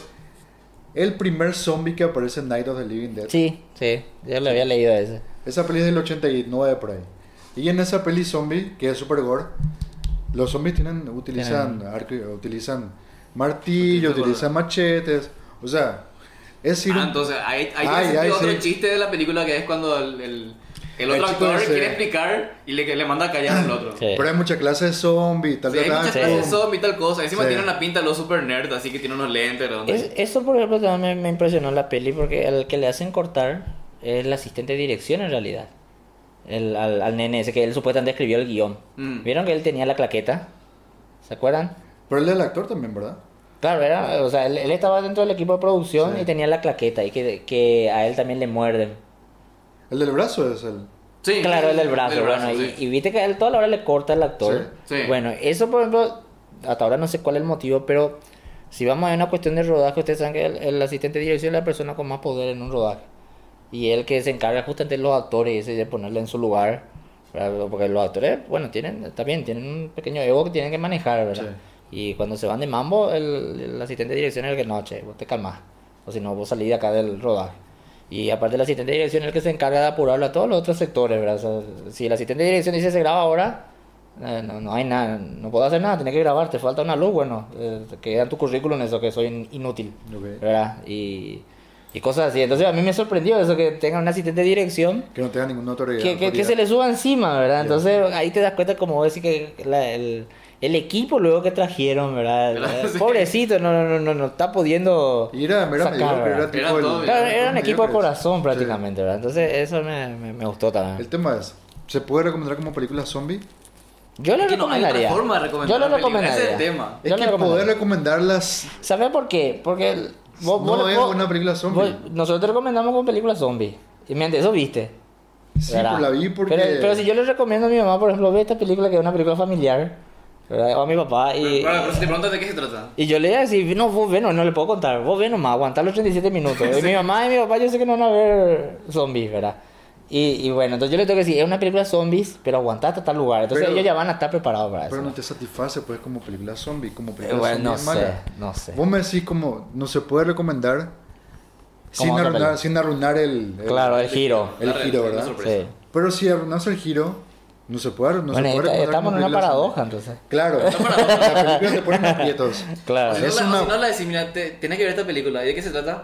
el primer zombie que aparece en Night of the Living Dead. Sí, sí, yo le había leído ese. Esa peli es del 89 por ahí. Y en esa peli zombie, que es super gore, los zombies tienen, utilizan, arco- utilizan martillo, Utilizan con- utilizan machetes. O sea, es ir... Ah, un- entonces, ahí, ahí Ay, tiene sentido ay, otro sí. chiste de la película que es cuando el, el, el otro El chico actor ese. quiere explicar y le, que le manda a callar al otro. Sí. Pero hay mucha clase de zombie, tal, ah, Sí, hay tal, muchas tal, clases de pum. zombie y tal cosa. Encima Sí. tiene una pinta lo super nerd, así que tiene unos lentes. redondos. Es- eso, por ejemplo, también me, me impresionó la peli porque el que le hacen cortar es el asistente de dirección en realidad. El, al, al nene ese que él supuestamente escribió el guión. Mm. ¿Vieron que él tenía la claqueta? ¿Se acuerdan? Pero él es el actor también, ¿verdad? Claro, era, o sea, él, él estaba dentro del equipo de producción Sí. y tenía la claqueta y que, que a él también le muerden. El del brazo es el... Sí, Claro, sí, el del brazo, bueno, sí. y, y viste que a él toda la hora le corta el actor. Sí, sí. Bueno, eso por ejemplo, hasta ahora no sé cuál es el motivo, pero si vamos a una cuestión de rodaje, ustedes saben que el, el asistente de dirección es la persona con más poder en un rodaje. Y él que se encarga justamente de los actores y ese de ponerle en su lugar, ¿verdad? porque los actores, bueno, tienen también tienen un pequeño ego que tienen que manejar, ¿verdad? Y cuando se van de mambo, el, el asistente de dirección es el que no, che, vos te calmás, o si no, vos salís de acá del rodaje. Y aparte el asistente de dirección es el que se encarga de apurarlo a todos los otros sectores, ¿verdad? O sea, si el asistente de dirección dice se graba ahora, eh, no, no hay nada, no puedo hacer nada, tenés que grabar, te falta una luz, bueno, eh, queda en tu currículum eso, que soy in- inútil, Ok. ¿verdad? Y, y cosas así. Entonces a mí me sorprendió eso, que tenga un asistente de dirección Que no tenga ninguna autoridad. que, que, que autoridad. se le suba encima, ¿verdad? Ya. Entonces ahí te das cuenta como vos decís que la- el, el equipo luego que trajeron, ¿verdad? [LAUGHS] Eh, Claro, sí. Pobrecito, no, no, no, no, no está pudiendo... Y era, era sacar, mediocre, ¿verdad? era tipo Era el- todo, Claro, era un mediocre. equipo de corazón Sí. prácticamente, ¿verdad? Entonces eso me, me, me gustó El también. tema es, ¿se puede recomendar como película zombie? Yo lo Es que no hay otra recomendaría. forma de recomendar Yo lo la película, recomendaría. ese es el tema. Es Yo lo que poder recomendaría. recomendarlas ¿Sabes por qué? Porque el- vos- No vos- es vos- una película zombie. vos- nosotros te recomendamos con película zombie. Y miente, eso viste. Sí, ¿verdad? pero la vi porque. Pero, pero si yo le recomiendo a mi mamá, por ejemplo, ve esta película que es una película familiar, ¿verdad? o a mi papá, y, Pero, bueno, pues, pero si te preguntas de qué se trata. y yo le voy a decir, no, vos ve, no, no le puedo contar, vos ve nomás, aguantar los 37 minutos. Y mi mamá y mi papá yo sé que no van a ver zombies, ¿verdad? Y, y bueno, entonces yo le tengo que decir, es una película zombies, pero aguantate hasta tal lugar. Entonces Pero- ellos ya van a estar preparados para eso. Pero no te satisface, pues, como película zombie. Como Eh, película bueno, no zombie es sé, mala. no sé. Vos me decís, como, no se puede recomendar sin otra arruinar, película. sin arruinar el. el- Claro, el giro. El La- giro, la ¿verdad? sorpresa. Sí. Pero si arruinas el giro, no se puede, no bueno, se puede esta- recomendar estamos en como una película paradoja, zombie. entonces. Claro, la película te pone [LAUGHS] aprietos. O Claro. si no Es la- o una- si no la decís, mira, te- tenés que ver esta película. ¿Y de qué se trata?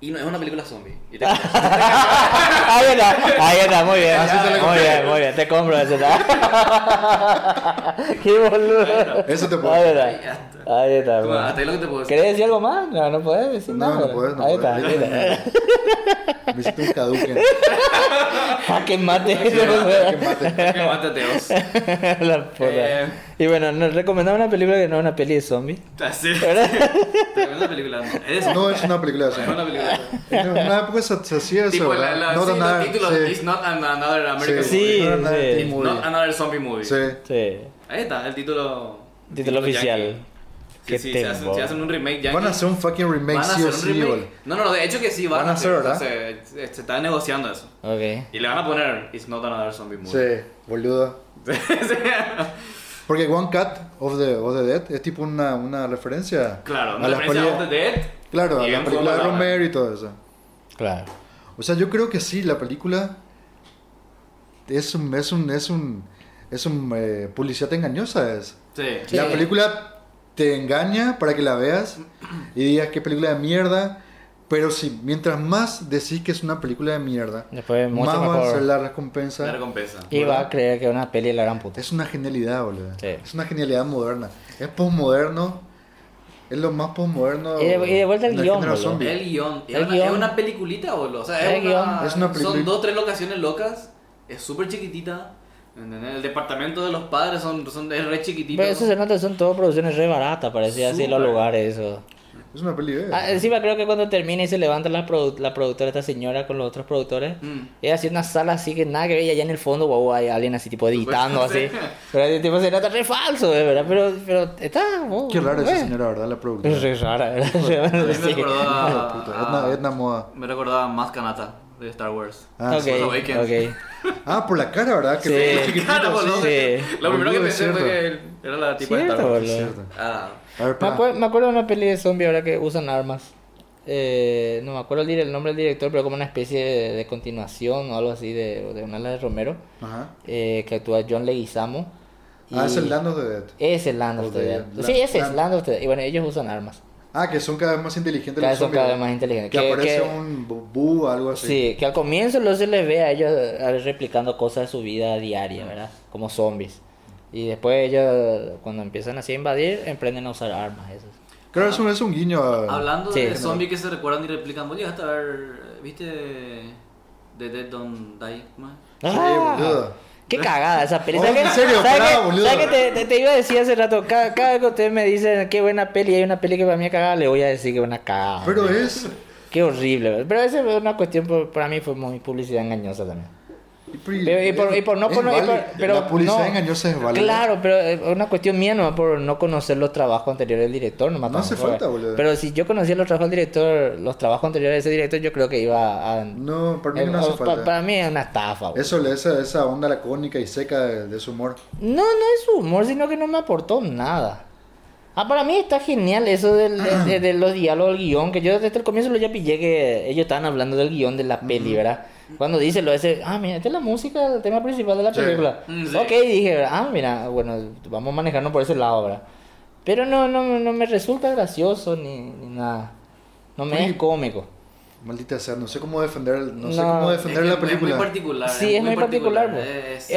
Y no, es una película zombie. Y [LAUGHS] te- ahí está, ahí está, muy bien. Así se le Muy compré. bien, muy bien, te compro ese. [LAUGHS] Qué boludo. Eso te puedo Ahí decir. está. Ahí está. Bueno, hasta ahí hermano. lo que te puedo decir. ¿Querés decir algo más? No, no puedes decir ah, No, nada. no puedes, no ahí puedes. está, ahí [LAUGHS] está. Me hiciste un caduque. Jaque Ah, mate. Jaque mate. [LAUGHS] Mátate vos. [LAUGHS] La puta. Eh. Y bueno, nos recomendaba una película que no es una peli de zombie. Así. ¿Verdad? Tremenda película. ¿no? Es No es una película es una zombie. película. En una época se, se hacía eso, Tipo, la, ¿verdad? la, sí, no da los nada. títulos sí. It's not an- another American Sí, movie. ah, Sí, no, no, sí. Team Movie. Not another zombie movie. Sí. Sí. Ahí está, el título. Título oficial. yankee. Qué Sí, sí, se hacen, tembo. se hacen un remake ya. Van a hacer un fucking remake, sí o sí, boludo. No, no, no, de hecho que sí, van, Van a hacer, ¿verdad? Se, se- se está negociando eso. Ok. Y le van a poner It's not another zombie movie. Sí, boludo. [LAUGHS] Porque One Cat of the, of the Dead es tipo una, una referencia. claro, a una las referencia a películas- Of the Dead. Claro, a y la Game película de Forward, Romero y todo eso. Claro. O sea, yo creo que sí, la película es un, es un, es un, es un eh, publicidad engañosa. Es. Sí. Sí. La película te engaña para que la veas y digas qué película de mierda. Pero si mientras más decís que es una película de mierda, Después mucho más va a mejor. ser la recompensa. La recompensa. Y va a creer que es una peli de la gran puta. Es una genialidad, boludo. Sí. Es una genialidad moderna. Es posmoderno. Es lo más posmoderno. Y de- y de vuelta el en guión, género boludo. zombie. El guión. Es, El una, guión. es una peliculita, boludo. O sea, es, El una, guión. Es una Son película. dos, tres locaciones locas. es súper chiquitita. ¿entendés? El departamento de los padres son, son, es re chiquitito. Pero eso se nota, son todas producciones re baratas, parecía así los Súper. lugares, eso. Es una peli B. Ah, encima creo que cuando termina y se levanta la, produ- la productora, esta señora con los otros productores, [LAUGHS] Mm. ella hacía una sala así que nada que ver, y allá en el fondo, wow, hay alguien así tipo editando así. Sí. Pero el tipo se nota re falso, eh, ¿verdad? Pero, pero está, wow, Qué rara eh. esa señora, ¿verdad? La Es productora. re rara, ¿verdad? Pues, A mí me [LAUGHS] Sí. [LAUGHS] recordaba Hija de puta, Edna, a- Edna Moda. Me recordaba más Kanata de Star Wars. Ah, ok, sí. Force Awakens. [LAUGHS] ok. Ah, por la cara, ¿verdad? Que Sí. es chiquitito, Claro, boludo. sí. sí. Lo primero que Boludo, pensé es fue que cierto. era la tipa de Cierto, Star Wars. boludo. pues. Cierto. Ah, A ver, Me, para. acuer- me acuerdo de una peli de zombie ahora que usan armas. Eh, no me acuerdo el, dire- el nombre del director, pero como una especie de, de continuación o algo así de, de una ala de Romero, Ajá. eh, que actúa John Leguizamo. Ah, Y- es el Land of the Dead. Es el Land of the O de- Dead. la- Sí, ese es Land- Land of the Dead. Y bueno, ellos usan armas. Ah, que son cada vez más inteligentes Cada los son zombies. cada vez más inteligentes. Que, Que- aparece que- un bu- bú o algo así. Sí, que al comienzo no se les ve a ellos eh, replicando cosas de su vida diaria, ¿verdad? Como zombies. Y después ellos, cuando empiezan así a invadir, emprenden a usar armas. Eso. Creo que es un, es un guiño a... Hablando Sí. de zombies que se recuerdan y replican, vos llegaste a ver, viste, The Dead Don't Die, ¿cómo es? Sí, Ah, boludo. Qué cagada esa peli. Oh, ¿Sabes [LAUGHS] en qué- serio, ¿Sabes pará, qué- boludo. sabes qué te, te- te iba a decir hace rato? Cada, cada vez que ustedes me dicen qué buena peli, hay una peli que para mí es cagada, le voy a decir que es una cagada. Pero boludo. es... Qué horrible. boludo. Pero esa es una cuestión, por- para mí fue muy publicidad engañosa también. Y por, Pero- y por- y por no es cono- y por- válida. pero la publicidad no. engañosa es válida. Claro, pero es una cuestión mía nomás por no conocer los trabajos anteriores del director. Nomás No hace tampoco, falta, eh. boludo. Pero si yo conocía los trabajos del director, los trabajos anteriores de ese director, yo creo que iba a... No, para mí eh, no hace o- pa- falta. para mí es una estafa. boludo. Eso, le- esa, esa onda lacónica y seca de, de su humor. No, no es su humor, sino que no me aportó nada. Ah, para mí está genial eso del- de, de- de los diálogos del guión, que yo desde el comienzo lo ya pillé que ellos estaban hablando del guión de la peli, ¿verdad? Cuando dice lo ese, ah, mira, esta es la música, el tema principal de la Sí. película. Mm, sí. Ok, dije, ah, mira, bueno, vamos a manejarnos por ese lado, ¿verdad? Pero no, no, no me resulta gracioso ni, ni nada. No me Sí. es cómico. Maldita sea, no sé cómo defender, no, sé No. cómo Es que defender la película. Es muy particular. Sí, es muy particular. Es, bro.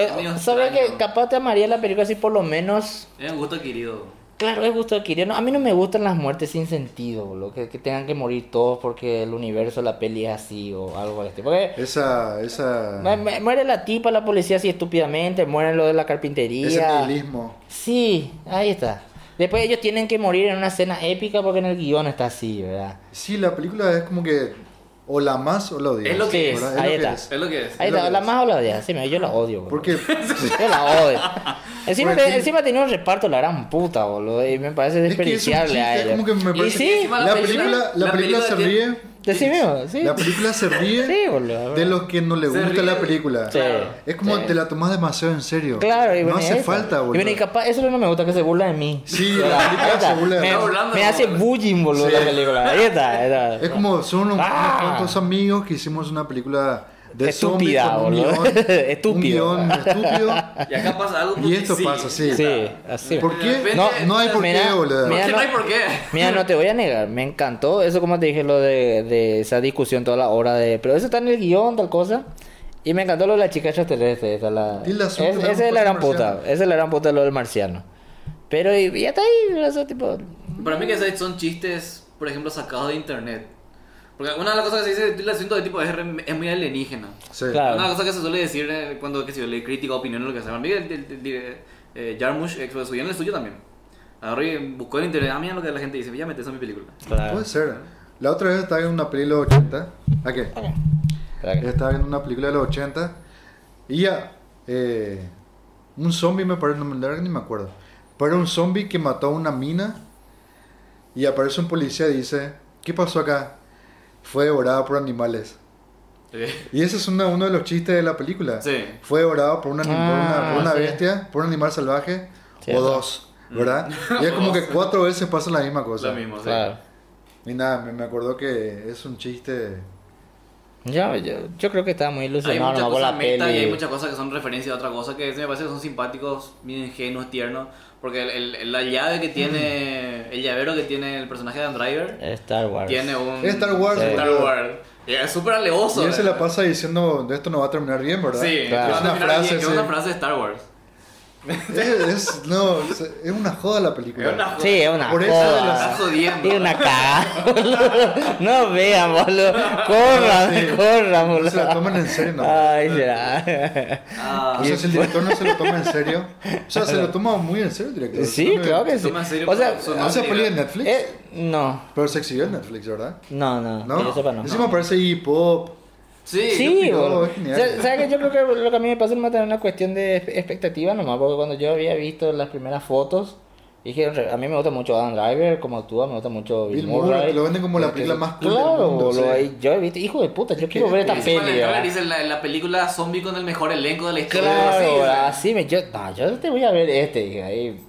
Eh, medio ¿Sabes que extraño. capaz te amaría la película si por lo menos Es un gusto adquirido. Claro, es gusto adquirido. No, a mí no me gustan las muertes sin sentido, boludo. Que, que tengan que morir todos porque el universo, la peli es así o algo así. Porque Esa, esa, mu- mu- muere la tipa, la policía así estúpidamente, mueren lo de la ese carpintería. nihilismo. Sí, ahí está. Después ellos tienen que morir en una escena épica porque en el guión está así, ¿verdad? Sí, la película es como que o la más o la odias. Es lo que es, ¿verdad? ahí lo que está. es. Es lo que es. Ahí Es lo está, que la es. más o la odias. Sí, me- yo la odio, [LAUGHS] boludo. Porque Yo la [LAUGHS] odio. Encima, Porque te- tiene- encima tenía un reparto la gran puta, boludo. Y me parece Pues es que es un desperdiciable chiste, a es ellos. como que me Y parece- sí, encima la película, la película se tiene- ríe, decime, sí. la película se ríe Sí, boludo. de los que no le Se gusta ríe. la película. Sí. Es como Sí. te la tomas demasiado en serio. Claro, y no bueno, hace eso. falta, Y boludo. bueno, y capaz, eso no me gusta que se burla de mí. Sí, la ¿Verdad? película Ahí está. se burla de me, mí. Está burlando, me hace ¿no? bullying, boludo, Sí. la película. Ahí está, ahí está. [LAUGHS] Es como son unos, unos Ah. cuantos amigos que hicimos una película de Estúpida, zombies con boludo. un [LAUGHS] guión, Estúpido. un guión estúpido. Y acá pasa algo. Y porque esto sí. pasa, sí. Sí, así. ¿Por qué? Vete, No, [LAUGHS] no hay por mira, qué, boludo. Es mira, que no- no hay por qué. Mira, no te voy a negar, me encantó eso como te dije, lo de, de esa discusión toda la hora de... Pero eso está en el guión, tal cosa. Y me encantó lo de la chica extraterrestre, esa la... Y la es, azul, la esa es la gran marciana. puta, esa es la gran puta lo del marciano. Pero y, y hasta ahí, eso tipo... Para mí que esos son chistes, por ejemplo, sacados de internet. Porque una de las cosas que se dice del asunto de tipo es, re- es muy alienígena. Sí. Claro. Una cosa que se suele decir eh, cuando que si yo le crítica, opinión o lo que sea. Para mí, el- el- el- eh, eh, Jarmusch eh, subió en el suyo también. Agarró y buscó en internet. Ah, mira lo que la gente dice. Ya metes a mi película. Claro. Puede ser. La otra vez estaba viendo una película de los 80. ¿A qué? Espera que- Estaba viendo una película de los 80. Y ya. eh, un zombie me parece, no me la verdad que ni me acuerdo. Pero un zombie que mató a una mina. Y aparece un policía y dice: ¿Qué pasó acá? Fue devorada por animales. Y ese es una- uno de los chistes de la película. Sí. Fue devorado por una, por una- Ah, por una sí. bestia, por un animal salvaje, o Cierto. dos, ¿verdad? Y es como que cuatro veces pasa la misma cosa. Lo mismo, sí. Claro. Y nada, me, me acordó que es un chiste. Yo, yo, yo creo que estaba muy Hay ilusionado muchas nomás con cosas la peli. meta y hay muchas cosas que son referencias a otra cosa que me parece que son simpáticos, bien ingenuos, tiernos. Porque el- el- la llave que tiene, el llavero que tiene el personaje de Dan Driver, Mm. Star Wars. tiene un. Star Wars, Star boludo. Wars. Y es súper alevoso. Y él se la ¿verdad? pasa diciendo, de esto no va a terminar bien, ¿verdad? Sí, Claro. es una frase, sí. una frase de Star Wars. Es, es- no, es es una joda la película. Es una joda. Sí, es una Por eso joda. de Estás jodiendo. Y una cagada, boludo. No vean, boludo. Corran, Sí. corran, boludo. No [LAUGHS] se la toman en serio, no. Ay, será. Ah, O sea, si el director no se lo toma en serio. O sea, se [LAUGHS] lo toma muy en serio el director. Sí, claro que sí. Toma en serio, O sea, pero son- No se peli en Netflix. eh, no. Pero se exhibió en Netflix, ¿verdad? No, no, No. que yo sepa no. Encima parece hip hop. sí. Sí, no, boludo. es genial. Sa- ¿Sabes que Yo creo que lo que a mí me pasó es más tener una cuestión de ex- expectativa nomás, porque cuando yo había visto las primeras fotos, dije, "Re- a mí me gusta mucho Adam Driver, como actúa, me gusta mucho Bill, Bill Murray, que lo venden como la Porque- película más cool del Claro, mundo, boludo, sí. y yo he visto, hijo de puta, yo quiero ver esta Y encima en el peli, trailer ¿verdad? dice la, la película zombie con el mejor elenco de la historia. Claro, Sí, boludo, así me, yo, no, yo te voy a ver este, dije, ahí,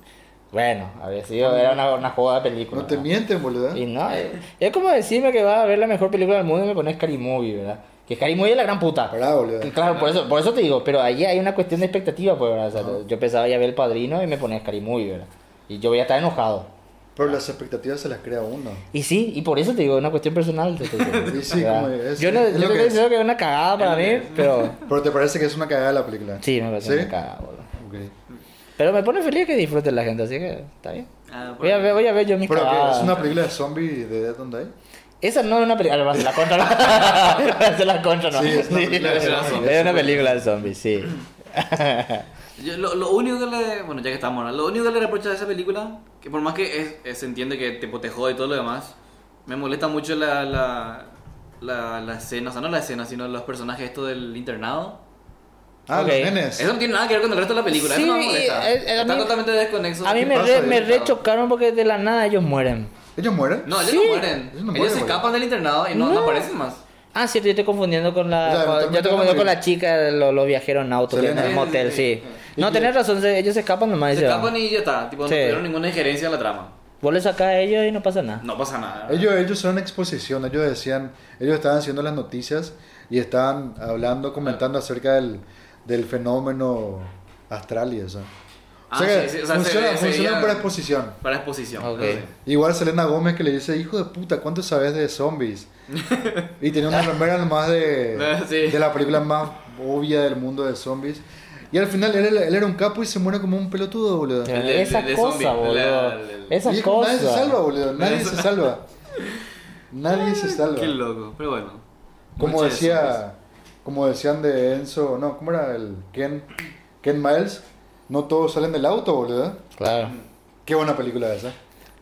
bueno, había sido, era una, una jugada de película. No te ¿verdad? mienten, boludo. Y no, es, es como decirme que vas a ver la mejor película del mundo y me pones Scary Movie, ¿verdad? Que Scary Movie es la gran puta. Pará, boludo. Que Claro, por eso, por eso te digo, pero ahí hay una cuestión de expectativa, pues, ¿verdad? O sea, yo pensaba ya ver El Padrino y me pones Scary Movie, ¿verdad? Y yo voy a estar enojado. Pero las expectativas se las crea uno. Y sí, y por eso te digo, es una cuestión personal. te estoy diciendo, Y [LAUGHS] sí, ¿verdad? como es- yo no, es yo no lo que estoy es. diciendo que es una cagada para Es lo mí, pero Pero te parece que es una cagada la película. sí, me parece ¿Sí? una cagada, boludo. Ok. Pero me pone feliz que disfrute la gente, así que está bien. Ah, por- Voy a ver, voy a ver yo mis Pero que cagadas. es una película de zombie de Dead on Die. Esa no es una película. Va a ser la contra, no. Va [LAUGHS] a ser la contra, no. Sí, es una película de Sí, zombies. Es una película de zombies, sí. Yo, lo, lo único que le. Bueno, ya que estamos hablando, lo único que le reprocho a esa película, que por más que es- es- se entiende que te potejó y todo lo demás, me molesta mucho la, la, la, la escena, o sea, no la escena, sino los personajes estos del internado. Ah, Ok. los nenes. Eso no tiene nada que ver con el resto de la película, Sí, eso no me molesta. eh, eh, a Está mí- totalmente desconexo. A mí ¿Qué me, pasa re, ahí? me re chocaron porque de la nada ellos mueren. ¿Ellos mueren? No, ellos Sí. no mueren. Ellos no ellos mueren, se boludo. escapan del internado y no, no No. aparecen más. Ah, cierto, yo estoy confundiendo con la. O con- sea, yo eventualmente estoy confundiendo con van a la chica de los, los viajeros en auto que en Selena. el motel, sí. No, tenés razón, se- ellos se escapan nomás. Se ellos. escapan y ya está, tipo, Sí. no tuvieron ninguna injerencia a la trama. Vos le sacás a ellos y no pasa nada. No pasa nada. Ellos, ellos son exposición, ellos decían, ellos estaban haciendo las noticias y estaban hablando, comentando acerca del, del fenómeno astral y eso. Ah, o sea, sí, que sí, o sea, funciona, se- se- funciona sería- para exposición. Para exposición. Ok. no sé. Igual Selena Gómez que le dice, hijo de puta, ¿cuánto sabes [LAUGHS] de zombies? y tiene una remera más de, Ah, Sí. de la película más obvia del mundo de zombies. Y al final él, él era un capo y se muere como un pelotudo, boludo. El de- Esa el de cosa, zombie, boludo. la- la- la- Esa Y es como, cosa. nadie se salva, boludo. Nadie se salva. Nadie se salva. Qué loco, pero bueno. Como Muchas decía, como decían de Enzo, no, ¿cómo era el Ken, Ken Miles? No todos salen del auto, boludo. Claro. Qué buena película esa.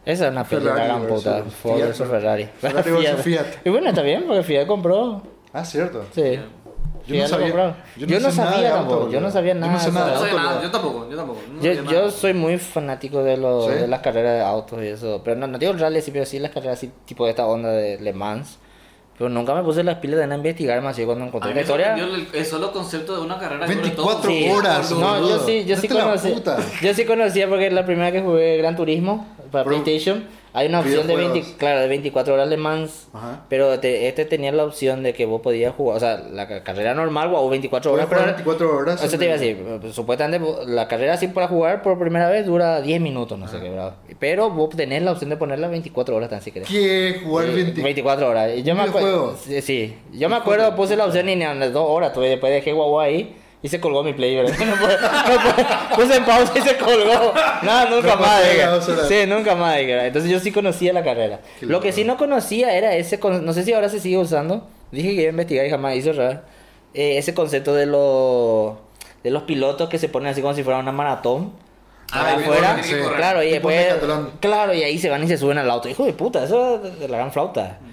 Esa es una película de Ferrari gran puta. versus Ford Fiat. versus Ferrari. [LAUGHS] Ferrari versus Fiat. Y bueno, está bien, porque Fiat compró. Ah, cierto. Sí. Yo Fiat no lo sabía- compró. yo Yo no no, sé nada de sabía auto, tampoco. boludo. yo no sabía Yo no nada. sé nada de No ¿sabes? sé Auto, nada, ¿verdad? yo tampoco, yo tampoco. no sé Yo, nada. yo soy muy fanático de, los ¿Sí? de las carreras de autos y eso. Pero no, no digo el rally, sí, pero sí las carreras así, tipo de esta onda de Le Mans. Pero nunca me puse las pilas de no investigar más. Yo cuando A encontré mí la me historia. sorprendió el, el solo concepto de una carrera. sobre todo. 24 Sí. horas, No, boludo. yo sí, yo sí Date la conocía. puta. Yo sí conocía porque la primera que jugué Gran Turismo para Pero- PlayStation, hay una opción de 20, videojuegos. claro, de 24 horas Le Mans, Ajá. pero te- este tenía la opción de que vos podías jugar, o sea, la ca- carrera normal o 24 Voy a horas. jugar por- 24 horas. Eso te iba a decir, eh, supuestamente vos- la carrera así para jugar por primera vez dura 10 minutos, no sé qué, ¿verdad? Pero vos tenés la opción de ponerla 24 horas tan si querés. ¿Qué? Jugar Eh, 20... 24 horas. Y Yo ¿Un me acuerdo. videojuego? Sí, sí. Yo me acuerdo, puse la opción y ni a las dos horas tuve. Después dejé guagua ahí y se colgó mi play. ¿verdad? [LAUGHS] No pude- no pude- puse en pausa y se colgó. No, nunca No más. pasé dije. las dos horas. Sí, nunca más. dije. Entonces yo sí conocía la carrera. Qué Lo que loco. sí no conocía era ese. con- No sé si ahora se sigue usando. Dije que iba a investigar y jamás hizo raro. Eh, ese concepto de los. De los pilotos que se ponen así como si fuera una maratón. Ah, para que afuera. corren, que corren. Claro, y Tipo después. decatlón. Claro, y ahí se van y se suben al auto. Hijo de puta, eso es de la gran flauta. Mm.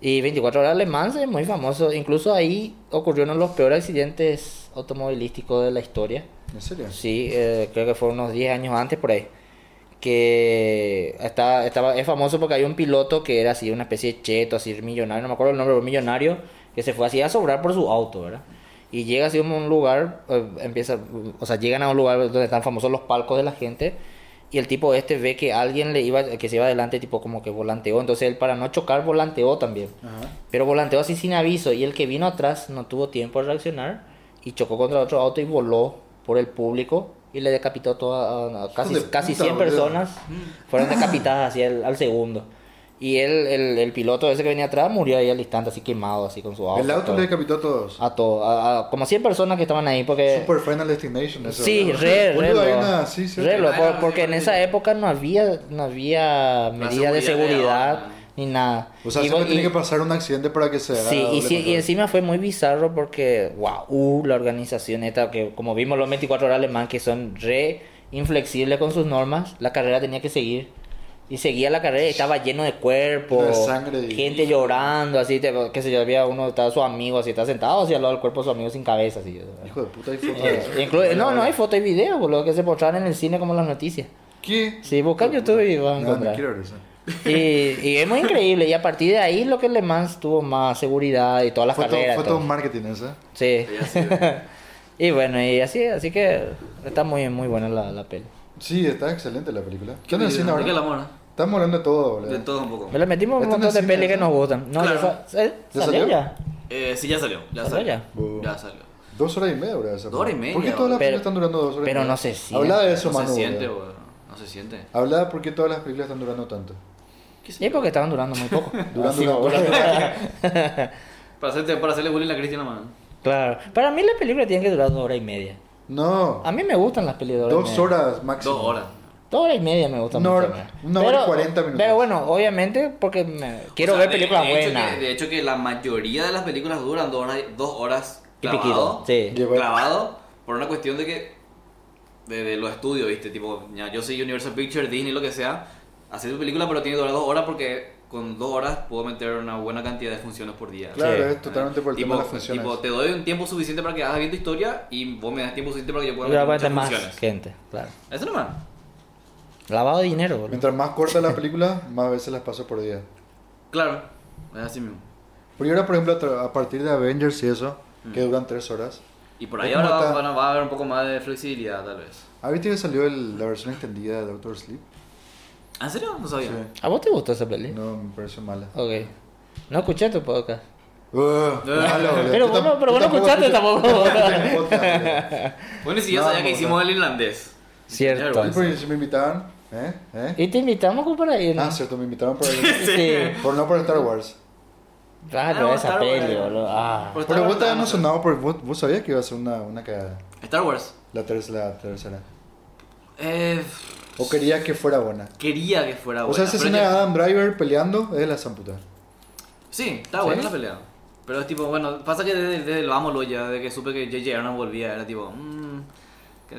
Y 24 horas Le Mans es muy famoso. Incluso ahí ocurrió uno de los peores accidentes automovilísticos de la historia. ¿En serio? Sí, eh, creo que fue unos 10 años antes por ahí. Que estaba, estaba, es famoso porque hay un piloto que era así, una especie de cheto, así millonario, no me acuerdo el nombre, pero un millonario, que se fue así a sobrar por su auto, ¿verdad? Y llega así a un lugar, eh, empieza, o sea, llegan a un lugar donde están famosos los palcos de la gente. Y el tipo este ve que alguien le iba, que se iba adelante, tipo como que volanteó. Entonces él para no chocar volanteó también. Ajá. Pero volanteó así sin aviso y el que vino atrás no tuvo tiempo de reaccionar y chocó contra otro auto y voló por el público y le decapitó a toda- a, a casi, de casi puta, 100 boludo. personas. Fueron decapitadas así al, al segundo. Y él, el, el piloto ese que venía atrás murió ahí al instante, así quemado, así con su auto. El auto todo. le decapitó a todos. A todo, a, a- como 100 personas que estaban ahí, porque... Super Final Destination. Eso, Sí, ¿verdad? re, re, Boludo, lo- hay una- sí, sí. re, lo- Ah, por- porque en esa época no había, no había medidas de seguridad de ahora, seguridad ni nada. O sea, Y siempre vos- tiene y- que pasar un accidente para que se haga Sí, y, doble sí- y control. encima fue muy bizarro porque, wow, uh, la organización esta, que como vimos los 24 horas alemán, que son re inflexibles con sus normas, la carrera tenía que seguir. Y seguía la carrera y estaba lleno de cuerpos, De sangre y- gente llorando, así, te- qué sé yo, había uno, estaba su amigo, así, estaba sentado así al lado del cuerpo de su amigo sin cabeza, así. [LAUGHS] Hijo de puta, hay fotos de eso. Eh, inclu- no, no, hay fotos y videos, boludo, que se mostraron en el cine como las noticias. ¿Qué? Sí, busca en YouTube y vas a No, no encontrar. quiero ver eso. Y, y es muy increíble. Y a partir de ahí lo que Le Mans tuvo más seguridad y todas las Fue todo, carreras. fue todo todo. marketing esa. Sí. Ya sé. [LAUGHS] y bueno, y así, así que está muy, muy buena la, la peli. Sí, está excelente la película. ¿Qué ¿Qué onda en cine la ahora? mora? Estamos hablando de todo, boludo. De todo un poco. Me le metimos un Está en montón de el cine, pelis que ¿no? nos gustan. No, Claro. ya, sa- eh, ¿Ya salió salió? ya. Eh, sí, ya salió. Ya ¿Salió salió. ya? Bu. Ya salió. Dos horas y media, bro. Esa Dos horas y película. media, ¿Por qué todas boludo. las películas Pero- están durando dos horas y pero media? no se siente. Habla de Ah, eso, no Manu. se siente, boludo. boludo. No se siente. Habla de por qué todas las películas están durando tanto. ¿Qué sé Y yo? porque estaban durando muy poco. [LAUGHS] Durando Así, una hora. Para, hacerte, para hacerle bullying a Cristina, mano. [LAUGHS] claro. Para mí las películas tienen que durar dos horas y media. No, A mí me gustan las películas. dos horas máximo. Dos horas. Dos horas y media me gusta Una mucho. hora- una hora y 40 minutos. Pero bueno, obviamente, porque me- quiero O sea, ver de- películas de hecho buenas. que- de hecho, que la mayoría de las películas duran dos horas, dos horas Y piquito, clavado. sí. Lleva- Clavado por una cuestión de que. De, de los estudios, ¿viste? Tipo, ya, yo soy Universal Pictures, Disney, lo que sea. Hacer tu película, pero tiene que durar dos horas porque con dos horas puedo meter una buena cantidad de funciones por día. Claro, Sí. es totalmente por el Tipo, tema de las funciones. tipo, te doy un tiempo suficiente para que hagas bien tu historia y vos me das tiempo suficiente para que yo pueda Pero meter aguanta muchas más funciones. gente, claro. Eso nomás. Lavado de dinero, boludo. Mientras más corta la película, más veces las paso por día. Claro, es así mismo. Pero ahora, por ejemplo, a tra- a partir de Avengers y eso, Mm. que duran tres horas. Y por ahí ¿Cómo ahora va, está? van a- va a haber un poco más de flexibilidad, tal vez. ¿A viste que salió el- la versión extendida de Doctor Sleep? ¿En ¿Ah, serio? No sabía. Sí. ¿A vos te gustó esa peli? No, me pareció [LAUGHS] mala. Ok. No escuché tu podcast. Uh, malo, boludo. Pero Tú vos no- tam- pero tú vos no escuchaste [LAUGHS] escuchas- tampoco. podcast, boludo. Bueno, y si ya No, sabía no, que no. hicimos el irlandés. Cierto. Qué Sí, porque si me invitaron, ¿eh? ¿eh? Y te invitamos como para ir. ¿no? Ah, cierto, me invitaron por [LAUGHS] ahí. sí. Por no por Star Wars. Claro, Ah, esa Star Wars. peli, boludo. Ah. Por Star Pero vos Wars te habías estábamos- sonado por. Vos, vos sabías que iba a ser una, una cagada. Star Wars. La, ter- la tercera. Eh, O querías que fuera buena. quería que fuera buena. o sea, Ah, esa pero escena de ya- Adam Driver peleando es la zamputa. Sí, está buena la pelea. Pero es tipo, bueno, pasa que desde, desde lo amo lo ya, desde que supe que J.J. Abrams volvía, era tipo, mmm,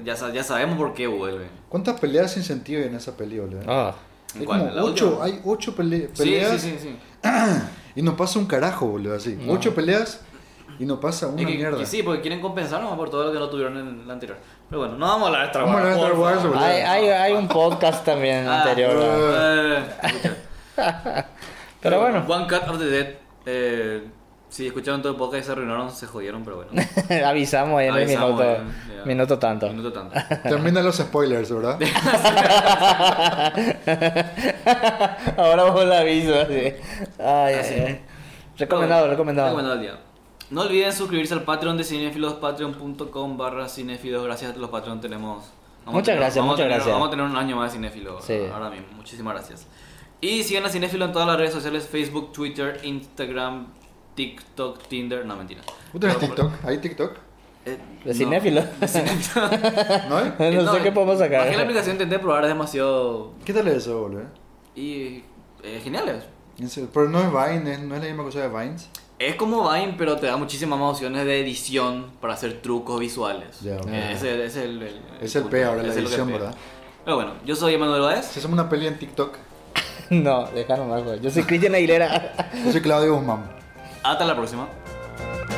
ya, sa- ya sabemos por qué vuelve. ¿Cuántas peleas sin sentido hay en esa peli, boludo? Ah. ¿En Hay cuál? como ¿La ocho, última? hay ocho pele- Sí, peleas sí, sí, sí. [CLEARS THROAT] y no pasa un carajo, boludo, así. No. Ocho peleas y no pasa una Es que- mierda. y sí, porque quieren compensar nomás por todo lo que no tuvieron en la anterior. Pero bueno, no vamos a hablar de Star Wars. Vamos a hablar de por Star Wars, favor. boludo. Hay, hay, hay un podcast también Ah, anterior. ¿no? eh, [LAUGHS] Pero bueno, [LAUGHS] One Cut of the Dead. Eh, si escucharon todo el podcast y se arruinaron, se jodieron, pero bueno. avisamos en el Avisamos, minuto, eh, ya. minuto [LAUGHS] tanto. Minuto tanto. Termina los [LAUGHS] spoilers, ¿verdad? Ahora vos la aviso. Así. Ay, ay, ay. Recomendado, recomendado. Ah, Recomendado al día. No olviden suscribirse al Patreon de Cinefilos, patreon.com barra Cinefilos. Gracias a los Patreon tenemos... vamos a Muchas tener- gracias, vamos a muchas tener- gracias. Vamos a tener un año más de Cinefilo Sí. ahora mismo. Muchísimas gracias. Y sigan a Cinefilo en todas las redes sociales, Facebook, Twitter, Instagram, TikTok, Tinder... No, mentira. ¿Vos tenés No, TikTok? ¿Hay TikTok? eh, ¿De no. Cinefilo? De [LAUGHS] Cinefilo. ¿No hay? No, sé eh, qué podemos sacar. bajé la aplicación, intenté probar, E, es demasiado... ¿Qué tal es eso, boludo? Y... eh, geniales. En serio, Pero no es Vine, es- no es la misma cosa de Vines. Es como Vine, pero te da muchísimas más opciones de edición para hacer trucos visuales. Ya, ok. Eh, Ese ese es el, el, Es el punto. P ahora, la Ese es lo que edición, pega. ¿verdad? Pero bueno, yo soy Emanuel Si Baez. hacemos una peli en TikTok, No, déjame más, güey. Yo soy Cristian Aguilera. yo soy Claudio Guzmán. Hasta la próxima. Chao.